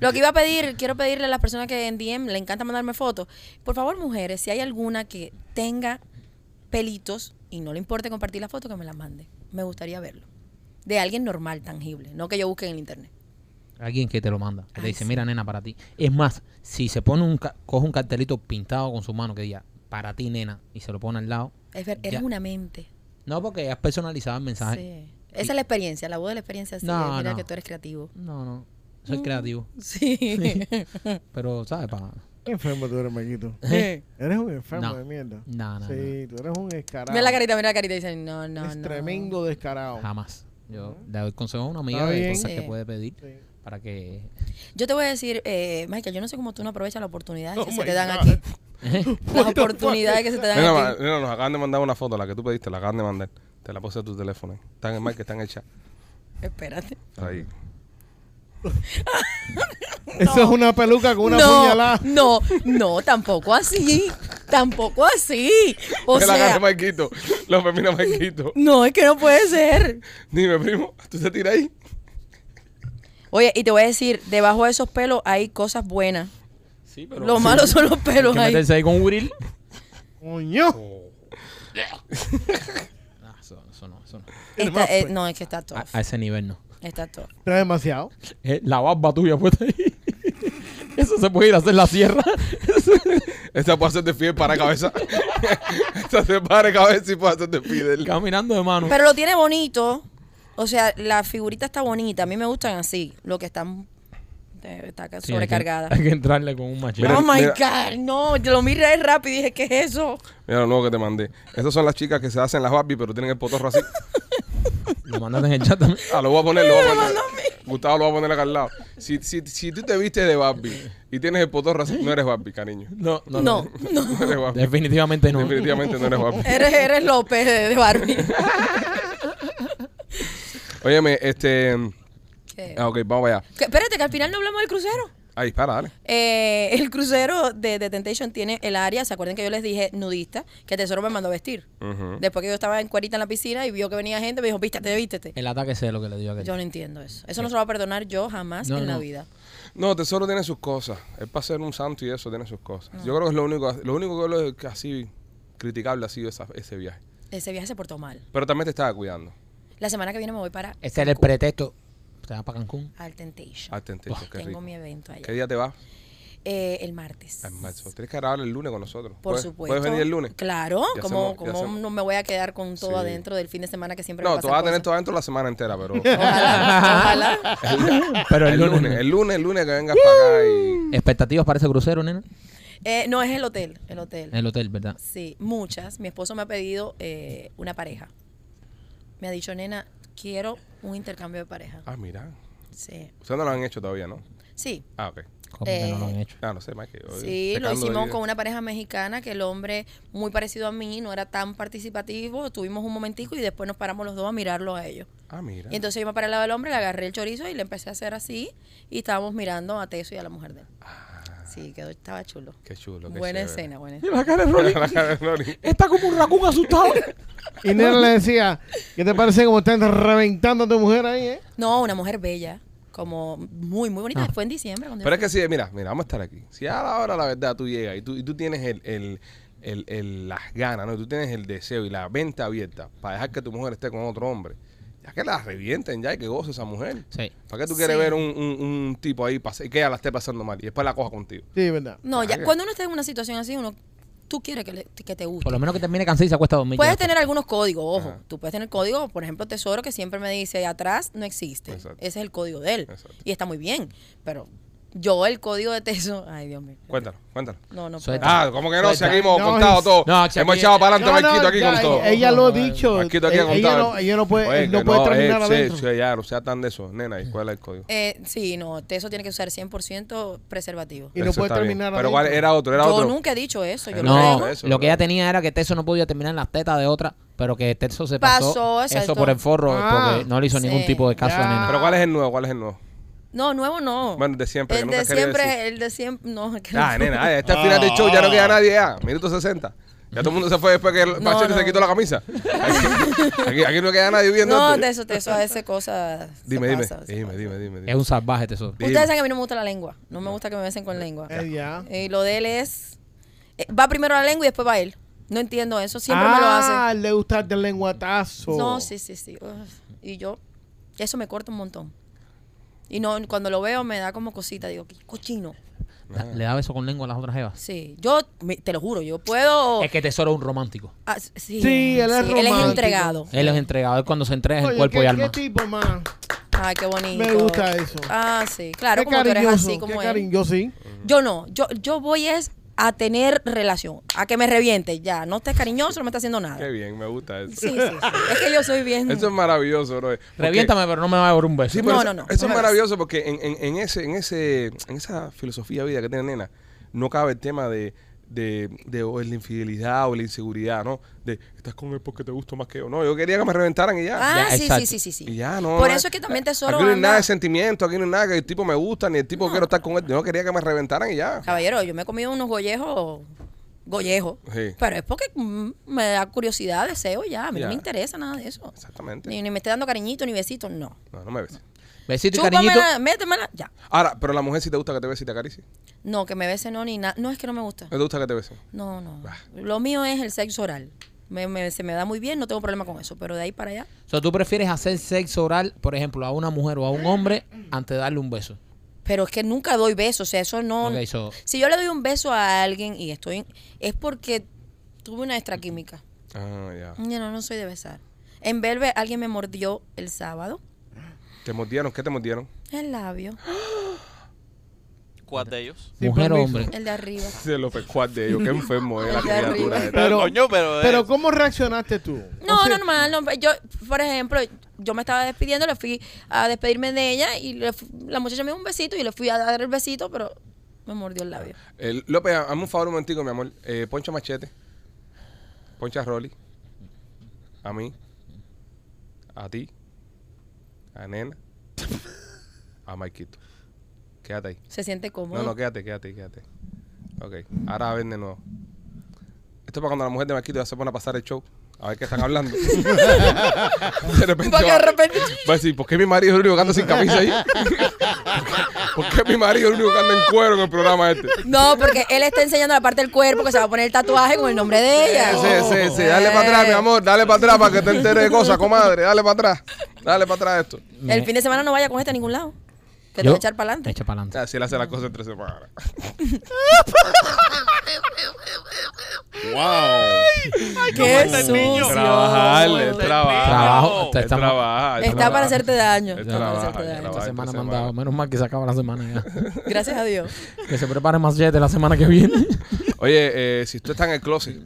Speaker 8: Lo que iba a pedir, quiero pedirle a las personas que en DM le encanta mandarme fotos. Por favor, mujeres, si hay alguna que tenga pelitos y no le importe compartir la foto, que me la mande. Me gustaría verlo. De alguien normal, tangible, no que yo busque en el internet.
Speaker 2: Alguien que te lo manda. Que te
Speaker 8: Ay,
Speaker 2: dice,
Speaker 8: sí.
Speaker 2: mira, nena, para ti. Es más, si se pone un... ca- Coge un cartelito pintado con su mano que diga, para ti, nena, y se lo pone al lado.
Speaker 8: Es ver, eres
Speaker 2: Ya.
Speaker 8: una mente.
Speaker 2: No, porque ya has personalizado el mensaje.
Speaker 8: Sí. Esa es la experiencia, la voz de la experiencia. Sí,
Speaker 2: No,
Speaker 8: mira
Speaker 2: no.
Speaker 8: que tú eres creativo.
Speaker 2: No, no. Soy creativo.
Speaker 8: Sí.
Speaker 2: Pero, ¿sabes? Para...
Speaker 3: Qué enfermo tú eres, Marquito. Eres un enfermo
Speaker 2: No.
Speaker 3: de mierda.
Speaker 2: No, no,
Speaker 3: sí, tú eres un descarado.
Speaker 8: mira la carita, mira la carita y dicen, no, no,
Speaker 3: Eres
Speaker 8: no.
Speaker 3: tremendo descarado.
Speaker 2: Jamás. Yo le doy consejo a una amiga
Speaker 3: Está
Speaker 2: de
Speaker 3: bien.
Speaker 2: cosas que
Speaker 8: Sí.
Speaker 2: puede pedir
Speaker 3: Sí.
Speaker 2: para que...
Speaker 8: Yo te voy a decir, eh, Michael, yo no sé cómo tú no aprovechas las oportunidades
Speaker 4: Oh
Speaker 8: que
Speaker 4: my
Speaker 8: se te dan
Speaker 4: God.
Speaker 8: aquí. Las oportunidades que se te dan
Speaker 1: Nena,
Speaker 8: aquí.
Speaker 1: ma- nena, nos acaban de mandar una foto, la que tú pediste, la acaban de mandar. Te la puse a tu teléfono. ahí. Está en el mar que está en el chat.
Speaker 8: Espérate.
Speaker 1: Ahí.
Speaker 3: Eso es una peluca con una puñalada.
Speaker 8: no, no, tampoco así. Tampoco así. O
Speaker 1: Que la agarre pues.
Speaker 8: sea,
Speaker 1: Marquito. Lo femino Marquito.
Speaker 8: no, es que no puede ser.
Speaker 1: Dime, primo, ¿tú te tiras ahí?
Speaker 8: Oye, y te voy a decir, debajo de esos pelos hay cosas buenas.
Speaker 2: Sí,
Speaker 8: Lo malo son los pelos
Speaker 2: que
Speaker 8: ahí.
Speaker 2: meterse ahí con un grill.
Speaker 3: Coño.
Speaker 2: No, eso, eso no, eso no.
Speaker 8: Está- eh,
Speaker 3: pues.
Speaker 8: no, es que está todo.
Speaker 2: A, a ese nivel no.
Speaker 8: Está todo.
Speaker 3: Está demasiado.
Speaker 2: Eh, la barba tuya puesta ahí. Eso se puede ir a hacer la sierra.
Speaker 1: Esta puede hacerte fiel para cabeza. Esta se para cabeza y puede hacerte fiel.
Speaker 2: Caminando de mano.
Speaker 8: Pero lo tiene bonito. O sea, la figurita está bonita. A mí me gustan así. Lo que están eh, está acá
Speaker 2: Sí, hay que-
Speaker 8: sobrecargada.
Speaker 2: Hay que, entrarle con un machete.
Speaker 1: Mira,
Speaker 8: oh my
Speaker 1: mira.
Speaker 8: God, no. Yo lo miré ahí rápido y dije, ¿qué es eso?
Speaker 1: Mira lo nuevo que te mandé. Estas son las chicas que se hacen las Barbie, pero tienen el potorro así.
Speaker 2: Lo mandaste en el chat también.
Speaker 1: Ah, lo voy a poner, lo voy a poner. Gustavo lo va a poner acá al lado. Si, si, si tú te viste de Barbie y tienes el potorro así, no eres Barbie, cariño.
Speaker 2: No, no,
Speaker 8: No,
Speaker 2: no.
Speaker 8: no.
Speaker 1: No eres Barbie.
Speaker 2: Definitivamente no.
Speaker 1: Definitivamente no eres Barbie.
Speaker 8: Eres, eres López de, de Barbie.
Speaker 1: Óyeme, este...
Speaker 8: ¿Qué?
Speaker 1: Ah, ok, vamos allá. ah,
Speaker 8: Que- Espérate, que al final no hablamos del crucero.
Speaker 1: Ahí, Ah, dispara, dale.
Speaker 8: Eh, el crucero de, de Temptation tiene el área, ¿se acuerdan que yo les dije nudista? Que el tesoro me mandó a vestir.
Speaker 2: Mm.
Speaker 1: Ujú.
Speaker 8: Después que yo estaba en cuerita en la piscina y vio que venía gente, me dijo, vístete, vístete.
Speaker 2: El ataque sé lo que le dio a aquel.
Speaker 8: Yo no entiendo eso. Eso no se lo va a perdonar yo jamás
Speaker 2: No,
Speaker 8: en la
Speaker 2: no.
Speaker 8: vida.
Speaker 1: No, Tesoro tiene sus cosas. Es para ser un santo y eso tiene sus cosas. Yo creo que es lo único, lo único que, lo- que así criticable ha sido esa- ese viaje.
Speaker 8: Ese viaje se portó mal.
Speaker 1: Pero también te estaba cuidando.
Speaker 8: La semana que viene me voy para
Speaker 1: Eh,
Speaker 2: Este era el pretexto. ¿Te vas para Cancún?
Speaker 8: al Temptation.
Speaker 1: Atentito, ah, qué
Speaker 8: Tengo
Speaker 1: rico.
Speaker 8: mi evento allá.
Speaker 1: ¿Qué día te vas?
Speaker 8: Eh, el martes.
Speaker 1: Al marzo. Tienes que grabar el lunes con nosotros.
Speaker 8: Por
Speaker 1: ¿Puedes-
Speaker 8: supuesto.
Speaker 1: ¿Puedes venir el lunes?
Speaker 8: Claro,
Speaker 1: Ya
Speaker 8: como,
Speaker 1: hacemos- ya hacemos-
Speaker 8: no me voy a quedar con todo
Speaker 1: Sí.
Speaker 8: adentro del fin de semana que siempre me
Speaker 1: No, tú
Speaker 8: pasan
Speaker 1: vas a tener
Speaker 8: cosas.
Speaker 1: todo adentro la semana entera, pero...
Speaker 8: Ojalá, ojalá.
Speaker 2: Pero
Speaker 1: el lunes, el lunes, el lunes que vengas para acá y...
Speaker 2: ¿Expectativas para ese crucero, nena?
Speaker 8: Eh, no, es el hotel, el hotel.
Speaker 2: El hotel, ¿verdad?
Speaker 8: Sí, muchas. Mi esposo me ha pedido eh, una pareja. Me ha dicho, nena, quiero un intercambio de pareja.
Speaker 1: Ah, mira.
Speaker 8: Sí.
Speaker 1: Ustedes no lo han hecho todavía, ¿no?
Speaker 8: Sí,
Speaker 1: Ah, ok.
Speaker 2: ¿Cómo que no lo han
Speaker 8: Eh,
Speaker 2: hecho?
Speaker 1: Ah, no sé, más que...
Speaker 8: Sí, lo hicimos con una pareja mexicana que el hombre, muy parecido a mí, no era tan participativo. Tuvimos un momentico y después nos paramos los dos a mirarlo a ellos.
Speaker 1: Ah, mira.
Speaker 8: Y entonces yo me paré al lado del hombre, le agarré el chorizo y le empecé a hacer así. Y estábamos mirando a Teso y a la mujer de él. Sí, quedó, estaba chulo.
Speaker 1: Ah. Qué chulo, qué
Speaker 8: buena
Speaker 1: chévere.
Speaker 8: escena, buena
Speaker 2: la cara de Rolly
Speaker 1: La cara de Ronnie.
Speaker 2: está como un racún asustado.
Speaker 3: Y Nena le decía, ¿qué te parece como están reventando a tu mujer ahí, eh?
Speaker 8: No, una mujer bella, como muy, muy bonita. Fue en diciembre. cuando yo
Speaker 1: Ah. Pero es
Speaker 8: fui.
Speaker 1: que sí, mira, mira, vamos a estar aquí. Si a la hora, la verdad, tú llegas y tú, y tú tienes el, el, el- el- las ganas, ¿no? Tú tienes el deseo y la venta abierta para dejar que tu mujer esté con otro hombre. Ya que la revienten ya y que goce esa mujer.
Speaker 2: Sí.
Speaker 1: ¿Para qué tú quieres
Speaker 8: Sí.
Speaker 1: ver un, un- un tipo ahí pas- y que ella la esté pasando mal y después la coja contigo?
Speaker 3: Sí, es verdad.
Speaker 8: No, ya,
Speaker 1: Claro.
Speaker 8: cuando uno está en una situación así, uno, tú quieres que, le- que te guste.
Speaker 2: Por lo menos que termine cansado y se acuesta a dormir.
Speaker 8: Puedes
Speaker 2: ya.
Speaker 8: tener algunos códigos, ojo.
Speaker 1: Ajá.
Speaker 8: Tú puedes tener códigos, por ejemplo, Tesoro, que siempre me dice, atrás no existe.
Speaker 1: Exacto.
Speaker 8: Ese es el código de él.
Speaker 1: Exacto.
Speaker 8: Y está muy bien. Pero yo el código de Tesoro... Ay, Dios mío.
Speaker 1: Cuéntalo, cuéntalo.
Speaker 8: No, no puedo.
Speaker 2: Suelta.
Speaker 1: Ah, ¿cómo que no?
Speaker 2: Pues ya.
Speaker 1: Seguimos
Speaker 3: No,
Speaker 1: contado
Speaker 3: es-
Speaker 1: todo.
Speaker 2: No,
Speaker 1: Hemos
Speaker 2: Shakira-
Speaker 1: echado para
Speaker 3: No,
Speaker 1: adelante a Marquito
Speaker 3: no,
Speaker 1: aquí
Speaker 3: ya,
Speaker 1: con todo.
Speaker 3: Ella, ella lo ha dicho.
Speaker 1: Marquito aquí ha
Speaker 3: Eh, ella,
Speaker 1: contado.
Speaker 3: no, ella no puede,
Speaker 1: Oye,
Speaker 3: él no
Speaker 1: que
Speaker 3: puede
Speaker 1: eh,
Speaker 3: terminar
Speaker 1: sí,
Speaker 3: adentro.
Speaker 1: sí, ya, no sea tan de eso. Nena, ¿y cuál es el código?
Speaker 8: Eh, sí, no, Tesoro tiene que usar 100% preservativo.
Speaker 3: Y no
Speaker 1: Eso
Speaker 3: puede
Speaker 1: está bien.
Speaker 3: terminar pues.
Speaker 1: Pero
Speaker 3: adentro.
Speaker 1: ¿cuál era otro? Era
Speaker 8: yo
Speaker 1: otro.
Speaker 8: nunca he dicho eso.
Speaker 1: No,
Speaker 8: Yo lo
Speaker 2: No,
Speaker 8: creo.
Speaker 1: eso,
Speaker 2: lo que
Speaker 1: ¿verdad?
Speaker 2: ella tenía era que Teso no podía terminar en las tetas de otra, pero que Teso se pasó,
Speaker 8: Pasó, exacto.
Speaker 2: eso por el forro eh,
Speaker 3: Ah,
Speaker 2: porque no le hizo
Speaker 8: sí.
Speaker 2: ningún tipo de caso a
Speaker 3: Ya.
Speaker 2: la nena.
Speaker 1: Pero ¿cuál es el nuevo? ¿Cuál es el nuevo?
Speaker 8: No, nuevo no.
Speaker 1: Bueno, de siempre, que
Speaker 8: El
Speaker 1: nunca
Speaker 8: de
Speaker 1: has querido decir.
Speaker 8: siempre, el de siempre. No, que
Speaker 1: Ah,
Speaker 8: no.
Speaker 1: nena, este es el final del show, ya no queda nadie ya. Minuto 60. Ya todo el mundo se fue después que el
Speaker 8: No,
Speaker 1: Machete se
Speaker 8: no.
Speaker 1: quitó la camisa. Aquí, aquí- aquí no queda nadie viendo
Speaker 8: No,
Speaker 1: esto.
Speaker 8: Teso, Teso, a ese cosa. se
Speaker 1: Dime, dime,
Speaker 8: pasa, se
Speaker 1: dime,
Speaker 8: pasa.
Speaker 1: dime, dime,
Speaker 2: Es
Speaker 1: dime.
Speaker 2: un salvaje Teso.
Speaker 1: Dime.
Speaker 8: Ustedes saben que a mí no me gusta la lengua. No me gusta que me besen con lengua.
Speaker 3: Eh, ya.
Speaker 8: Eh, lo de él es. eh, va primero la lengua y después va él. No entiendo eso. Siempre me lo
Speaker 3: Ah,
Speaker 8: hace.
Speaker 3: le gusta el lenguatazo.
Speaker 8: No, sí, sí, sí. Uf. Y yo. Eso me corta un montón. Y no, cuando lo veo me da como cosita. Digo, "Qué cochino.
Speaker 2: Da- Le da beso con lengua a las otras jevas.
Speaker 8: Sí. Yo, me- te lo juro, yo puedo.
Speaker 2: Es que Tesoro es un romántico.
Speaker 8: Ah, sí,
Speaker 3: Sí, él es romántico.
Speaker 8: entregado.
Speaker 1: Eh.
Speaker 2: Él es entregado, es cuando se entrega en
Speaker 3: Oye,
Speaker 2: cuerpo
Speaker 3: ¿qué-
Speaker 2: y alma.
Speaker 3: ¿Qué tipo, man?
Speaker 8: Ay, qué bonito.
Speaker 3: Me gusta eso.
Speaker 8: Ah, sí. Claro,
Speaker 3: qué
Speaker 8: como tú eres
Speaker 3: cariñoso,
Speaker 8: así, como
Speaker 3: qué
Speaker 8: él.
Speaker 3: cariñoso, sí.
Speaker 1: Pues,
Speaker 8: Yo no, yo, yo voy es a tener relación, a que me reviente, ya. No estés cariñoso, no me estás haciendo nada.
Speaker 1: Qué bien, me gusta eso.
Speaker 8: Sí, sí, sí. Es que yo soy bien.
Speaker 1: Eso es maravilloso, bro. Porque-
Speaker 2: Reviéntame, pero no me va a dar un beso.
Speaker 1: Sí, pero
Speaker 8: No,
Speaker 1: eso-
Speaker 8: no, no.
Speaker 1: Eso es
Speaker 8: No.
Speaker 1: maravilloso porque en, en- en ese, en, ese, en esa filosofía de vida que tiene nena, no cabe el tema de, de, de o la infidelidad o la inseguridad, ¿no? De estás con él porque te gusto más que yo. No, yo quería que me reventaran y ya.
Speaker 8: Ah,
Speaker 2: Ya,
Speaker 8: sí,
Speaker 2: exacto.
Speaker 8: sí, sí, sí, sí.
Speaker 1: Y ya, no.
Speaker 8: Por
Speaker 1: eh.
Speaker 8: eso es que también Tesoro
Speaker 1: Aquí no hay
Speaker 8: anda-
Speaker 1: nada de sentimiento, aquí no hay nada que el tipo me gusta, ni el tipo quiero estar con él. Yo quería que me reventaran y ya.
Speaker 8: Caballero, yo me he comido unos gollejos, gollejos,
Speaker 1: Sí.
Speaker 8: pero es porque mm, me da curiosidad, deseo y ya. A mí
Speaker 1: Ya.
Speaker 8: no me interesa nada de eso. Ni,
Speaker 1: Exactamente.
Speaker 8: ni me esté dando cariñito ni besito, no.
Speaker 1: No, no me beses.
Speaker 2: Besito y cariñito.
Speaker 8: Chúpamela, métemela, ya.
Speaker 1: Ahora, pero la mujer sí te gusta que te bese y te acaricie.
Speaker 8: No, que me bese no ni nada. No, es que no me gusta.
Speaker 1: No te gusta que te bese.
Speaker 8: No, no. Lo mío es el sexo oral. Me- me- se me da muy bien, no tengo problema con eso, pero de ahí para allá.
Speaker 2: O sea, tú prefieres hacer sexo oral, por ejemplo, a una mujer o a un hombre antes de darle un beso.
Speaker 8: Pero es que nunca doy besos, o sea, eso no...
Speaker 2: Ok, so-
Speaker 8: Si yo le doy un beso a alguien y estoy... Es porque tuve una extra química.
Speaker 1: Ah, ya.
Speaker 8: Yo no, no soy de besar. En Belve alguien me mordió el sábado
Speaker 1: ¿Te mordieron? ¿Qué te mordieron?
Speaker 8: el labio,
Speaker 6: ¿Cuál de ellos?
Speaker 3: Sin
Speaker 2: mujer o
Speaker 3: permiso.
Speaker 2: hombre.
Speaker 8: el de arriba.
Speaker 1: Se lo pecuas de ellos. Qué enfermo es la
Speaker 8: Allá arriba.
Speaker 1: criatura. esta.
Speaker 3: Pero-
Speaker 6: Coño, pero... eh,
Speaker 3: Pero ¿cómo reaccionaste tú?
Speaker 8: No,
Speaker 3: O sea,
Speaker 8: normal. No, yo, por ejemplo, yo me estaba despidiendo, le fui a despedirme de ella y le fu- la muchacha me dio un besito y le fui a dar el besito, pero me mordió el labio.
Speaker 1: Eh, López, ha- hazme un favor un momentico, mi amor. Eh, poncha Machete. Poncha Rolly. A mí. A ti. A Nena. A Marquito. Quédate ahí.
Speaker 8: Se siente cómodo.
Speaker 1: No, no, quédate, quédate, quédate. Ok, ahora ven de nuevo. Esto es para cuando la mujer de Marquito ya se pone a pasar el show. A ver qué están hablando. de repente
Speaker 8: Porque de
Speaker 1: va-
Speaker 8: repente
Speaker 1: Va a decir, ¿por qué mi marido es el único que anda sin camisa ahí? ¿Por qué mi marido es el único que anda en cuero en el programa este?
Speaker 8: No, porque él está enseñando la parte del cuerpo que se va a poner el tatuaje con el nombre de ella. Eh,
Speaker 1: Sí, sí, sí, dale para atrás, mi amor, dale para atrás para que te enteres de cosas, comadre, dale para atrás, dale para atrás esto.
Speaker 8: El fin de semana no vaya con este a ningún lado. Que te
Speaker 2: Yo-
Speaker 8: va a echar para adelante.
Speaker 2: Echa para adelante.
Speaker 1: Así él hace las cosas entre semanas.
Speaker 4: ¡Wow!
Speaker 8: ¡Qué
Speaker 6: el niño.
Speaker 8: sucio!
Speaker 1: Trabajarle, trabajar.
Speaker 2: Trabajo.
Speaker 1: Es
Speaker 2: estamos-
Speaker 1: trabajar. es
Speaker 8: Está para
Speaker 1: trabajar.
Speaker 8: hacerte daño.
Speaker 1: Es
Speaker 8: Está para hacerte
Speaker 1: trabajar,
Speaker 8: daño.
Speaker 2: Esta
Speaker 1: va,
Speaker 2: semana
Speaker 1: esta
Speaker 2: mandado.
Speaker 1: semana.
Speaker 2: Menos mal que se acaba la semana ya.
Speaker 8: Gracias a Dios.
Speaker 2: que se prepare más de E la semana que viene.
Speaker 1: Oye, eh, si usted está en el closet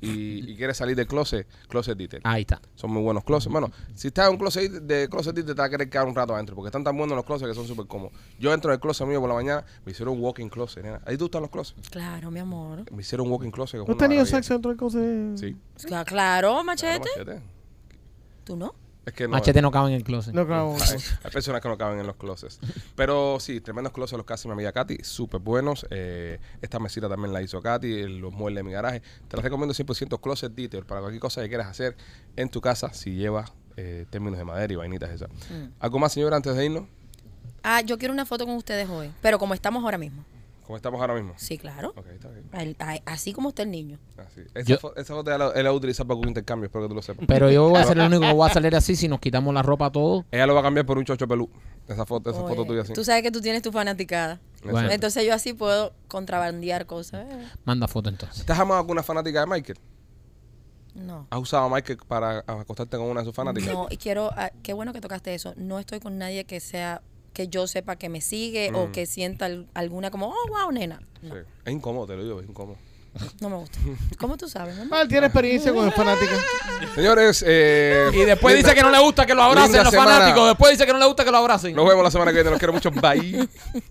Speaker 1: y, y quiere salir del closet, closet detail.
Speaker 2: Ahí está.
Speaker 1: Son muy buenos closets. Bueno, si estás en un closet de closet, te vas a querer quedar un rato adentro, porque están tan buenos los closets que son súper cómodos. Yo entro en el closet mío por la mañana, me hicieron un walking closet, nena. Ahí tú están los closets.
Speaker 8: Claro, mi amor.
Speaker 1: Me hicieron un walking closet. que es
Speaker 3: ¿No has
Speaker 1: una
Speaker 3: tenido
Speaker 1: maravilla.
Speaker 3: sexo dentro del closet?
Speaker 1: Sí.
Speaker 8: Ah, Claro,
Speaker 1: Claro,
Speaker 8: machete.
Speaker 1: machete.
Speaker 8: ¿Tú no?
Speaker 1: Es que no.
Speaker 2: Machete E no eh. cabe en el closet.
Speaker 3: No, claro.
Speaker 1: Hay, hay personas que no caben en los closets. Pero sí, tremendos closets los que hace mi amiga Katy, súper buenos. Eh, esta mesita también la hizo Katy, los muebles de mi garaje. Te las recomiendo 100% Closet Detail para cualquier cosa que quieras hacer en tu casa si llevas eh, términos de madera y vainitas esas.
Speaker 8: Mm.
Speaker 1: ¿Algo más, señora, antes de irnos?
Speaker 8: Ah, yo quiero una foto con ustedes hoy. Pero como estamos ahora mismo.
Speaker 1: ¿Cómo estamos ahora mismo?
Speaker 8: Sí, claro.
Speaker 1: Ok, está bien.
Speaker 8: Al- a- así como está el niño.
Speaker 1: Así. Esa,
Speaker 2: Yo-
Speaker 1: fo- esa foto ya la, él la va a utilizar para algún intercambio, espero que tú lo sepas.
Speaker 2: Pero yo voy a ser el único que voy a salir así si nos quitamos la ropa todos.
Speaker 1: Ella lo va a cambiar por un chocho pelú. Esa foto, esa foto
Speaker 8: Oye,
Speaker 1: tuya así.
Speaker 8: Tú sabes que tú tienes tu fanaticada.
Speaker 2: Bueno.
Speaker 8: Entonces yo así puedo contrabandear cosas. Eh,
Speaker 2: Manda foto entonces.
Speaker 1: ¿Te has amado con una fanática de Michael?
Speaker 8: No.
Speaker 1: ¿Has usado a Michael para acostarte con una de sus fanáticas?
Speaker 8: No, y quiero, ah, qué bueno que tocaste eso. No estoy con nadie que sea, que yo sepa que me sigue o que sienta al- alguna como, oh, wow, nena. No,
Speaker 1: Sí. Es incómodo, te lo digo, es incómodo.
Speaker 8: no me gusta. ¿Cómo tú sabes? mamá?
Speaker 3: Mal, Ah, tiene experiencia con el fanático.
Speaker 1: Señores, eh,
Speaker 2: Y después
Speaker 1: linda-
Speaker 2: dice que no le gusta que lo
Speaker 1: abracen
Speaker 2: abracen
Speaker 1: linda
Speaker 2: los
Speaker 1: los semana. fanáticos.
Speaker 2: fanáticos. Después dice que no le gusta que lo abracen.
Speaker 1: nos vemos la semana que viene. Los quiero mucho. Bye.